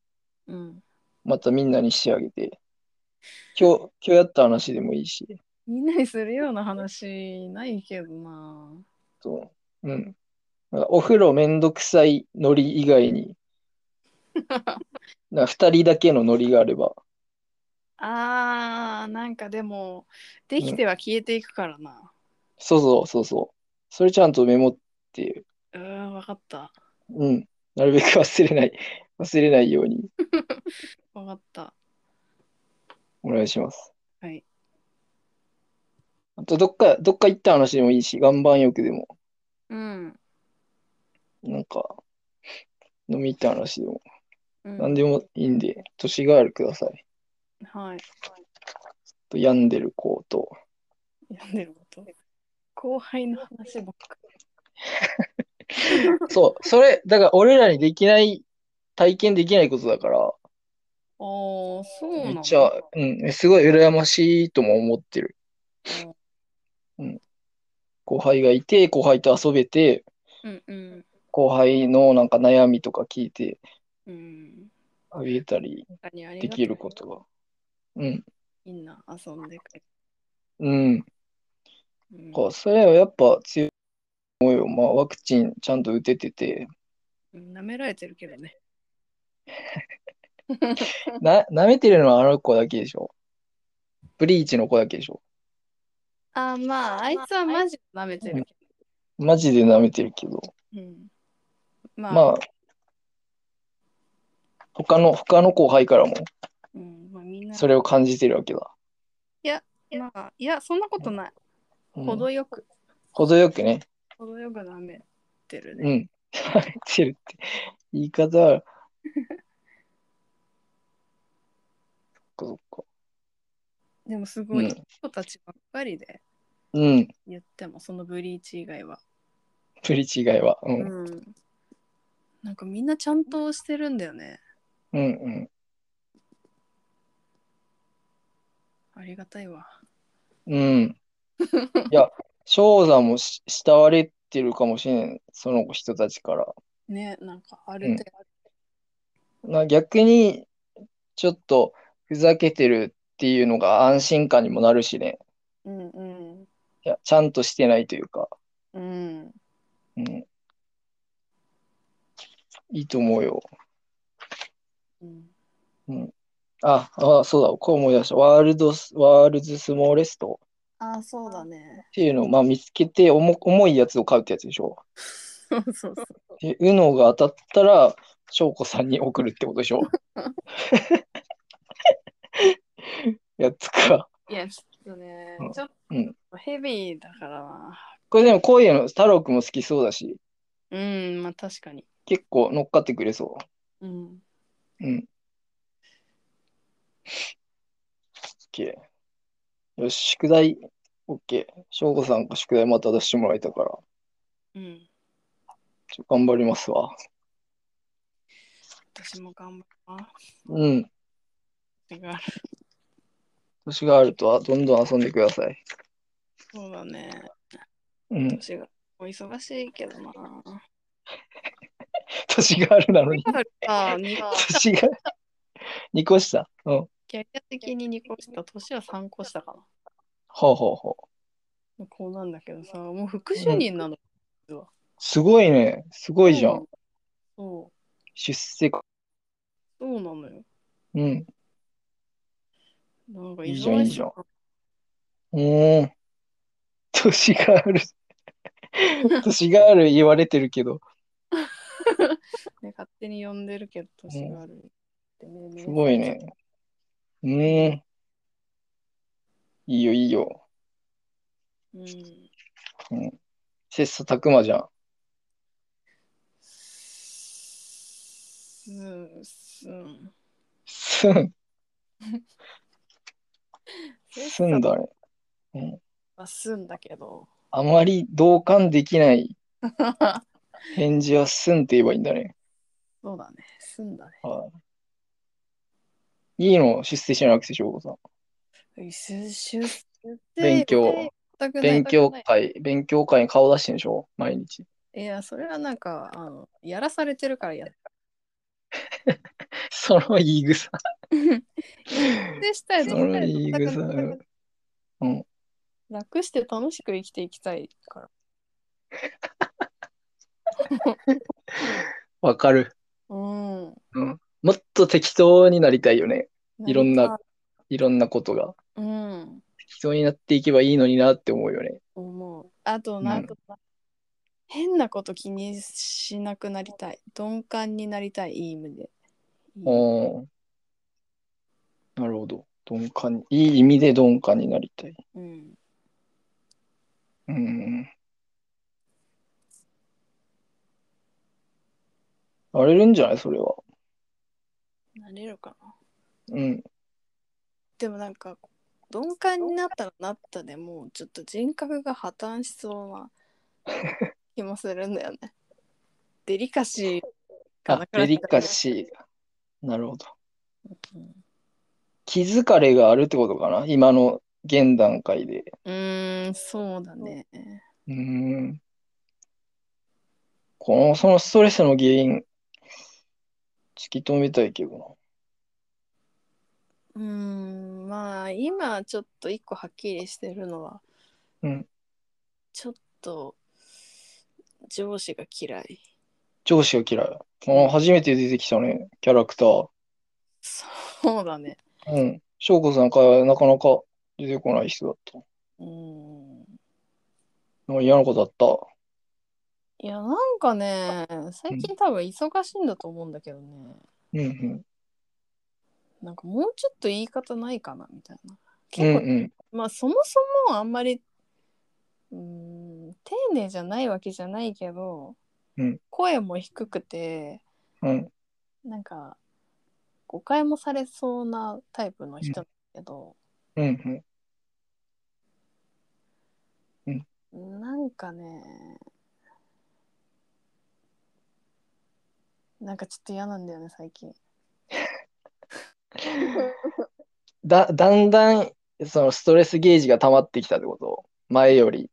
うん。またみんなにしてあげて。今日、今日やった話でもいいし。みんなにするような話ないけどな。とうん。なんかお風呂めんどくさいノリ以外に、なんか二人だけのノリがあれば。 あー、なんかでも、できては消えていくからな。そうそうそうそう。それちゃんとメモって、うーん、わかった。うん。なるべく忘れない、 忘れないようにわかった。お願いします。はい。あと、どっか、どっか行った話でもいいし、岩盤浴でも、うん。なんか、飲み行った話でも、うん、なんでもいいんで、年があるください。はい。と 病んでる子と、病んでること。後輩の話ばっかそう、それ、だから俺らにできない、体験できないことだから、あーそうなめのっちゃ、うん、すごい羨ましいとも思ってる。うん。後輩がいて、後輩と遊べて、うんうん後輩のなんか悩みとか聞いてうんあげたり確かにありがでたいきることが。うん、みんな遊んでくれうん。る、うんこうそれはやっぱ強い思いを、まあ、ワクチンちゃんと打ててて、うん舐められてるけ どねな、舐めてるのはあの子だけでしょ。ブリーチの子だけでしょ。あーまああいつはマジで舐めてるけマジで舐めてるけど。ど、うん、まあ、まあ、他の、他の後輩からもうんまあ、みんなそれを感じてるわけだ。まあいやそんなことないうん程よく程よくね。程よく舐めてるね、うん。舐めてるって言い方 は。そっかそっか。でもすごいうん人たちばっかりでうん。言ってもそのブリーチ以外は、ブリーチ以外は。うん。うん、なんかみんなちゃんとしてるんだよねうんうん。ありがたいわうん。い や、翔さんもし慕われてるかもしれん。その人たちから。ねなんかある程度、な逆に、ちょっとふざけてるっていうのが安心感にもなるしね。うんうんいや、ちゃんとしてないというか。うんうん。いいと思うよ。うんあ、あ、そうだ、こう思い出した。ワールドス、ワールズスモーレストああそう だねっていうのを、まあ、見つけて重、重いやつを買うってやつでしょ。そうそうそうで、うのが当たったら、翔子さんに送るってことでしょ。 やつか。いやちょっとねうんちょっうんとヘビーだからなこれでもこういうの、太郎くんも好きそうだし、うんまあ確かに結構乗っかってくれそうんう。うん。OK。よし、宿題、OK。翔子さんが宿題また出してもらえたから、うんちょ頑張りますわ。私も頑張りますうん。手がある年があるとはどんどん遊んでください。そうだねうん。 私がお忙しいけどな年があるな のに、だからさに年が、2個下。うん。キャリア的に2個した年は3個したかほうほうほう。なこうなんだけどさもう副主任なの、すごいね。すごいじゃん。そう出世か。そうなのようん。なんかいいじゃん忙いいしじゃんかっおー。年がある。年がある言われてるけど、たね勝手に呼んでるけど年があるってね、すごいね。うん。いいよいいよ。うん切磋琢磨じゃん。すすんすん、すんだね。まあすんだけどあまり同感できない返事はすんって言えばいいんだね。そうだねすんだねいいの出世しなくて、しょうこさん。出出勉強全くない勉強会、勉強会に顔出してんでしょ毎日。いやそれはなんかあのやらされてるからやっその言い草。てしたいその言い全草。くうん楽して楽しく生きていきたいからわかる。うんもっと適当になりたいよね。いろんかな、いろんなことが。うん適当になっていけばいいのになって思うよね。思うあとなんか、変なこと気にしなくなりたい鈍感になりたいいい意味でおーなるほど。鈍感に、いい意味で鈍感になりたい。うんうん。なれるんじゃないそれは。なれるかなうん。でもなんか鈍 感になったらなったでもうちょっと人格が破綻しそうな気もするんだよね。デリカシーあ、デリカシー。なるほど。気づかれがあるってことかな今の現段階で。うーん、そうだね。うーん。この、そのストレスの原因、突き止めたいけどうーん、まあ今ちょっと一個はっきりしてるのは、な。うん。ちょっと上司が嫌い。上司が嫌い。ああ、初めて出てきたね、キャラクター。そうだね。うん。翔子さんからなかなか出てこない人だった。うーん。なんか嫌なことあっいや、なんかね、最近多分忙しいんだと思うんだけどね。た。うんうん。なんかもうちょっと言い方ないかなみたいな。う結ん構、うん。まあそもそもあんまりうーん丁寧じゃないわけじゃないけど、うん声も低くてうん。なんか誤解もされそうなタイプの人だけど、うんうん。なんかねなんかちょっと嫌なんだよね最近。だ、だんだん、そのストレスゲージが溜まってきたってこと前より。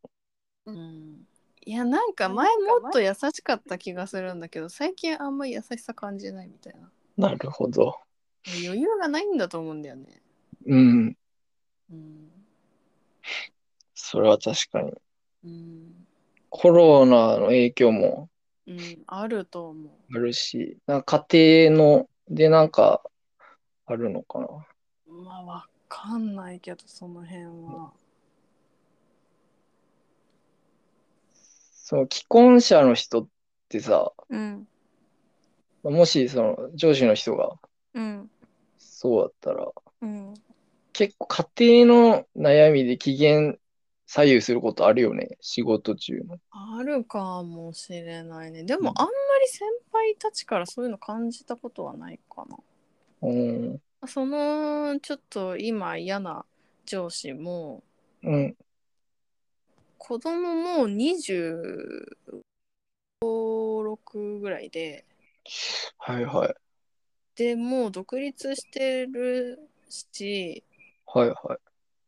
うんいやなんか前もっと優しかった気がするんだけど最近あんまり優しさ感じないみたいななるほど。余裕がないんだと思うんだよね。うん。うんそれは確かに。うんコロナの影響もうん、あると思う。あるし、なんか家庭の、でなんか、あるのかな。まあわかんないけどその辺は。その既婚者の人ってさ、うんもしその上司の人がうんそうだったら、うん。結構家庭の悩みで機嫌左右することあるよね、仕事中の。あるかもしれないね。でうもんあんまり先輩たちからそういうの感じたことはないかうん、な。そのちょっと今嫌な上司もうん、子供も25、6ぐらいで。はいはい、でもう独立してるしはいはい、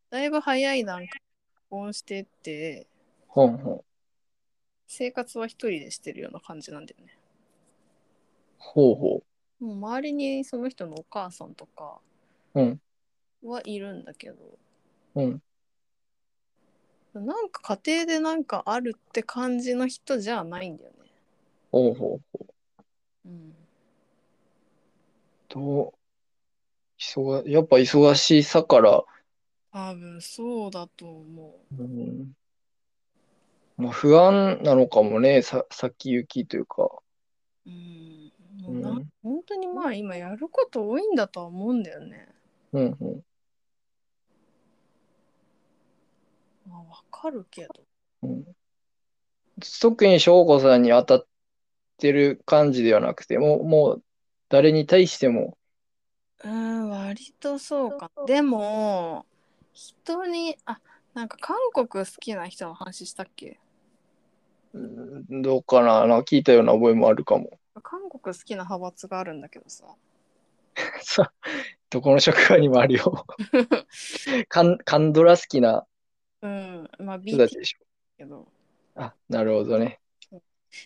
だいぶ早い段階で結婚してってほんほん、生活は一人でしてるような感じなんだよね。ほうほもう周りにその人のお母さんとかうんはいるんだけど、う、うん、なんか家庭でなんかあるって感じの人じゃないんだよね。ほうほうほう。うん、どう、忙、やっぱ忙しさから、多分そうだと思うん、まあ不安なのかもね、さ、先行きというか、う。うん、もううな、ん、本当にまあ今やること多いんだとは思うんだよね。うん、うん、まあわかるけど。うん。特に翔子さんに当たってる感じではなくて、もう、もう、誰に対しても、うん、割とそうか。でも、人に、あ、なんか韓国好きな人の話したっけうんどうかな、なんか聞いたような覚えもあるかも。韓国好きな派閥があるんだけどさ。さ、どこの職場にもあるよ。カン、カンドラ好きなうん、まあ B 人だたちでしょ。けど。あ、なるほどね。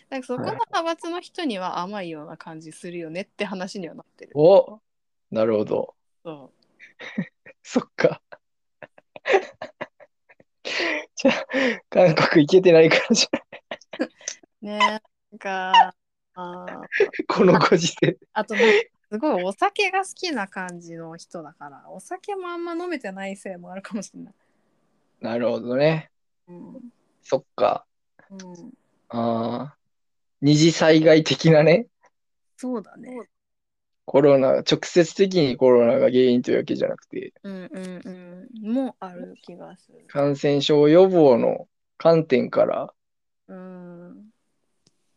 なんかそこのはい派閥の人には甘いような感じするよねって話にはなってる。お、なるほど。そそっか。 じゃあ、韓国行けてないからじゃう。ねなんか、あーんこのご時世。あとなんかすごいお酒が好きな感じの人だから、お酒もあんま飲めてないせいもあるかもしれない。なるほどね。うん。そっか。うん、ああ。二次災害的なね。そうだね。コロナ、直接的にコロナが原因というわけじゃなくて、うんうんうん。もうある気がする。感染症予防の観点から、うん。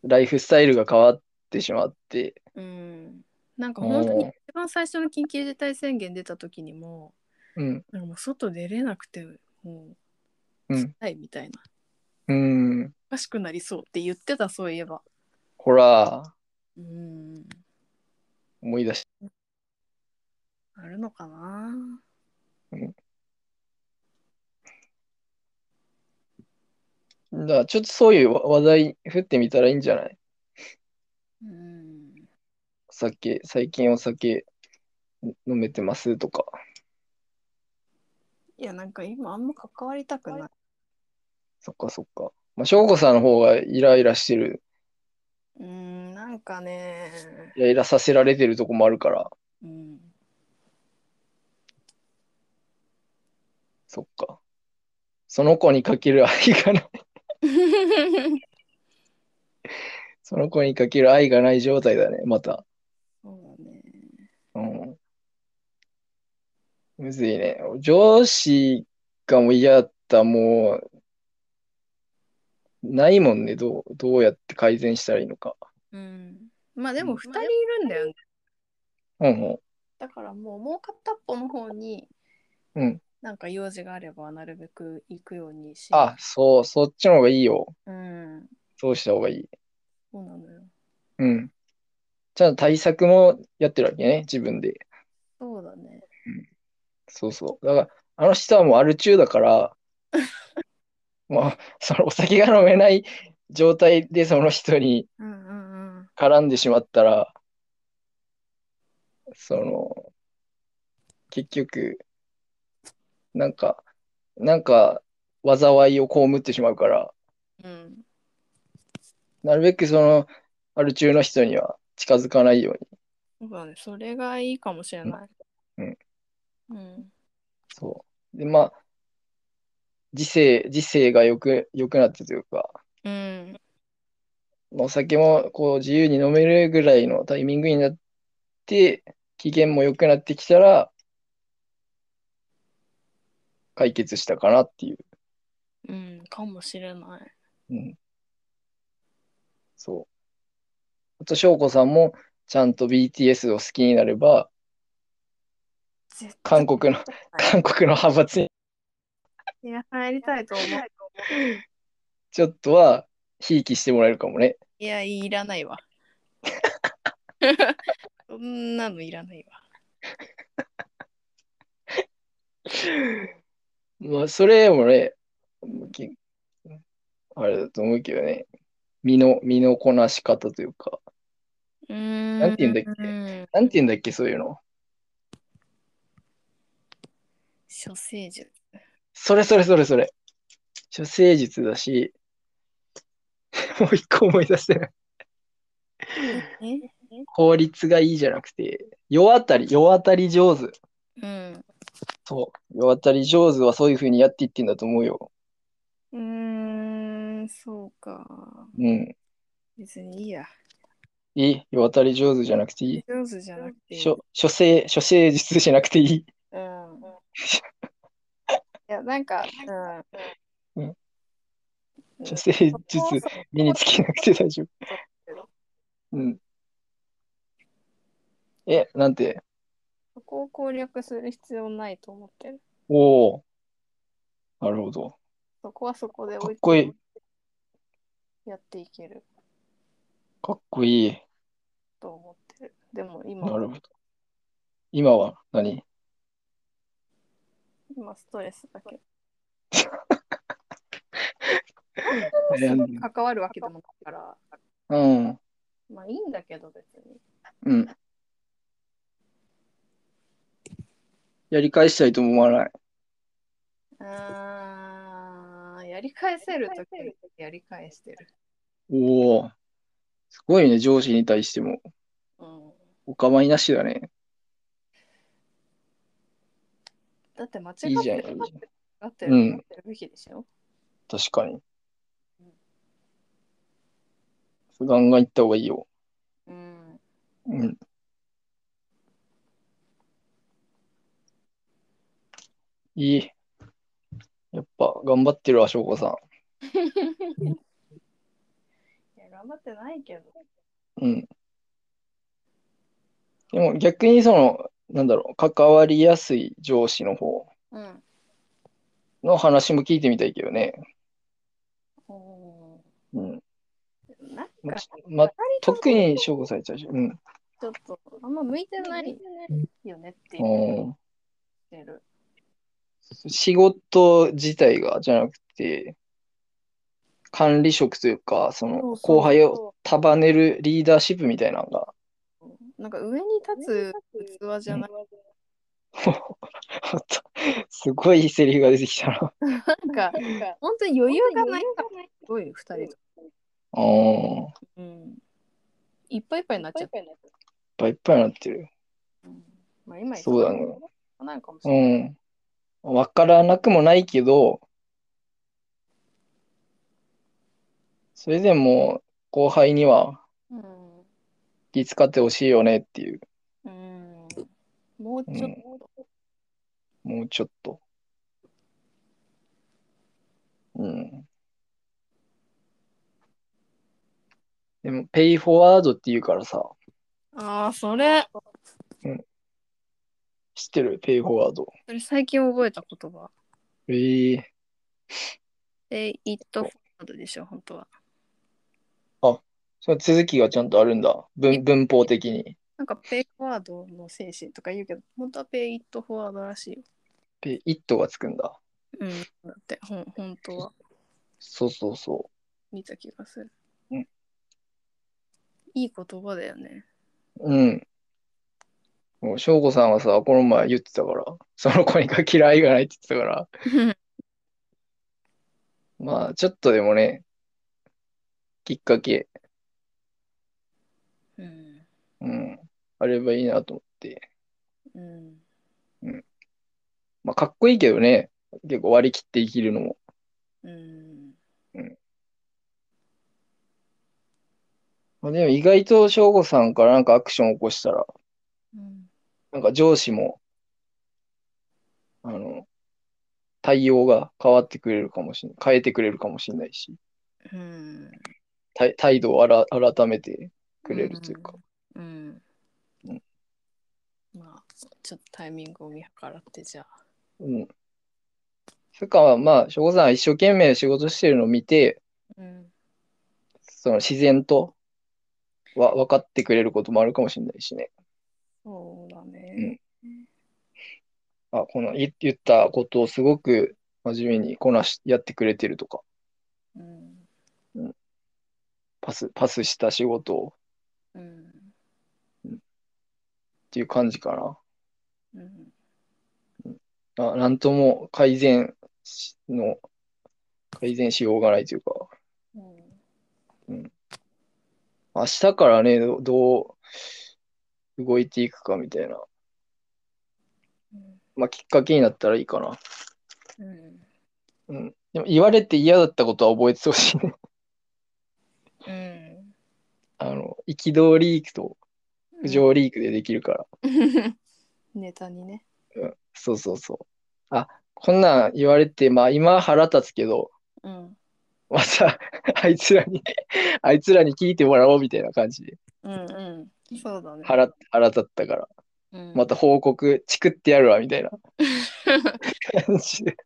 ライフスタイルが変わってしまって、うん。なんか本当おにー一番最初の緊急事態宣言出た時にも、うん、なんかもう外出れなくて、もう、うん辛いみたいなうん。おかしくなりそうって言ってたそういえばほら、うん思い出しあるのかなた。だからちょっとそういう話題振ってみたらいいんじゃないうんお酒、最近お酒飲めてますとか。いやなんか今あんま関わりたくないそっかそっか。まあ、翔子さんの方がイライラしてる、うんなんかねイライラさせられてるとこもあるから、うんそっか。その子にかける愛がない、その子にかける愛がない状態だね、また。そうだねうん。むずいね。上司がもう嫌だった、もう、ないもんね、どう、どうやって改善したらいいのか。うんまあでうもん2人いるんだよねうんだからもうもう片っぽの方にうん。うん。なんか用事があればなるべく行くようにしあ、そう、そっちの方がいいよ。うんそうした方がいい。そうなのようん。ちゃんと対策もやってるわけね、自分で。そうだねそうそう。だから、あの人はもうアル中だから、もう、そのお酒が飲めない状態でその人にうんうんうん絡んでしまったら、その、結局、なんか、なんか、災いを被ってしまうから、うんなるべくその、アル中の人には近づかないように。そうだねそれがいいかもしれないうんうんそう。で、まあ、時世、時世がよく、良くなってというか、うんまあお酒もこう自由に飲めるぐらいのタイミングになって、機嫌も良くなってきたら、解決したかなっていう。うんかもしれないうん。そう。あと、翔子さんも、ちゃんと BTS を好きになれば、絶韓対国の、韓国の派閥にいや、入りたいと思う。ちょっとは、ひいきしてもらえるかもね。いやいらないわそんなのいらないわまあ、それもね、きあれだと思うけどね、身の、身のこなし方というか、うんなんて言うんだっけけなんて言うんだっけ、そういうの。処世術それそれそれそれ。処世術だし、 もう一個思い出せない。え効率がいいじゃなくて、世当たり、世当たり上手。うんそう。世当たり上手はそういうふうにやっていってんだと思うよ。うーん、そうか。うん。別にいいや。いい世当たり上手じゃなくていい。上手じゃなくていい。処、処世、処世術じゃなくていい。うん。いや、なんか、ううん。ん女性術身につけなくて大丈夫。うん。え、なんて、そこを攻略する必要ないと思ってる。おお。なるほど。そこはそこでかっ置いてこいい。やっていけるかっこいい。と思ってる。でも今な、るほど。今は何今ストレスだけ。悩んでる関わるわけでもないから、うん。まあいいんだけど別に。うん。やり返したいとも思わない。あーやり返せるときやり返してる。おお。すごいね、上司に対しても。うん。お構いなしだね。だって間違いいっじゃん、いいじゃてるん。間違ってうるんやってるべきでしょ。確かに。ガンガン行った方がいいよ。うん。うん。いい。やっぱ頑張ってるわ、翔子さいや、頑張ってないけど。ん。うん。でも逆にその、なんだろう、関わりやすい上司の方うん。の話も聞いてみたいけどね。おまま、特に称呼されちゃうし。うん。ちょっとあんま向いてないよねって言っうんてる。仕事自体がじゃなくて、管理職というか、そのそうそう後輩を束ねるリーダーシップみたいなのが、なんか上に立つ器じゃなくほんと すごいセリフが出てきたな。なんか本当に余裕がないからすごい二人と、あーいっうん、いっぱいいっぱいになっちゃった。ぱいいっぱいになってる。まあ、今そうだね。ないかもしれない。うん。わからなくもないけど、それでも後輩にはうん気使ってほしいよねっていう、うんもうちょっと、もうちょっと。うん。でも、ペイフォワードって言うからさ、ああ、それ、知ってるペイフォワード。それ最近覚えた言葉。えええ、イットフォワードでしょ、本当は。その続きがちゃんとあるんだ。文、文法的に。なんかペイフォワードの精神とか言うけど、本当はペイイットフォワードらしいよ。ペイ、イットがつくんだ。うん、だって、ほん本当はそうそうそう。見た気がする。うんいい言葉だよね。うん。もう、翔子さんはさ、この前言ってたから、その子にか嫌いがないって言ってたから、まあ、ちょっとでもね、きっかけ、うん。うん、あればいいなと思って。うん。まあ、かっこいいけどね、結構割り切って生きるのも。うん。まあ、でも意外と翔子さんからなんかアクション起こしたら、うん。なんか上司も、あの、対応が変わってくれるかもしれない、変えてくれるかもしれないし。うん。態態度をあら改めてくれるというか、うん。うんまあ、ちょっとタイミングを見計らって、じゃあ。うん。それか、まあ、省吾さんが一生懸命仕事してるのを見て、うん。その自然とわ分かってくれることもあるかもしれないしね。そうだね。あ、この言言ったことをすごく真面目にこなし、やってくれてるとか、うん。パス、パスした仕事をうん。っていう感じかうん。な。あ、なんとも改善しの、改善しようがないというか、うん明日からね、どどう動いていくかみたいな、うんまあ、きっかけになったらいいかな。うんうん。でも言われて嫌だったことは覚えててほしいね。 うんあの、憤りークと不条リークでできるから。 ネタにね。そうそうそう。あ、こんなん言われて、まあ今腹立つけど、うん。また あいつらに あいつらに聞いてもらおうみたいな感じでうん うん。そうだね。腹、腹立ったから、うんまた報告チクってやるわみたい な感じで、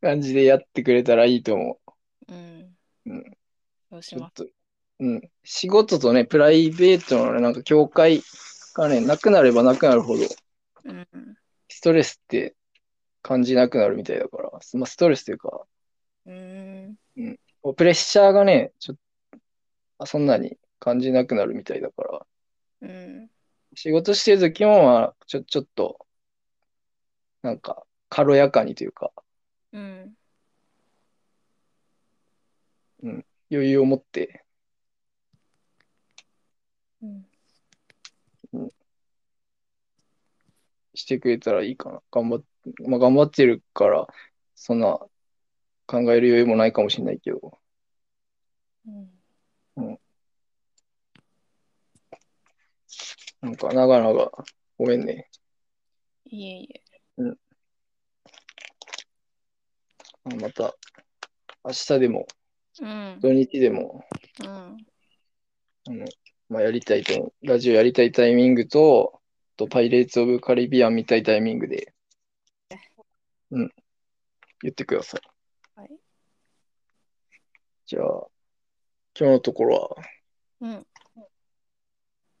感じでやってくれたらいいと思う。うん。うんそうしちょまっと、うん。仕事とね、プライベートのねなんか境界がね、なくなればなくなるほど、す。うん。ストレスって感じなくなるみたいだから、まあ、ストレスというか、うん。こうプレッシャーがね、ちょっと、そんなに感じなくなるみたいだから、うん。仕事してる時も、まあ、ちょ、ちょっと、なんか、軽やかにというか、うん。余裕を持って、うんしてくれたらいいかな。頑張っ、まあ、頑張ってるから、そんな、考える余裕もないかもしれないけど、うん。なんか、長々、ごめんね。いえいえ。まあまた、明日でも、うん。土日でも、うん。あの、まあ、やりたいタイラジオやりたいタイミングと、あとパイレーツ・オブ・カリビアン見たいタイミングで、うん、言ってください。はい。じゃあ、今日のところは、うん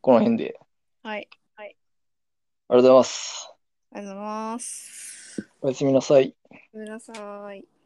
この辺で。はい。ありがとうございます。ありがとうございます。おやすみなさい。ごめんなさい。